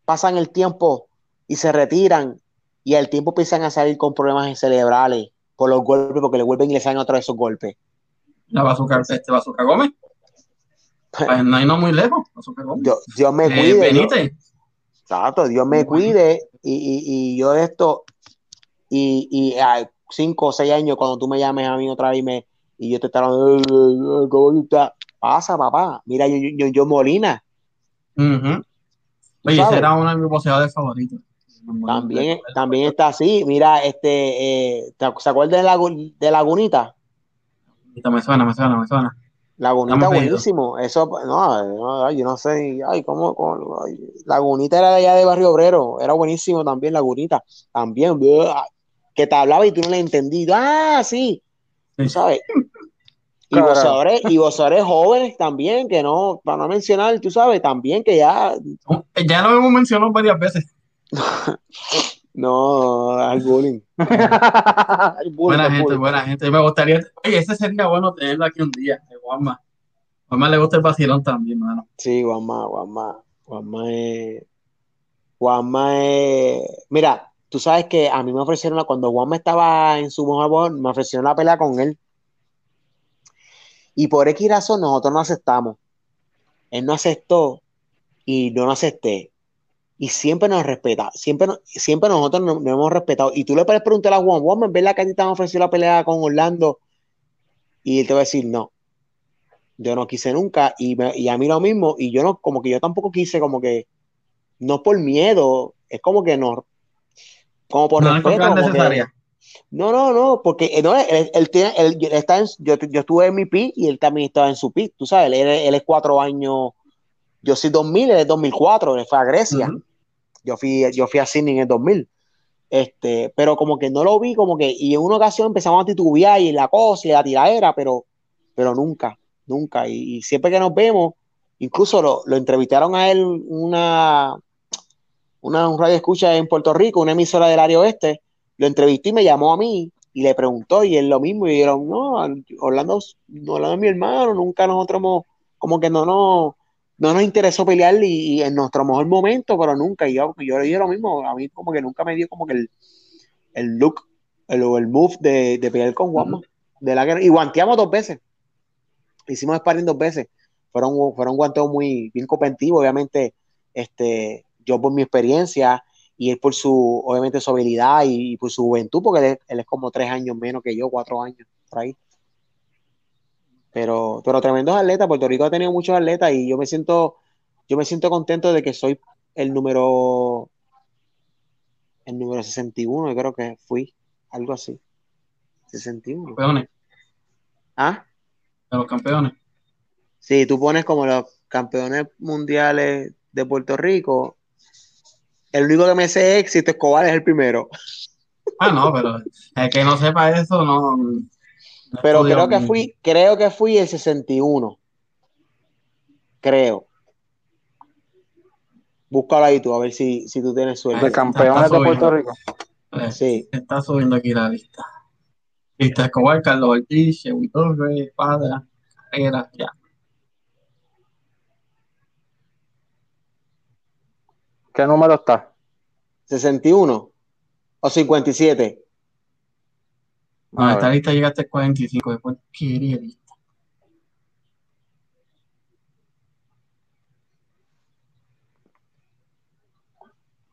S2: pasan el tiempo y se retiran y al tiempo empiezan a salir con problemas cerebrales por los golpes, porque le vuelven y le salen otra vez esos golpes.
S1: La Bazooka, este Bazooka Gómez. Pues no hay no muy lejos, Bazooka Gómez.
S2: Dios, Dios me
S1: Eh,
S2: cuide. ¿no?
S1: Benítez.
S2: Exacto, Dios me cuide y, y- y yo de esto, y, y a cinco o seis años cuando tú me llames a mí otra vez y, me, y yo te estaré hablando, "Ey, ey, ey, ¿cómo tú estás? Pasa, papá. Mira, yo, yo, yo, yo Molina,
S1: Ujú. Oye,
S2: ¿Sabes?
S1: ese era uno de mis boxeadores favoritos.
S2: también, también está así. Mira, este, eh, ¿te ac- ¿se acuerdan de, Lagu- de Lagunita?
S1: Me suena, me suena, me suena.
S2: Lagunita,
S1: Estamos
S2: buenísimo. Eso, no, no, ay, yo no sé, ay, ¿cómo? cómo- ay? Lagunita era de allá de Barrio Obrero, era buenísimo también, Lagunita, también, bla, que te hablaba y tú no le entendí. Ah, sí, tú sabes. Y
S3: Carajo.
S2: boxeadores, y boxeadores jóvenes también, que no, para no mencionar, tú sabes, también que ya,
S1: eh, Ya lo hemos mencionado varias veces.
S2: no, al bullying. Al bullying,
S1: Buena
S2: al
S1: gente,
S2: bullying.
S1: buena gente. Y me gustaría. Oye, ese sería bueno tenerlo aquí un día. eh, Juanma. Juanma le gusta el vacilón también, mano.
S2: Sí, Guamá, Guamá. Guamá es. Guamá es. Mira, tú sabes que a mí me ofrecieron, la- cuando Guamá estaba en su mejor forma, me ofrecieron la pelea con él. Y por X razón nosotros no aceptamos. Él no aceptó y yo no acepté. Y siempre nos respeta. Siempre, no- siempre nosotros nos, nos hemos respetado. Y tú le puedes preguntar a Juan, Juan, ¿en verdad que a ti te han ofrecido la pelea con Orlando? Y él te va a decir, no yo no quise nunca y, me- y a mí lo mismo y yo no como que yo tampoco quise como que no por miedo es como que no como por
S1: No la
S2: respeto
S1: encontraban
S2: como que-
S1: necesaria.
S2: no no no porque eh, no, él, él tiene él- él está en- yo, yo estuve en mi PIC y él también estaba en su PIC tú sabes él, él es cuatro años yo soy 2000 él es 2004 él fue a Grecia
S1: Ujú.
S2: yo fui, yo fui a Sydney en el 2000. Este, pero como que no lo vi, como que, y en una ocasión empezamos a titubear y la cosa y la tiradera, pero, pero nunca, nunca. Y, y siempre que nos vemos, incluso lo, lo entrevistaron a él una, una un radio escucha en Puerto Rico, una emisora del área oeste, lo entrevisté y me llamó a mí y le preguntó y él lo mismo y dijeron, no, Orlando, Orlando es mi hermano, nunca nosotros hemos- como que no nos no nos interesó pelear y, y en nuestro mejor momento, pero nunca, y yo, yo le dije lo mismo, a mí como que nunca me dio como que el, el look, el, o el move de, de pelear con Juanma, de la que- y guanteamos dos veces, hicimos sparring dos veces, fueron, fueron guanteos muy bien competitivos, obviamente, este, yo por mi experiencia y él por su, obviamente su habilidad y, y por su juventud, porque él, es- él es como tres años menos que yo, cuatro años, por ahí. Pero, pero tremendos atletas, Puerto Rico ha tenido muchos atletas y yo me siento, yo me siento contento de que soy el número, el número 61, yo creo que fui, algo así. 61.
S1: Campeones,
S2: Ah,
S1: de los campeones.
S2: sí, tú pones como los campeones mundiales de Puerto Rico. El único que me sé es Éxito Escobar es el primero.
S1: Ah, no, pero el que no sepa eso, no. no
S2: Pero
S1: estudió
S2: creo que
S1: ni-
S2: fui, creo que fui el 61. Creo. Búscalo ahí tú, a ver si, si tú tienes
S3: De
S2: suerte.
S3: campeones de Puerto Rico.
S1: eh,
S2: Sí.
S1: Está subiendo aquí la lista. Lista Escobar, Carlos Ortiz, Chevy Torres, Padra, Carrera, ya.
S3: ¿Qué número está?
S2: 61 o 57.
S1: No,
S3: A
S1: Ah, esta
S3: ver.
S1: lista llegaste al 45, después quería lista.
S2: Ah.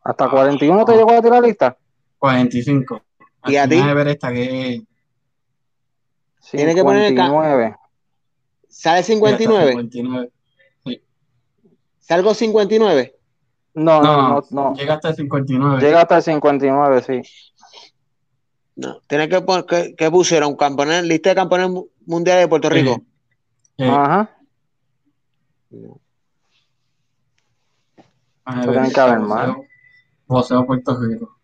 S3: ¿Hasta 41 te llegó a ti la lista?
S1: 45.
S2: ¿Y a ti?
S1: Déjame ver esta que
S2: Tiene que poner el ca-
S3: 59.
S2: ¿Sale
S1: hasta
S2: 59?
S1: 59.
S2: ¿Salgo 59?
S1: No,
S3: No, no, no. no.
S1: Llega hasta el 59.
S3: Llega hasta el 59, sí.
S2: No. Tiene que poner que, que pusieron campeones, lista de campeones mu- mundiales de Puerto
S1: Sí. Eh,
S2: Rico.
S1: Sí,
S3: Ajá.
S1: déjame
S3: Eso
S1: ver
S3: tiene que
S1: esta,
S3: haber
S1: boxeo-
S3: más.
S1: boxeo Puerto Rico.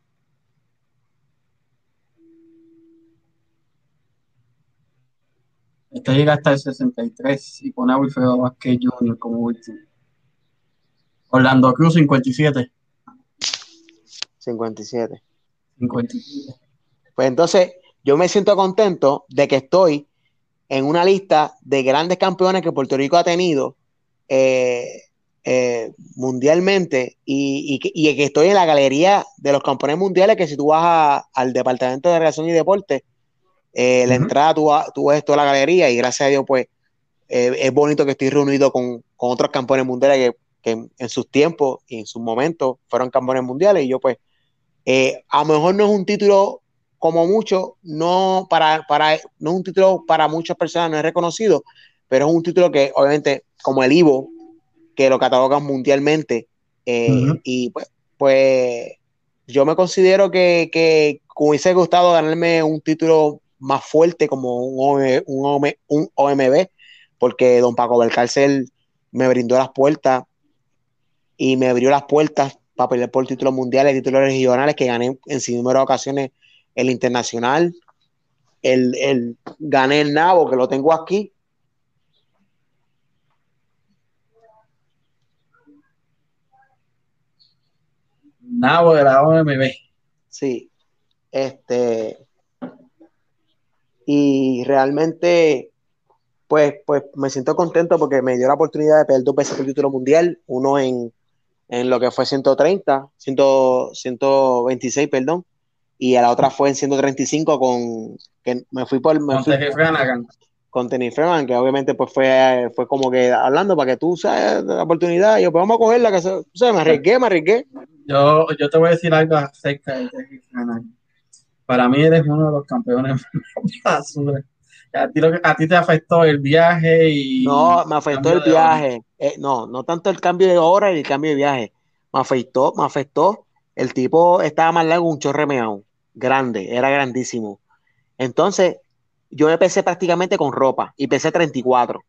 S1: Esta Este llega hasta el 63 y pone a Wilfredo Vázquez Jr. como último. Orlando Cruz 57.
S2: 57.
S1: 57.
S2: Pues entonces, yo me siento contento de que estoy en una lista de grandes campeones que Puerto Rico ha tenido eh, eh, mundialmente y, y, y que estoy en la galería de los campeones mundiales, que si tú vas a, al Departamento de Relación y Deporte, eh, la
S1: Ujú.
S2: entrada tú, va- tú ves toda la galería y gracias a Dios, pues eh, es bonito que estoy reunido con, con otros campeones mundiales que, que en, en sus tiempos y en sus momentos fueron campeones mundiales y yo pues eh, a lo mejor no es un título como mucho, no para, para no es un título para muchas personas, no es reconocido, pero es un título que obviamente como el Ivo, que lo catalogan mundialmente eh,
S1: Ujú.
S2: y pues, pues yo me considero que, que hubiese gustado ganarme un título más fuerte como un, OM un, OM un OMB, porque don Paco Valcárcel me brindó las puertas y me abrió las puertas para pelear por títulos mundiales, títulos regionales, que gané en sin número de ocasiones el internacional, el, el- gané el Nabo, que lo tengo aquí.
S1: Nabo de la OMB.
S2: Sí, este. Y realmente, pues, pues me siento contento porque me dio la oportunidad de pelear dos veces por el título mundial, uno en, en lo que fue 130, 100 126, perdón, y a la otra fue en 135 con, que me fui por, me
S1: Con
S2: fui
S1: Terry Flanagan.
S2: con Tennis Ferman, que obviamente pues fue, fue como que hablando para que tú sabes de la oportunidad, y yo pues vamos a cogerla, que se, o sea, me arriesgué, me arriesgué.
S1: Yo, yo te voy a decir algo acerca de Terry Flanagan. Para mí eres uno de los campeones basura. A ti, lo que- a ti te afectó el viaje y.
S2: No, me afectó
S1: cambio
S2: el
S1: de hora.
S2: viaje. Eh, no, no tanto el cambio de hora y el cambio de viaje. Me afectó, me afectó. El tipo estaba más largo, que un chorremeón. Grande, era grandísimo. Entonces, yo empecé prácticamente con ropa y pesé 34.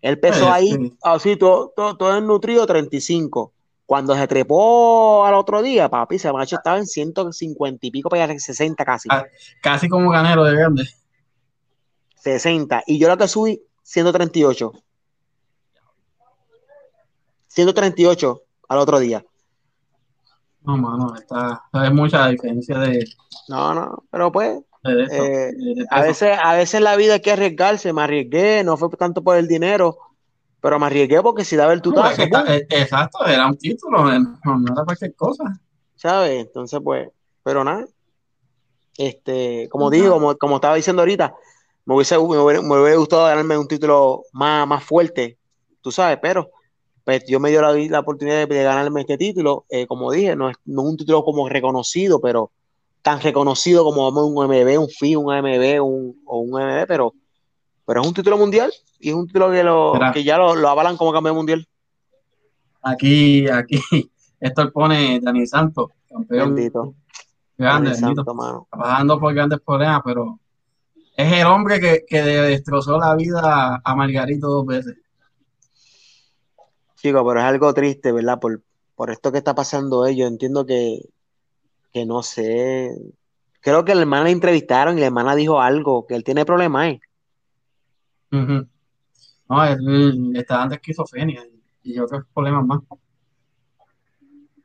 S2: Él pesó
S1: Sí,
S2: ahí,
S1: sí.
S2: así, Ah, todo, todo, todo desnutrido, 35. Cuando se trepó al otro día, papi, ese macho estaba en 150 y pico, para allá, 60 casi.
S1: Ah. Casi como ganero de grande.
S2: 60. Y yo lo que subí, 138. 138 al otro día.
S1: No, mano, está. Hay mucha diferencia de,
S2: No, no, pero pues,
S1: de esto.
S2: Eh,
S1: de- de
S2: a
S1: peso.
S2: veces, a veces la vida hay que arriesgarse. Me arriesgué, no fue tanto por el dinero, pero me arriesgué porque si daba el
S1: No, es que
S2: tutazo,
S1: está-
S2: ¡pum!
S1: eh, exacto, era un título, eh, no, no era cualquier cosa.
S2: ¿sabes? Entonces, pues, pero nada. Este, como
S1: Ajá.
S2: digo, como, como estaba diciendo ahorita, me hubiese, me hubiera, me hubiera gustado ganarme un título más, más fuerte, tú sabes, pero pues, yo me dio la, la oportunidad de, de ganarme este título. Eh, como dije, no es, no es un título como reconocido, pero tan reconocido como vamos, un OMB, un FI, un AMB, un, o un AMB, pero, pero es un título mundial y es un título que, lo,
S1: Mira.
S2: que ya lo, lo avalan como campeón mundial.
S1: Aquí, aquí, esto pone Dani Santos, campeón
S2: Bendito,
S1: grande,
S2: Dani
S1: bendito.
S2: santo, mano.
S1: pasando por grandes problemas, pero es el hombre que, que le destrozó la vida a Margarito dos veces.
S2: Chico, pero es algo triste, ¿verdad? Por, por esto que está pasando ellos. Entiendo que, que no sé. Creo que la hermana la entrevistaron y la hermana dijo algo, que él tiene problemas, ¿eh?
S1: Ujú. No, él está dando esquizofrenia y otros problemas más. La
S3: Este.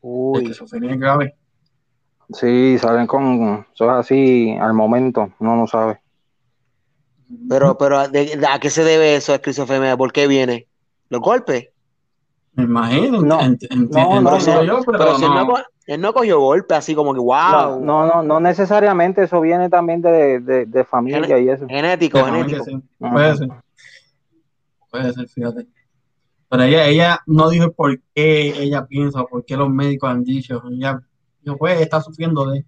S2: Uy,
S1: esquizofrenia es grave.
S3: Sí, salen con. Eso es así al momento, uno no sabe.
S2: pero,
S1: Ujú.
S2: pero ¿de- de- ¿a qué se debe eso, esquizofrenia? ¿Por qué viene? ¿Los golpes?
S1: Me imagino,
S3: No,
S1: ent- ent-
S3: no,
S1: entiendo
S2: Pero si,
S3: no.
S1: yo, pero,
S2: pero si él, no,
S1: no.
S2: co- él no cogió golpes, así como que,
S3: No,
S2: Ah, wow,
S3: no, no, no necesariamente, eso viene también de, de, de familia y eso.
S2: genético,
S1: De familia,
S2: genético.
S1: sí.
S3: Ajá.
S1: Puede ser, puede ser, fíjate. Pero ella, ella no dijo el por qué ella piensa o por qué los médicos han dicho. Ella dijo, pues está sufriendo de,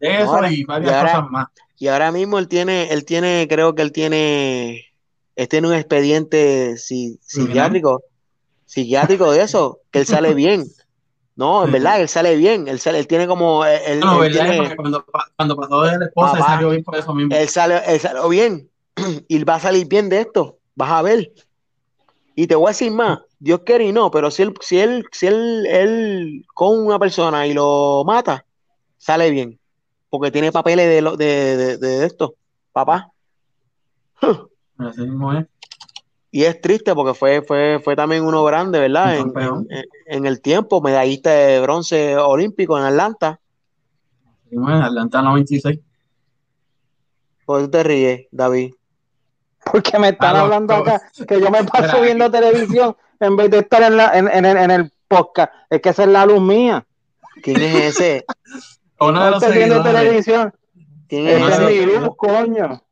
S1: de
S2: No,
S1: eso
S2: ahora-
S1: y
S2: y
S1: varias
S2: ahora,
S1: cosas más.
S2: y ahora mismo él tiene, él tiene, creo que él tiene, él tiene un expediente si-
S1: Criminal.
S2: psiquiátrico, psiquiátrico de eso, que él sale bien. No, en
S1: Sí.
S2: verdad, él sale bien. Él, sale, él tiene como. Él, él-
S1: No,
S2: él
S1: verdad es
S2: tiene.
S1: porque cuando, pa- cuando pasó de la esposa él
S2: Papá,
S1: salió bien por eso mismo.
S3: Eh.
S2: él sale, él salió bien. Y va a salir bien de esto. Vas a ver. Y te voy a decir más. Dios quiere y no, pero si él, si él, si él, él con una persona y lo mata, sale bien. Porque tiene papeles de, lo- de, de, de esto, papá.
S1: Así mismo es,
S2: Y es triste porque fue, fue, fue también uno grande,
S1: un
S2: ¿verdad? En, en,
S1: campeón.
S2: en en el tiempo, medallista de bronce olímpico en Atlanta.
S1: Así mismo es, Atlanta 96.
S2: ¿Por qué tú te ríes, David?
S3: Porque me están
S1: A los
S3: hablando
S1: dos.
S3: acá que yo me paso
S1: Espera.
S3: viendo televisión en vez de estar en, la, en, en el- en el podcast. Es que esa es la luz mía.
S2: ¿Quién es ese?
S1: Uno de
S3: No
S1: los
S3: estoy viendo
S1: seguidores.
S3: televisión.
S2: ¿Quién
S1: Uno
S2: es
S3: Esa
S1: de
S3: es
S1: los-
S2: ese?
S3: mi luz, coño.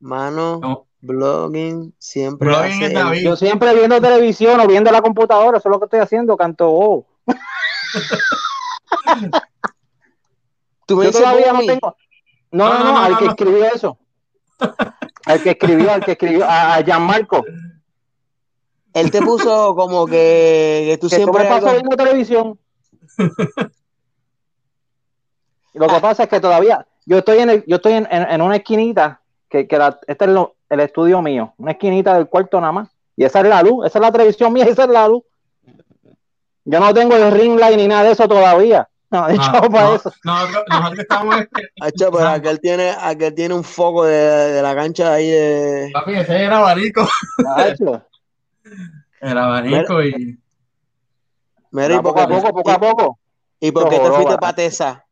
S2: Mano,
S1: No,
S2: blogging siempre
S1: Blogging
S2: hace
S1: es
S2: el-
S1: David.
S3: Yo siempre viendo televisión o viendo la computadora, eso es lo que estoy haciendo, canto. oh.
S2: Tú me
S3: Yo
S2: dices
S3: todavía no
S2: Bobby.
S3: tengo. No,
S1: No,
S3: no,
S1: no,
S3: no,
S1: no,
S3: al
S1: no,
S3: que
S1: no.
S3: escribió eso. Al que escribió, al que escribió, a, a Gianmarco.
S2: Él te puso como que, que tú
S3: Que tú
S2: siempre
S3: me pasas
S2: algo-
S3: viendo televisión. Lo que pasa es que todavía yo estoy en, el- yo estoy en, en- en una esquinita, que, que la- este es lo- el estudio mío, una esquinita del cuarto nada más. Y esa es la luz, esa es la televisión mía, esa es la luz. Yo no tengo el ring light ni nada de eso todavía. No, de
S1: no,
S3: chavo para
S1: Ah, no,
S3: eso.
S1: nosotros, nosotros estamos esperando.
S2: Hacho, pero aquel tiene, aquel tiene un foco de, de la cancha ahí de.
S1: Papi, ese era abanico.
S3: Nacho.
S1: El abanico y.
S2: Mira, y
S3: poco a
S2: porque-
S3: poco, poco a poco.
S2: ¿Y por qué te
S3: Joroba.
S2: fuiste para Tesa?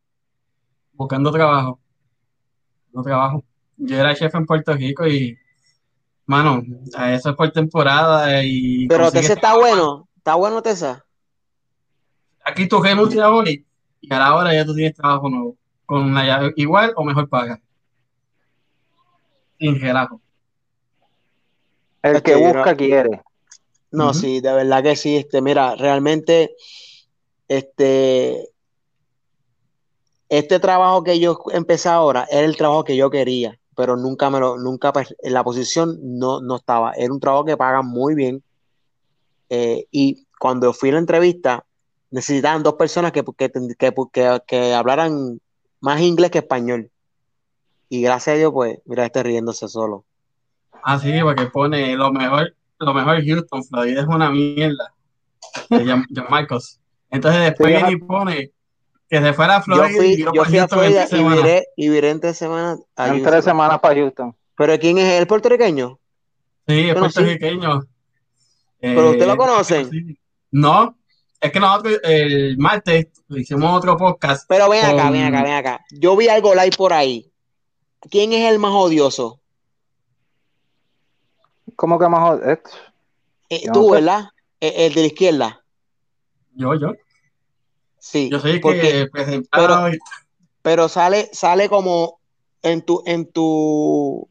S1: buscando trabajo. No trabajo. Yo era chef en Puerto Rico y, mano, a eso es por temporada y
S2: Pero
S1: consigues
S2: Tesa está bueno. ¿Está bueno Tesa?
S1: aquí tu renuncia hoy y a la hora ya tú tienes trabajo nuevo, con una llave igual o mejor paga. Sin relajo.
S3: El que
S2: Nacho, yo
S3: busca
S2: no-
S3: quiere.
S2: No,
S1: Ujú.
S2: sí, de verdad que sí. Este, mira, realmente, este, este trabajo que yo empecé ahora era el trabajo que yo quería, pero nunca me lo, nunca pues, en la posición no, no estaba. Era un trabajo que pagan muy bien. Eh, y cuando fui a la entrevista, necesitaban dos personas que, que, que- que- que hablaran más inglés que español. Y gracias a Dios, pues, mira, este riéndose solo.
S1: Así Ah, porque pone lo mejor, lo mejor Houston, Florida es una mierda. De Jan, Jan Marcos. Entonces después
S3: Sí,
S1: viene y pone que se fuera a
S2: Yo
S1: Florida y
S2: fui,
S1: vino
S2: yo
S1: para
S2: fui a
S1: Houston en
S2: Florida
S1: tres
S2: y
S1: semanas.
S2: viré, y viré en tres semanas. a
S3: En
S2: Houston.
S3: tres semanas para Houston.
S2: ¿Pero quién es él? ¿Puertorriqueño?
S1: Sí, es
S2: Bueno, sí.
S1: puertorriqueño. Eh,
S2: Pero usted lo conoce.
S1: sí. No, es que nosotros el martes hicimos otro podcast.
S2: Pero ven acá,
S1: Con-
S2: ven acá, ven acá. Yo vi algo live por ahí. ¿Quién es el más odioso?
S3: ¿Cómo que más? jod- eh,
S2: Eh,
S3: Yo no
S2: tú,
S3: sé.
S2: ¿verdad? Eh, el de la izquierda.
S1: Yo, yo.
S2: Sí.
S1: Yo soy el
S2: porque-
S1: que presentaba hoy.
S2: pero sale, sale como en tu, en tu,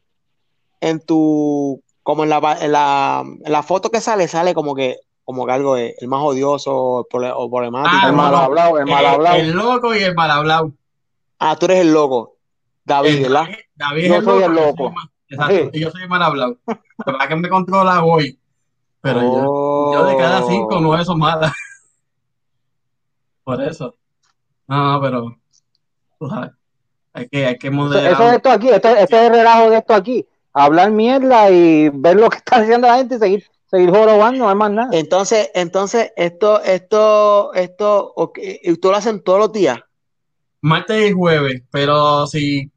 S2: en tu, como en la, pa- en la, en la foto que sale, sale como que, como que algo de- el más odioso el prole- o problemático.
S1: Ah,
S3: El
S1: no,
S3: mal
S1: no.
S3: hablado, el mal
S1: Eh,
S3: hablado.
S1: el loco y el mal hablado.
S2: Ah, tú eres el loco. David,
S1: El
S2: ¿verdad?
S1: David, David
S3: Yo
S1: es el
S3: soy
S1: loco.
S3: el
S1: yo
S3: loco.
S1: el mal- exacto,
S3: Sí.
S1: y yo soy el mal hablado. La verdad que me controla hoy. Pero yo, yo de cada cinco,
S2: Oh.
S1: no son malas. Por eso. No, no, pero. tú sabes, hay que, hay que
S3: Eso,
S1: moderar.
S3: eso es esto aquí, esto- este es el relajo de esto aquí. Hablar mierda y ver lo que está haciendo la gente y seguir, seguir jorobando, no hay más nada.
S2: Entonces, entonces, esto, esto, esto, ok, y tú lo hacen todos los días.
S1: martes y jueves, pero si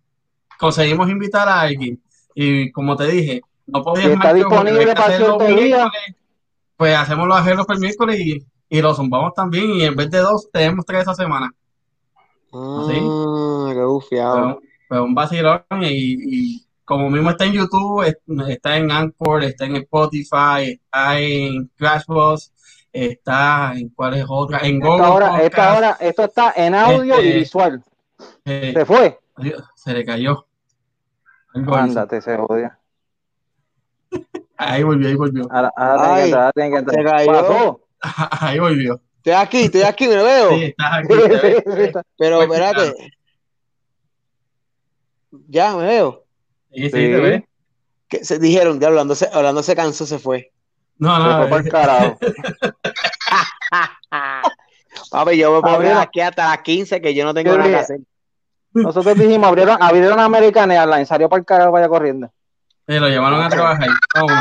S1: conseguimos invitar a alguien y como te dije, no podías
S3: Si está
S1: martes o jueves,
S3: disponible
S1: hay que
S3: para
S1: hacerlo
S3: cierto día.
S1: miércoles, pues hacemos los arreglos para el miércoles y, y los zumbamos también y en vez de dos tenemos tres esa semana. sí?
S2: Ah, qué bufiado.
S1: Pero, pero un vacilón y, y como mismo está en YouTube, es- está en Anchor, está en Spotify, está en Crashbox, está en cuáles otras, en Google
S3: Esta hora,
S1: Podcast,
S3: esta hora, esto está en audio
S1: Este-
S3: y visual.
S1: eh,
S3: Se fue.
S1: adiós, se le cayó. Algo hizo.
S3: Ándate, se odia.
S1: Ahí volvió, ahí volvió.
S3: Ahora, ahora tiene que
S2: Ay,
S3: entrar, ahora tiene que entrar.
S2: se cayó.
S3: Pasó.
S1: Ahí volvió.
S2: Estoy aquí, estoy aquí, me veo.
S1: Sí, estás aquí.
S3: Oh. Sí,
S1: te
S3: sí,
S1: ves,
S3: sí, está.
S2: Pero
S1: pues,
S2: espérate. Ya, me veo.
S1: Sí, sí, te ves.
S3: Sí,
S2: Que se dijeron, ya hablando se, hablando se cansó, se fue.
S1: No,
S3: se fue
S1: no,
S3: para el
S1: es-
S3: carajo.
S2: Papi, yo me puedo
S3: Abrieron.
S2: quedar aquí hasta las 15 que yo no tengo
S3: Yo
S2: nada que
S3: dije-
S2: hacer.
S3: Nosotros dijimos, abrieron, abrieron American Airlines, salió para el carajo, vaya corriendo.
S1: te eh, lo llevaron a trabajar. Vamos.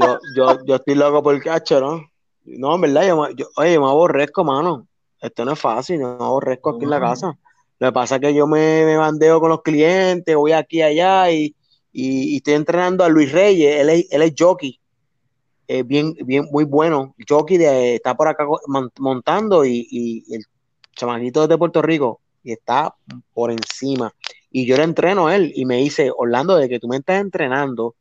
S2: Yo, yo, yo estoy loco por el cacho, ¿no? No, en verdad, yo, me- yo- oye, yo me aborrezco, mano. Esto no es fácil, yo me aborrezco aquí en la
S1: No.
S2: casa. Lo que pasa es que yo me, me bandeo con los clientes, voy aquí y allá y, y- y estoy entrenando a Luis Reyes, él es, él es jockey, eh, bien, bien, muy bueno. Jockey de, está por acá co- mon- montando y, y- y el chamaquito es de Puerto Rico y está por encima. Y yo le entreno a él y me dice, Orlando, de que tú me estás entrenando,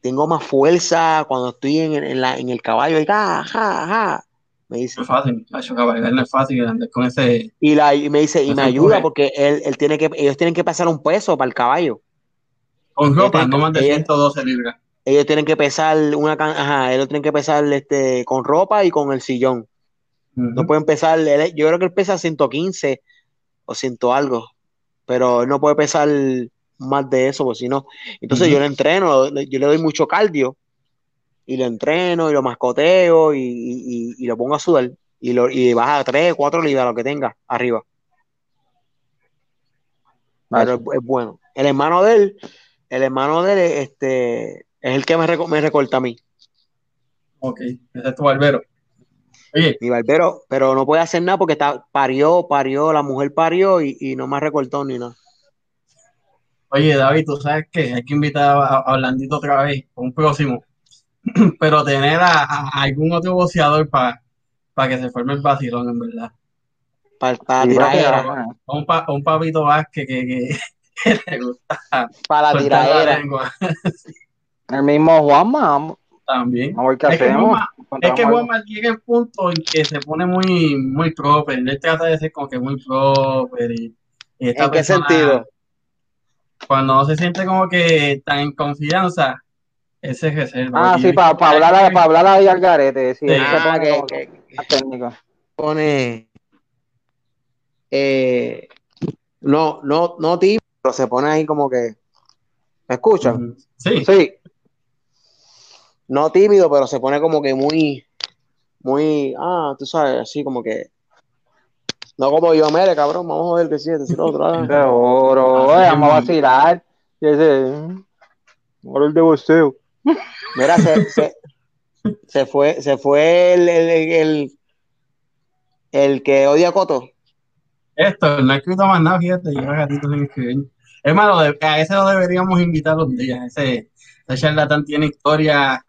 S2: tengo más fuerza cuando estoy en, en la, en el caballo. Y, ja, ja, ja", me dice.
S1: No es fácil, macho, cabalgar no es fácil andar con ese.
S2: Y, la, y me dice, y
S1: No
S2: me
S1: se
S2: ayuda
S1: puede.
S2: porque él, él tiene que, ellos tienen que pasar un peso para el caballo.
S1: Con ropa,
S2: Ella-
S1: no más de
S2: ella-
S1: 112 libras.
S2: Ellos tienen que pesar una can- ajá, ellos tienen que pesar este, con ropa y con el sillón. No pueden pesar, él- yo creo que él pesa 115 o 100 algo, pero él no puede pesar más de eso, porque si no. Entonces
S1: Ujú.
S2: yo le entreno, le- yo le doy mucho cardio y le entreno y lo mascoteo y, y- y- y lo pongo a sudar y, lo, y baja 3, 4 libras, lo que tenga arriba. Pero es, es bueno. El hermano de él, el hermano de él, este, es el que me, reco- me recorta a mí,
S1: Ok, ese es tu barbero. Oye,
S2: mi barbero, pero no puede hacer nada porque está, parió, parió, la mujer parió y, y no me ha recortado ni nada.
S1: oye, David, tú sabes que hay que invitar a, a Blandito otra vez, a un próximo. Pero tener a, a algún otro boceador para que se forme el vacilón, en verdad.
S2: Para, para
S3: Sí,
S1: tira
S3: papi,
S1: ella.
S2: tiraera.
S3: ajá.
S1: O un, pa- o un papito Vázquez que, que, que le gusta
S2: para la
S1: soltar la
S2: tiradera.
S1: lengua
S3: El mismo Juanma, vamos
S1: también.
S3: a ver qué
S1: Es que
S3: hacemos.
S1: Juanma- Es
S3: Encontramos
S1: que
S3: algo.
S1: Juanma llega el punto en que se pone muy, muy proper. Él trata de ser como que muy proper. Y, y esta
S2: ¿En qué
S1: persona,
S2: sentido?
S1: cuando no se siente como que tan en confianza, él se reserva.
S3: Ah,
S1: Y
S3: sí,
S1: yo-
S3: para hablar, a- pa' hablar ahí al garete, sí,
S1: Sí.
S3: él se
S2: Ah,
S3: pone
S2: que-
S3: como
S2: que
S3: más técnico.
S2: pone eh, no, no, no tipo, pero se pone ahí como que ¿me escuchan?
S1: Ujú. Sí,
S3: Sí,
S2: No tímido, pero se pone como que muy, muy, ah, tú sabes, así como que no como yo, mire, cabrón, vamos a joder que sí, este, sí, lo otro, ah.
S3: seguro,
S1: Así
S3: oye,
S1: es,
S3: vamos a
S1: man.
S3: vacilar. Y ese, mm, ahora el de boxeo.
S2: Mira, se, se, se fue, se fue el, el, el, el- el que odia a Coto.
S1: esto, no he escrito más nada, fíjate, lleva gatito sin escribir. Es malo, de- a ese lo deberíamos invitar los días. Ese, ese charlatán tiene historia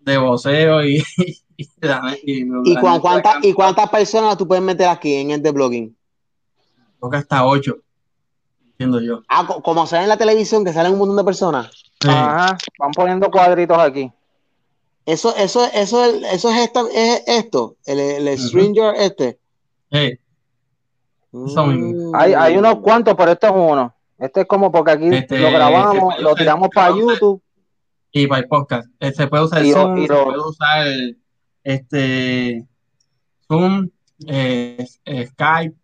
S1: de voceo y. y, la- y
S2: ¿Y, cuan-
S1: la-
S2: cuántas- ¿Y cuántas personas tú puedes meter aquí en este blogging?
S1: Creo que hasta 8, entiendo yo.
S2: Ah, co- como sale en la televisión, que salen un montón de personas.
S1: Sí.
S3: Ajá, van poniendo cuadritos aquí.
S2: Eso, eso, eso, eso es esto, es esto, el, el
S1: Ujú.
S2: Stranger este.
S1: Sí, Eso mismo.
S2: Mm.
S3: Hay, hay unos cuantos, pero este es uno. Este es como porque aquí
S1: Este,
S3: lo grabamos,
S1: este,
S3: lo tiramos para
S1: este,
S3: YouTube.
S1: y para el podcast. Eh, se puede usar
S3: Y lo-
S1: Zoom,
S3: y
S1: se
S3: lo-
S1: puede usar este Zoom, eh, eh, Skype.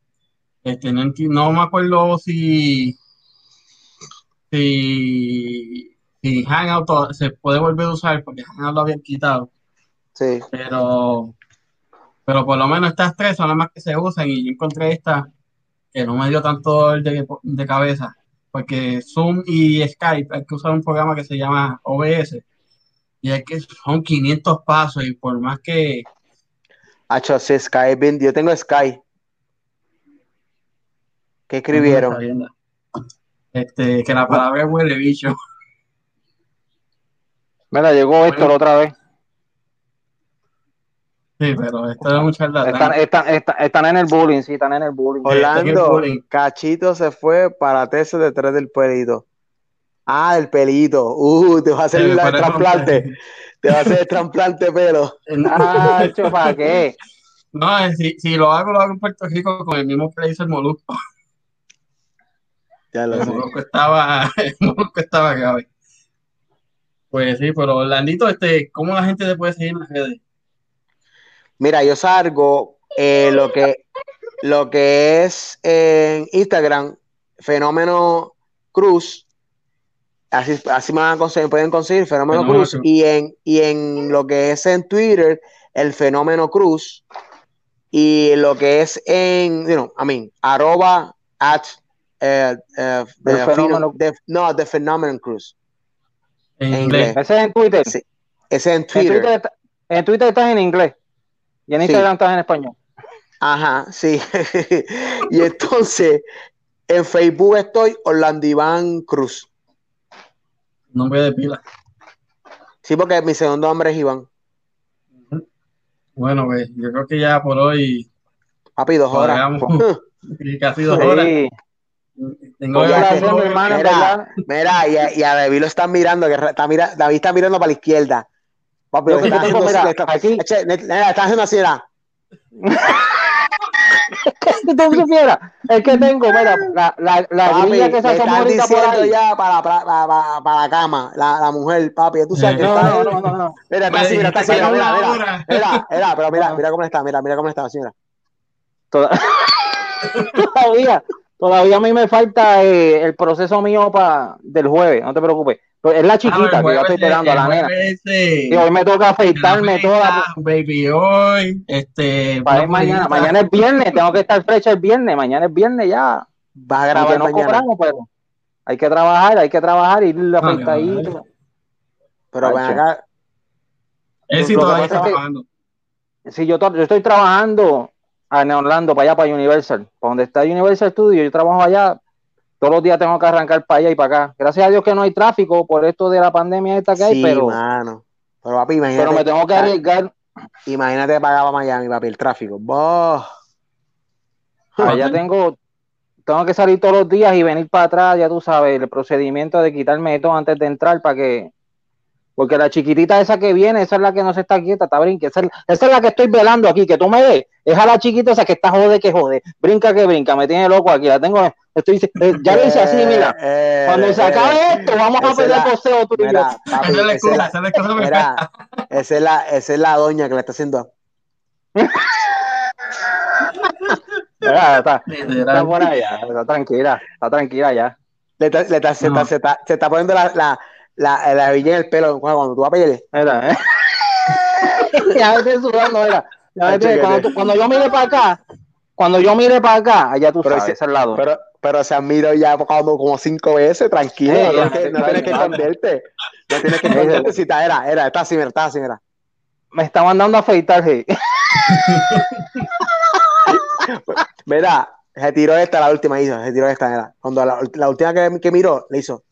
S1: Este, no, enti- no me acuerdo si, si, si Hangout to- se puede volver a usar porque Hangout lo habían quitado.
S2: Sí.
S1: Pero, pero por lo menos estas tres son las más que se usan y yo encontré esta que no me dio tanto dolor de, de cabeza. Porque Zoom y Skype hay que usar un programa que se llama OBS. Y es que son 500 pasos y por más que...
S2: Hacho, sí, Sky, bien, yo tengo Sky.
S1: Está
S2: ¿Qué escribieron?
S1: bien, Este, que la palabra es huele bicho.
S3: Mira, llegó esto la otra vez.
S1: Sí, pero esto es un charlatán.
S3: Están, están, están, están en el bullying, sí, están en el Eh, bullying.
S1: Oye,
S2: Orlando,
S1: estoy en bullying.
S2: Cachito se fue para tesis detrás del pelito. Ah, del pelito. Uh, te va a hacer
S1: Sí,
S2: la de
S1: por eso-
S2: trasplante. Te va a hacer el trasplante pelo.
S3: Ah, hecho, ¿para qué?
S1: No, es- si, si lo hago, lo hago en Puerto Rico con el mismo que le hizo el Molusco.
S2: Ya lo
S1: El
S2: sé.
S1: Molusco estaba, el Molusco estaba grave. Pues sí, pero Orlandito, este, ¿cómo la gente te puede seguir en las redes?
S2: Mira, yo salgo eh, lo que lo que es en Instagram, Fenómeno Cruz. Así, así me van a conseguir- pueden conseguir Fenómeno,
S1: Fenómeno
S2: Cruz.
S1: Cruz.
S2: Y en, y en lo que es en Twitter, el Fenómeno Cruz. Y lo que es en, you know, I mean, arroba at eh, eh,
S3: El
S2: the
S3: Fenómeno.
S2: Phenom- the- no, the Phenomenon Cruz.
S1: En
S2: En
S1: inglés.
S2: inglés.
S3: Ese es en Twitter.
S2: Sí, Ese es en
S3: En
S2: Twitter.
S3: Twitter, está- en Twitter estás en inglés. Y en
S2: Sí.
S3: Instagram estás en español.
S2: Ajá, sí. y entonces, en Facebook estoy Orlando Iván Cruz.
S1: Nombre de pila.
S2: Sí, porque mi segundo nombre es Iván.
S1: Bueno, pues yo creo que ya por hoy
S2: Papi, dos horas.
S1: cuadramos. Casi dos horas.
S3: Sí.
S1: Tengo
S2: Oye,
S1: que
S3: Gracias,
S1: hacer-
S3: mi hermano, en verdad.
S2: Mira, mira, y a, y a David lo están mirando, que está mira, David está mirando para la izquierda. Papi,
S3: Yo
S2: lo
S3: que
S2: que está
S3: tengo,
S2: haciendo
S3: mira,
S2: así, está-
S3: aquí.
S2: Eche, ne- nena, está haciendo así, era.
S3: Si tú supieras, es que tengo, mira, la, la, la
S2: Papi,
S3: grilla que se
S2: le
S3: asomó
S2: están
S3: ahorita por
S2: diciendo
S3: ahí.
S2: ya para, para, para, para la cama, la, la mujer, papi. Tú sabes
S1: Eh.
S2: que
S3: No,
S2: está,
S3: no, no, no, no.
S2: Mira, está
S1: Me
S2: así, mira, está así,
S1: dijiste que
S2: mira,
S1: no
S2: mira, mira,
S1: ahora.
S2: mira, mira, pero mira,
S3: No.
S2: mira cómo está, mira, mira cómo está, así, mira.
S3: Toda- todavía, todavía a mí me falta eh, el proceso mío pa, del jueves, no te preocupes. Pero es
S1: Ah,
S3: la
S1: el
S3: chiquita que ya estoy
S1: jueves,
S3: esperando a la
S1: el
S3: nena.
S1: jueves,
S3: Y
S1: eh,
S3: hoy me toca afeitarme
S1: la
S3: toda.
S1: mesa, Baby hoy, este.
S3: Para
S1: una
S3: ir
S1: pulita.
S3: mañana, mañana es viernes, tengo que estar fecha el viernes, mañana es viernes ya.
S2: Vas a
S3: Aunque
S2: grabar
S3: no
S2: mañana.
S3: cobramos, pero hay que trabajar, hay que trabajar, ir la
S1: Vale,
S3: afeitadito.
S2: Pero ven
S3: Tacho.
S2: acá,
S1: Él sí
S3: Lo que
S1: todavía
S3: pasa es
S1: está
S3: que-
S1: trabajando.
S3: Si yo, to- yo estoy trabajando ah, en Orlando, para allá, para Universal, para donde está Universal Studio, yo trabajo allá. Todos los días tengo que arrancar para allá y para acá. Gracias a Dios que no hay tráfico por esto de la pandemia esta que hay,
S2: sí,
S3: pero,
S2: mano. Pero papi, imagínate,
S3: pero me tengo que arriesgar.
S2: imagínate pagar para Miami, papi, el tráfico. Boh.
S3: Allá tengo, tengo que salir todos los días y venir para atrás, ya tú sabes, el procedimiento de quitarme esto antes de entrar para que. Porque la chiquitita esa que viene, esa es la que no se está quieta, está brinque. Esa es, esa es la que estoy velando aquí, que tú me ves. Es a la chiquita esa que está jode, que jode. Brinca, que brinca, me tiene loco aquí. La tengo, estoy, eh, ya le hice así, mira.
S2: Eh, eh,
S3: Cuando se
S2: eh,
S3: acabe esto, vamos
S2: esa
S3: a
S2: es
S3: pelear
S2: la-
S3: poseo tú y yo.
S2: Mira, papi,
S1: Esa es la
S2: esa es
S1: excusa,
S2: la-
S1: esa es la excusa perfecta.
S2: mira, esa es la, esa es la doña que le está haciendo.
S3: Mira, está, está
S1: Literal.
S3: por allá, está tranquila, está tranquila ya.
S2: Le está- le está- se,
S1: No.
S2: está, se, está, se está poniendo la, la, la, la hebilla en el pelo cuando tú vas a pelear.
S3: Mira, eh. ya me estoy sudando, mira. Ya me estoy- cuando, tú- cuando yo mire para acá, cuando yo mire para acá, allá tú
S2: Pero
S3: sabes,
S2: ese-
S3: ese es el lado.
S2: Pero, pero se han mirado ya como, como cinco veces, tranquilo.
S3: Eh,
S2: no tienes
S3: ya, Eh.
S2: que, no
S3: ya,
S2: tienes que
S3: ya.
S2: esconderte. No tienes que esconderte si está, era, era, está así, mira, está así, mira.
S3: Me está mandando a afeitar, sí.
S2: Mira, se tiró esta, la última hizo, se tiró esta, era. Cuando la, la última que, que miró, le hizo.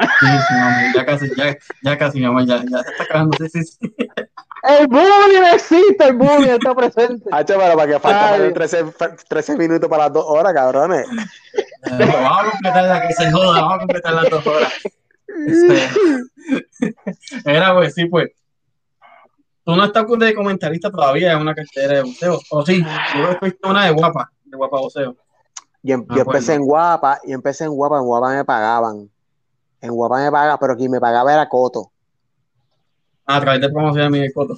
S1: Sí, sí, mami, ya casi, ya, ya casi, mi amor, ya, ya se está acabando. Sí, sí, sí.
S3: El bullying existe, el bullying está presente.
S2: Hacho, pero para que falta
S3: Ay.
S2: poner 13, 13 minutos para las dos horas, cabrones.
S1: Eh, vamos a completar la que se joda, vamos a completar las dos horas. Este, era pues, sí, pues. Tú no estás de comentarista todavía en una cartera de buceo. O sí, tú lo fuiste una de guapa, de guapa buceo.
S2: Yo, em-
S1: Me acuerdo.
S2: yo empecé en Guapa, y empecé en Guapa, en Guapa me pagaban. En Guapa me pagaban, pero quien me pagaba era Coto.
S1: A través de promoción de Miguel Cotto.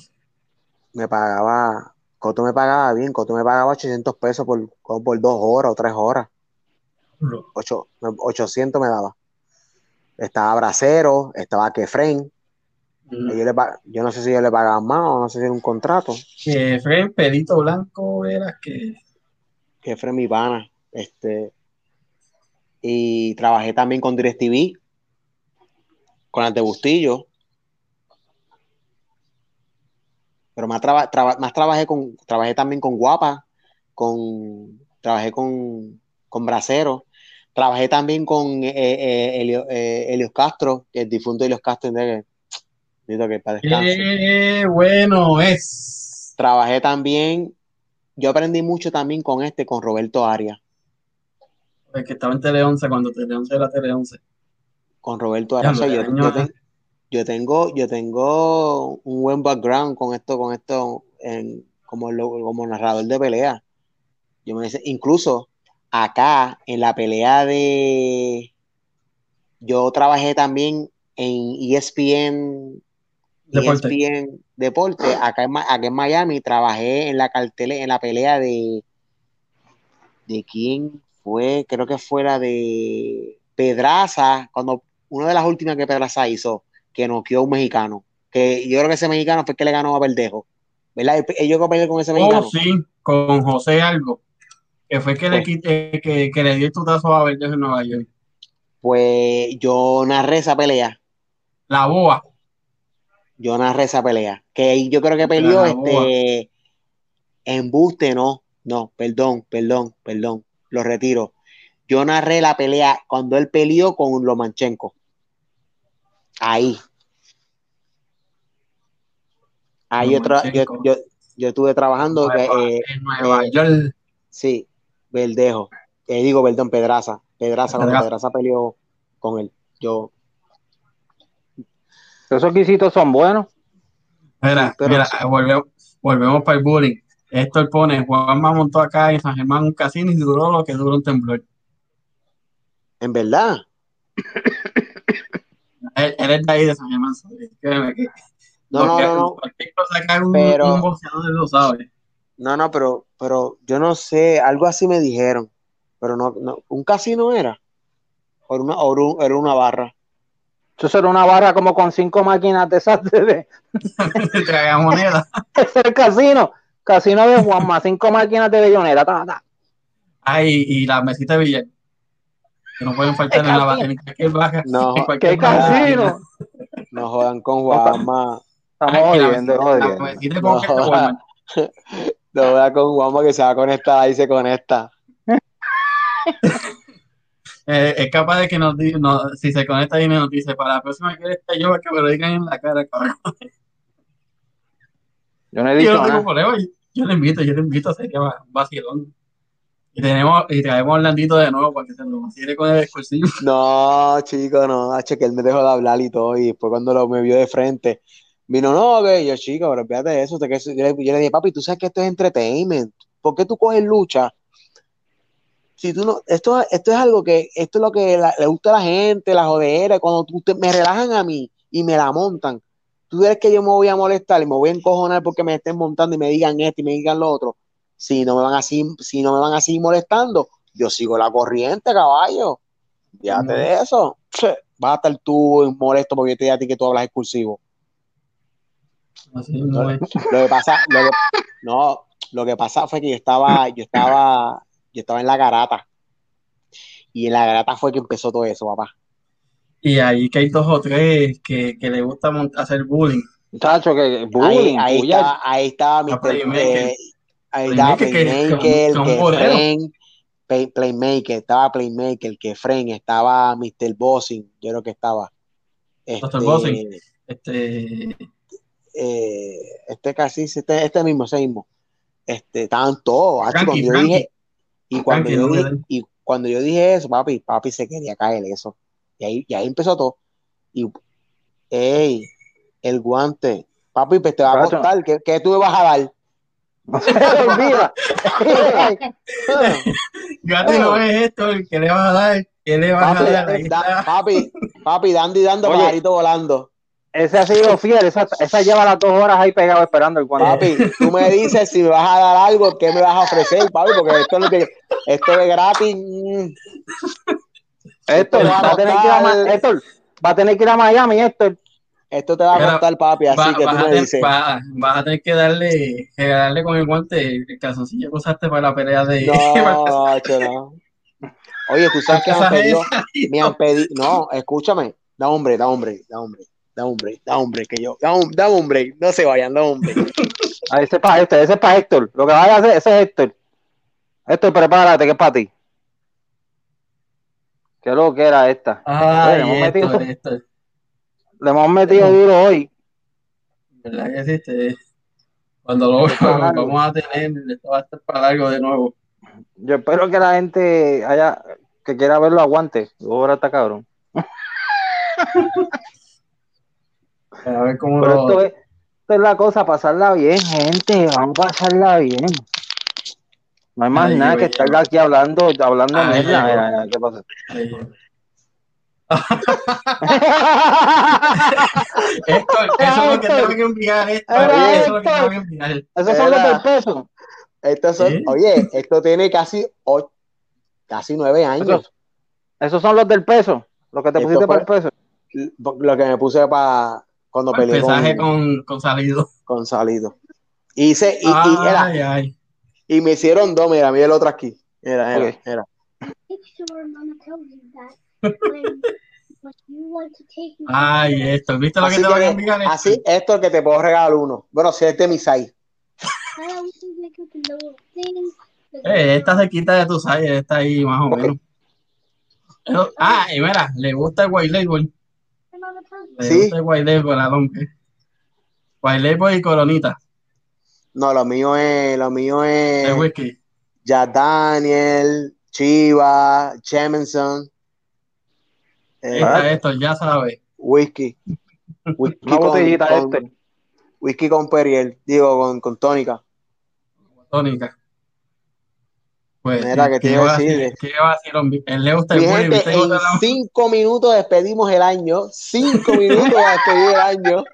S2: Me pagaba, Coto me pagaba bien, Coto me pagaba 800 pesos por, como por dos horas o tres horas. Ocho- no, 800 me daba. Estaba Bracero, estaba Kefren.
S1: Mm.
S2: y Yo, le pa- yo no sé si yo le pagaban más o no sé si era un contrato.
S1: Que fue en Eh, pelito blanco, era que.
S2: Kefren, mi pana. Este, y trabajé también con DirecTV, con Antebustillo. Pero más, traba- traba- más trabajé con trabajé también con Guapa, con trabajé con, con Bracero, trabajé también con eh, eh, Helio- eh, Helios Castro, el difunto Helios Castro, ¿entiendes? Necesito que para descanse
S1: Eh. Qué bueno es.
S2: trabajé también, yo aprendí mucho también con este, con Roberto Arias.
S1: El que estaba en Tele 11 cuando Tele 11 era Tele 11.
S2: Con Roberto Arias.
S1: Ya,
S2: O sea, yo,
S1: pero,
S2: yo
S1: no.
S2: ten- yo tengo, yo tengo un buen background con esto, con esto, en- como, lo- como narrador de pelea. Yo me dice, incluso acá en la pelea de yo trabajé también en E ESPN E
S1: Deporte.
S2: ESPN Deporte, acá en, Ma- acá en Miami, trabajé en la cartel, en la pelea de de quién fue, creo que fue la de Pedraza, cuando una de las últimas que Pedraza hizo, que noqueó a un mexicano, que yo creo que ese mexicano fue el que le ganó a Verdejo, ¿verdad? Ellos que peleé con ese mexicano.
S1: Oh, sí, con José Algo, que fue que le,
S2: Pues-
S1: quit- eh, que, que le dio el tutazo a Verdejo en Nueva York.
S2: Pues yo narré esa pelea,
S1: La boa.
S2: yo narré esa pelea, que ahí yo creo que peleó
S1: Ganó,
S2: este embuste, no, no, perdón, perdón, perdón, lo retiro. Yo narré la pelea cuando él peleó con Lomachenko. Ahí. Ahí yo, tra- yo,
S1: Lomachenko.
S2: yo, yo estuve trabajando,
S1: Nueva-
S2: eh,
S1: en Nueva York.
S2: sí, Verdejo. eh, digo, perdón, Pedraza. Pedraza, cuando
S1: Pedraza.
S2: Pedraza peleó con él. Yo,
S3: Esos guisitos son buenos.
S1: Mira,
S2: pero-
S1: mira, volvemos, volvemos para el bullying. Héctor pone, Juanma montó acá en San Germán un casino y duró lo que duró un temblor.
S2: en verdad,
S1: Él, él es de ahí de San Germán. ¿sabes? Créeme que
S2: no, no,
S1: cualquier-
S2: no, no,
S1: Cualquier cosa que haga un,
S2: Pero-
S1: un boxeador él lo sabe.
S2: no, no, pero, pero yo no sé, algo así me dijeron, pero no, no un casino era, o era una, o era un- era una barra.
S3: Eso era una barra como con cinco máquinas de esas de, de-
S1: Te traga moneda.
S3: ese era el casino. Casino de Juanma, cinco máquinas de bellonera. ta, ta.
S1: Ay, y la mesita de billar. Que no pueden faltar en, la, en cualquier baja.
S2: No,
S1: en cualquier
S3: ¡Qué
S1: baja.
S3: casino!
S2: No jodan con Juanma,
S3: Estamos
S1: Ay, pues. la
S3: jodiendo,
S1: mesita- la
S3: jodiendo.
S1: mesita como que te
S2: No.
S1: Walmart.
S2: no jodan con Juanma que se va a conectar, ahí se conecta.
S1: Eh, es capaz de que nos di- no- si se conecta y nos dice, para la próxima que esté yo, que me lo digan en la cara, cabrón.
S3: Yo no he
S1: Y Yo
S3: dicho
S1: no tengo
S3: nada.
S1: problema, yo, yo le invito, yo le invito, sería va- vacilón. Y, tenemos, y traemos a Orlandito de nuevo para que se lo vacile con el exclusivo.
S2: No, chico, no, H, que él me dejó de hablar y todo, y después cuando lo me vio de frente, vino, no, que yo, chico, pero espérate de eso, te que- yo, le, yo le dije, papi, tú sabes que esto es entertainment, ¿por qué tú coges lucha? Si tú no, esto, esto es algo que, esto es lo que la- le gusta a la gente, la jodera, cuando tú, te- me relajan a mí y me la montan, tú crees que yo me voy a molestar y me voy a encojonar porque me estén montando y me digan esto y me digan lo otro, si no me van así, si no me van así molestando, yo sigo la corriente, caballo. Fíjate de eso. Che, Vas a estar tú molesto porque yo te dije a ti que tú hablas exclusivo.
S1: Así no es.
S2: Lo que pasa, lo que- no, lo que pasa fue que yo estaba, yo estaba, yo estaba en la garata. Y en la garata fue que empezó todo eso, papá.
S1: Y ahí que hay dos o tres que, que le gusta mont- hacer bullying.
S3: Muchacho, que
S2: Ahí,
S3: bullying,
S2: ahí
S3: bullar.
S2: estaba, ahí estaba
S1: A
S2: Mr.
S1: Playmaker.
S2: eh, ahí estaba
S1: Playmaker, que-
S2: Playmaker,
S1: que un- que un
S2: que
S1: bolero.
S2: Fren, Play- Playmaker, estaba Playmaker, que Fren, estaba Mr. Bossing, yo creo que estaba. Este,
S1: Bossing. Este,
S2: eh, este casi, este, este mismo, ese mismo, este, estaban todos, hacho,
S1: Frankie,
S2: cuando yo
S1: Frankie.
S2: dije, y cuando
S1: Frankie,
S2: yo
S1: no me
S2: dije,
S1: den.
S2: y cuando yo dije eso, papi, papi se quería caer eso, y ahí, y ahí empezó todo, y, ey, el guante, papi, pues te va a
S3: Muchacho.
S2: costar, que, que tú me vas a dar,
S3: Se le olvida.
S1: Gati no es esto, el que le vas a dar, que le vas a
S2: papi,
S1: dar. Ahí
S2: da-
S1: está.
S2: papi, papi, dando y dando,
S3: Oye.
S2: pajarito volando,
S3: Ese ha sido fiel, esa, esa lleva las dos horas ahí pegado esperando el cuando.
S2: Papi, tú me dices si me vas a dar algo, ¿qué me vas a ofrecer, papi? Porque esto, no te- esto es gratis. mm.
S3: Héctor, va a tener que ir a, Ma- Héctor, va a tener que ir a Miami, Héctor.
S2: Esto te va a
S1: Mira,
S2: costar, papi, así
S1: Va-
S2: que tú
S1: vas, a
S2: me
S1: tener,
S2: dices.
S1: va- vas a tener que darle, regalarle con el guante el calzoncillo que usaste para la pelea de.
S2: No, macho, no. Oye, tú sabes que me han
S1: Esa es
S2: pedido,
S1: esa.
S2: me han pedido, no, escúchame, da hombre, da hombre, da hombre, da hombre, da hombre, que yo, da, un- da hombre, no se vayan, da hombre.
S3: Ah, ese es para Héctor, ese es para Héctor. Lo que vaya a hacer, ese es Héctor. Héctor, prepárate, que es para ti. Qué lo que era esta.
S1: Ay,
S3: Oye, hemos
S1: esto,
S3: metido-
S1: esto,
S3: Le hemos metido duro hoy.
S1: ¿verdad que sí? Este, cuando lo
S2: Pues,
S3: Está largo.
S1: vamos a tener, esto va a estar para largo de nuevo.
S3: Yo espero que la gente haya, que quiera verlo aguante. Ahora está cabrón.
S1: A ver cómo
S3: Pero
S1: lo.
S3: esto es, esto es la cosa, pasarla bien, gente. Vamos a pasarla bien. No hay más
S1: Ahí
S3: nada
S1: llegó,
S3: que
S1: ahí
S3: estar
S1: llegó.
S3: aquí hablando, hablando
S1: Ahí llegó.
S3: mierda. Mira, mira, ¿qué pasa?
S1: Ahí. Héctor, eso es lo que
S3: Héctor.
S1: tengo que enviar, Héctor,
S3: Era
S1: eso es lo que
S3: Héctor.
S1: tengo que enviar.
S3: Esos son los
S2: Era.
S3: del peso.
S2: Estos son,
S1: ¿Sí?
S2: oye, esto tiene casi ocho, casi nueve años.
S3: Esos, esos son los del peso. Los que te
S2: Esto
S3: pusiste
S2: fue-
S3: para el peso.
S2: Lo que me puse para cuando
S1: El
S2: peleé
S1: pesaje
S2: con,
S1: con, con salido.
S2: con Salido. Hice, y, y era,
S1: Ay, ay.
S2: Y me hicieron dos, mira, mira el otro aquí. Era, era,
S3: Ok.
S2: era.
S4: picture I'm gonna tell you that when when you want to take me
S1: Ay, Héctor, ¿viste lo que
S2: Así
S1: te voy a
S2: que,
S1: enviar? Héctor?
S2: así, esto es que te puedo regalar uno. Bueno, si este es mi size.
S4: I want to make up a little thing.
S1: Eh, esta se quita de tu side, está ahí más o menos. Pero- ah, y mira, le gusta el white label.
S4: I'm gonna tell you.
S1: Le
S2: Sí.
S1: gusta el white label a Dompe. White label y coronita
S2: No, lo mío es, lo mío
S1: de
S2: es
S1: whisky.
S2: ya Daniel, Chiva, Chemenson, eh,
S1: Esta, esto, ya sabes.
S2: whisky. Whisky
S3: Una botellita
S2: con,
S3: este.
S2: whisky con Periel, digo, con, con tónica.
S1: Tónica. Pues,
S2: Mira, ¿qué te iba a decir?
S1: ¿Qué va a decir? hombre? El Leo está
S2: Mi
S1: bueno y
S2: gente,
S1: usted
S2: en
S1: gusta la-
S2: cinco minutos despedimos el año. Cinco minutos para despedir el año.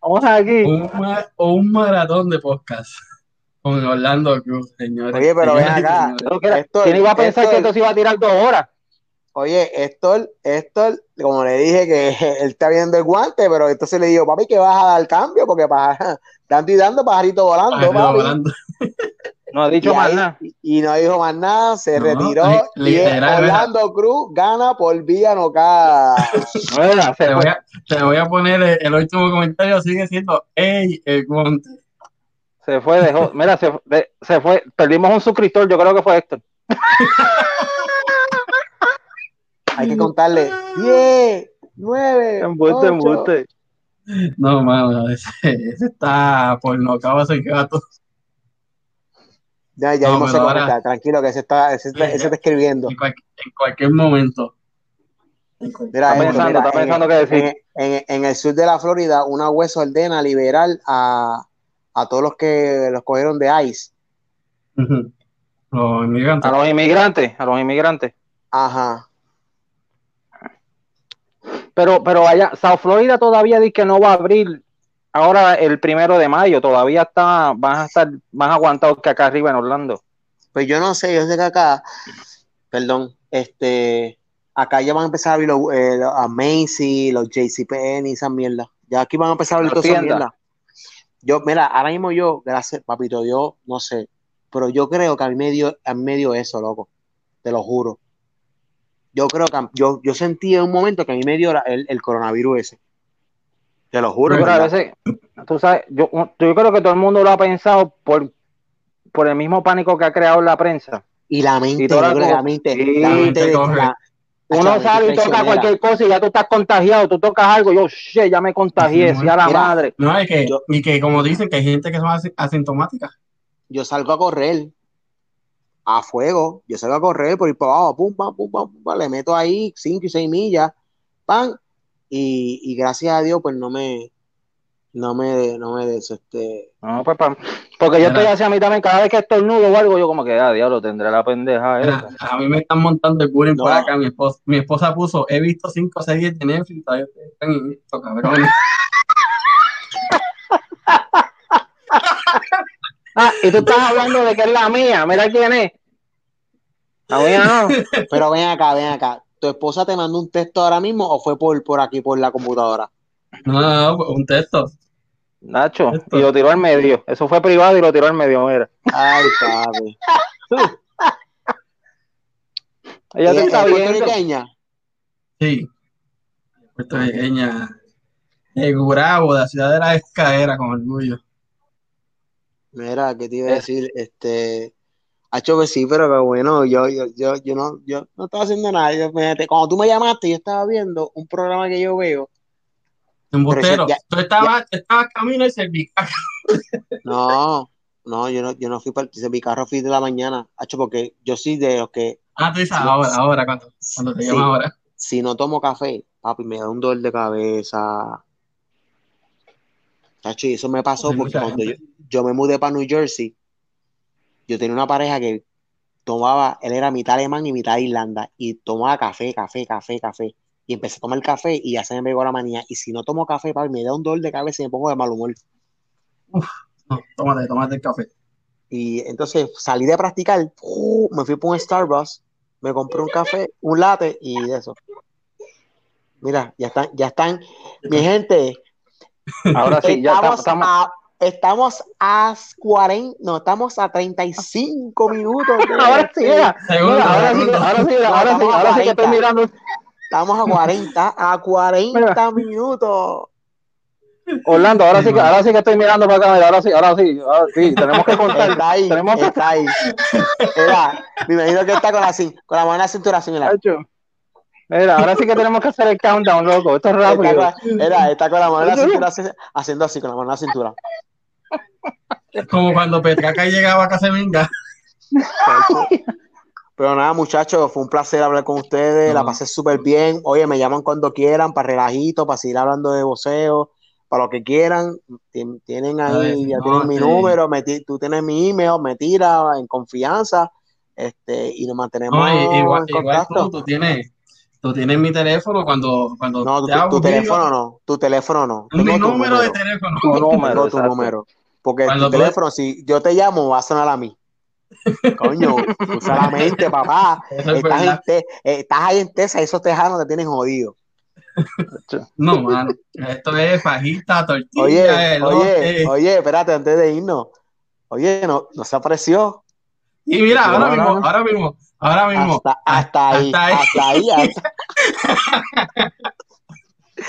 S3: Vamos aquí.
S1: un, ma- un maratón de podcast con Orlando Cruz, señores.
S2: Oye, pero ven
S1: Señoras y
S2: acá.
S1: señores.
S3: Creo que era-
S2: Esto-
S3: ¿Quién iba a pensar
S2: esto-
S3: que esto se iba a tirar dos horas?
S2: Oye, Héctor, Héctor, como le dije que él está viendo el guante, pero entonces le digo, papi, que vas a dar cambio, porque pa- dando y dando, pajarito volando,
S1: Pajarito
S2: papi.
S1: volando.
S3: No ha
S2: Y,
S3: dicho más
S2: ahí-
S3: nada.
S2: y no dijo más nada, se
S1: No,
S2: retiró.
S1: li-
S2: Y
S1: literal, ¿verdad?
S2: Orlando Cruz gana por vía nocada.
S3: No era, se
S1: Te voy,
S3: fue.
S1: a, te voy a poner el, el último comentario, sigue siendo ¡Ey, el guante!
S3: Se fue, dejó. Mira, se, de- se fue. Perdimos un suscriptor, yo creo que fue Héctor.
S2: Hay que contarle 10, 9,
S3: Embuste, embuste.
S1: No, mano, ese, ese está por nocao ese gato.
S2: Ya, ya
S1: No,
S2: mismo se
S1: pero ahora-
S2: conecta, tranquilo, que se está, ese está, ese está escribiendo.
S1: En, cual- en cualquier momento.
S3: Está
S2: Mira, Héctor,
S3: pensando,
S2: mira,
S3: está
S2: en-
S3: pensando qué decir.
S2: en, en- en el sur de la Florida, una jueza ordena liberar a, a todos los que los cogieron de ICE.
S1: Ujú. Los inmigrantes.
S3: A
S2: Ah,
S3: los inmigrantes, a los inmigrantes.
S2: Ajá.
S3: Pero, pero allá, South Florida todavía dice que no va a abrir ahora el primero de mayo. Todavía está, van a estar más aguantados que acá arriba en Orlando.
S2: Pues yo no sé, yo sé que acá, perdón, este, acá ya van a empezar a abrir los, eh, los- a Macy, los JCPenney, esa mierda. Ya aquí van a empezar a abrir
S3: Las
S2: toda esa
S3: tiendas.
S2: mierda. Yo, mira, ahora mismo yo, gracias, papito, yo no sé, pero yo creo que a mí me dio, a mí me dio eso, loco, te lo juro. Yo creo que a- yo, yo sentí en un momento que a mí me dio la- el, el coronavirus ese. Te lo juro.
S3: Yo creo que
S2: ¿verdad?
S3: a veces, tú sabes, yo, yo creo que todo el mundo lo ha pensado por, por el mismo pánico que ha creado la prensa.
S2: Y la mente,
S3: Y toda
S2: yo
S3: la
S2: creo que
S3: cosa-
S2: la mente,
S3: Sí,
S2: la mente
S1: te
S2: de-
S1: coge.
S2: la- la
S3: Uno sabe y
S2: mente
S3: toca
S2: traicionera.
S3: cualquier cosa y ya tú estás contagiado, tú tocas algo, yo, shit, ya me contagié,
S1: Ujú,
S3: si a la
S2: mira.
S3: madre.
S1: No, y que,
S2: Yo-
S1: y que como dicen que hay gente que son asi- asintomáticas.
S2: yo salgo a correr a fuego, yo salgo a correr por ir para abajo, pum, pam, pum, pam, pum, pam, le meto ahí 5 y 6 millas, pan, y, y gracias a Dios, pues no me, no me, no me, des- este,
S3: No, pues, pa- porque
S1: Mira.
S3: yo estoy así a mí también, cada vez que estornudo o algo, yo como que, ah, diablo, tendré la pendeja
S1: Mira,
S3: esa.
S1: a mí me están montando el bullying por
S2: No.
S1: acá. Mi esposa, mi esposa puso, he visto cinco series de Netflix, todavía ustedes están en esto, cabrones.
S3: Ah, y tú estás hablando de que es la mía, mira quién es. La mía no.
S2: pero ven acá, ven acá, ¿tu esposa te mandó un texto ahora mismo o fue por, por aquí, por la computadora?
S1: No, no, no, un texto.
S3: Nacho, y lo tiró al medio. Eso fue privado y lo tiró al medio, mira.
S2: Ay, papi.
S3: Ella
S2: ¿Y
S3: te
S2: es-
S3: está
S2: es
S3: viendo.
S2: puertorriqueña?
S1: Sí. Puertorriqueña. El Gurabo, de la ciudad de la escadera, con orgullo.
S2: Mira, que te iba a
S3: Eh.
S2: decir, este, hecho que sí, pero que bueno, yo, yo, yo, yo no, yo no estaba haciendo nada. Yo, fíjate, cuando tú me llamaste, yo estaba viendo un programa que yo veo.
S1: Embustero.
S2: Pero ya-
S1: Tú estabas, tú estabas camino y cervical.
S2: No, no, yo no, yo no fui para mi carro fui de la mañana, hecho porque yo soy de los que
S1: Ah, tú dices
S2: Sí.
S1: ahora, ahora, cuando, cuando te
S2: Sí.
S1: llamas ahora.
S2: si no tomo café, papi, me da un dolor de cabeza. Tacho, y eso me pasó
S1: Hay
S2: porque
S1: mucha
S2: cuando yo,
S1: gente.
S2: yo me mudé para New Jersey, yo tenía una pareja que tomaba, él era mitad alemán y mitad de Irlanda, y tomaba café, café, café, café. Y empecé a tomar café y ya se me pegó la manía. Y si no tomo café, papi, me da un dolor de cabeza y me pongo de mal humor.
S1: No, tómate, tómate el café.
S2: Y entonces salí de practicar, ¡uh! me fui por un Starbucks, me compré un café, un latte y de eso. Mira, ya están, ya están, mi gente,
S3: Ahora sí, ya
S2: estamos,
S3: estamos. estamos-
S2: a estamos a 40, no, estamos a 35 minutos. de-
S3: Ahora sí, mira.
S1: Segundo,
S3: Mira, ahora sí,
S1: segundo.
S3: ahora sí, ahora sí, ahora sí que estoy mirando.
S2: Estamos a 40, a 40 minutos.
S3: Orlando, ahora sí que, ahora sí que estoy mirando para acá, mira, ahora sí, ahora sí, ahora sí, tenemos que contar.
S2: Está ahí,
S3: Tenemos que-
S2: está ahí. Mira, me imagino que está con la, cin- con la mano en la cintura así, mira.
S3: Nacho. Mira, ahora sí que tenemos que hacer el countdown, loco. Esto es
S2: Está
S3: rápido.
S2: con, era, está con la mano en la cintura así- haciendo así, con la mano en la cintura.
S1: Como cuando Petraca llegaba a Caseminga.
S2: Pero nada, muchachos, fue un placer hablar con ustedes,
S1: No.
S2: la pasé súper bien. Oye, me llaman cuando quieran, para relajito, para seguir hablando de voceo, para lo que quieran. Tien- Tienen ahí,
S1: Ay,
S2: ya
S1: no,
S2: tienen mi
S1: sí.
S2: número, me ti- tú tienes mi email, me tira en confianza este, y nos mantenemos
S1: No, y- igual,
S2: en
S1: igual
S2: contacto.
S1: tú, tú tienes, tú tienes mi teléfono cuando, cuando
S2: no, tu,
S1: te
S2: tu-
S1: hago
S2: tu
S1: un
S2: teléfono
S1: video,
S2: no, tu teléfono no. Tengo
S1: mi
S2: tu
S1: número de teléfono.
S3: Tu número,
S2: Tengo tu
S3: exacto.
S2: número. Porque
S1: Cuando
S2: tu
S1: tú-
S2: teléfono, si yo te llamo, va a sonar a mí. Coño, usa la mente, papá.
S1: Eso es
S2: Estás,
S1: verdad.
S2: en te- eh, estás ahí en Tesa y esos tejanos te tienen jodido.
S1: No, mano. Esto es fajita, tortilla,
S2: Oye,
S1: elote.
S2: oye, oye, espérate, antes de irnos. Oye, no, no se apareció.
S1: Y mira, ahora
S2: No,
S1: mismo,
S2: no, Ah, no.
S1: ahora mismo, ahora mismo.
S2: Hasta, hasta ahí,
S1: hasta ahí.
S2: hasta ahí. hasta-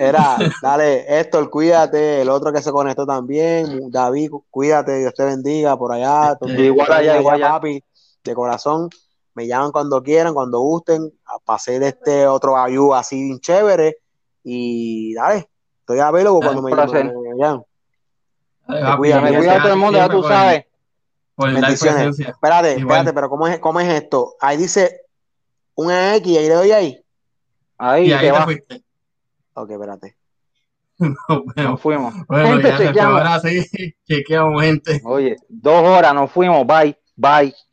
S2: Era, dale, Héctor, cuídate. El otro que se conectó también, David, cuídate. Dios te bendiga por allá. tú-
S1: Este,
S3: igual allá,
S2: allá,
S3: igual allá.
S2: papi, de corazón. Me llaman cuando quieran, cuando gusten, a- para hacer este otro ayú así bien chévere. Y dale, estoy a verlo cuando me,
S3: placer.
S2: me- me llamen.
S1: Dale,
S2: te
S1: papi,
S2: cuida,
S3: Se me
S1: gracias
S3: cuida todo el mundo, ya
S1: siempre
S3: tú
S1: por-
S3: sabes.
S1: Por dar
S2: Bendiciones.
S1: presencia.
S2: Espérate,
S1: Igual.
S2: espérate, pero ¿cómo es, cómo es esto? Ahí dice una X y ahí le doy ahí.
S3: Ahí,
S1: Y
S3: te
S1: ahí te
S3: vas.
S1: fuiste.
S2: Ok, espérate.
S3: Nos
S1: Bueno,
S3: fuimos.
S1: bueno,
S3: Gente,
S1: ya se fue.
S3: chequeamos.
S1: Ahora sí, chequeamos, gente.
S3: Oye, dos horas, nos fuimos. Bye, bye.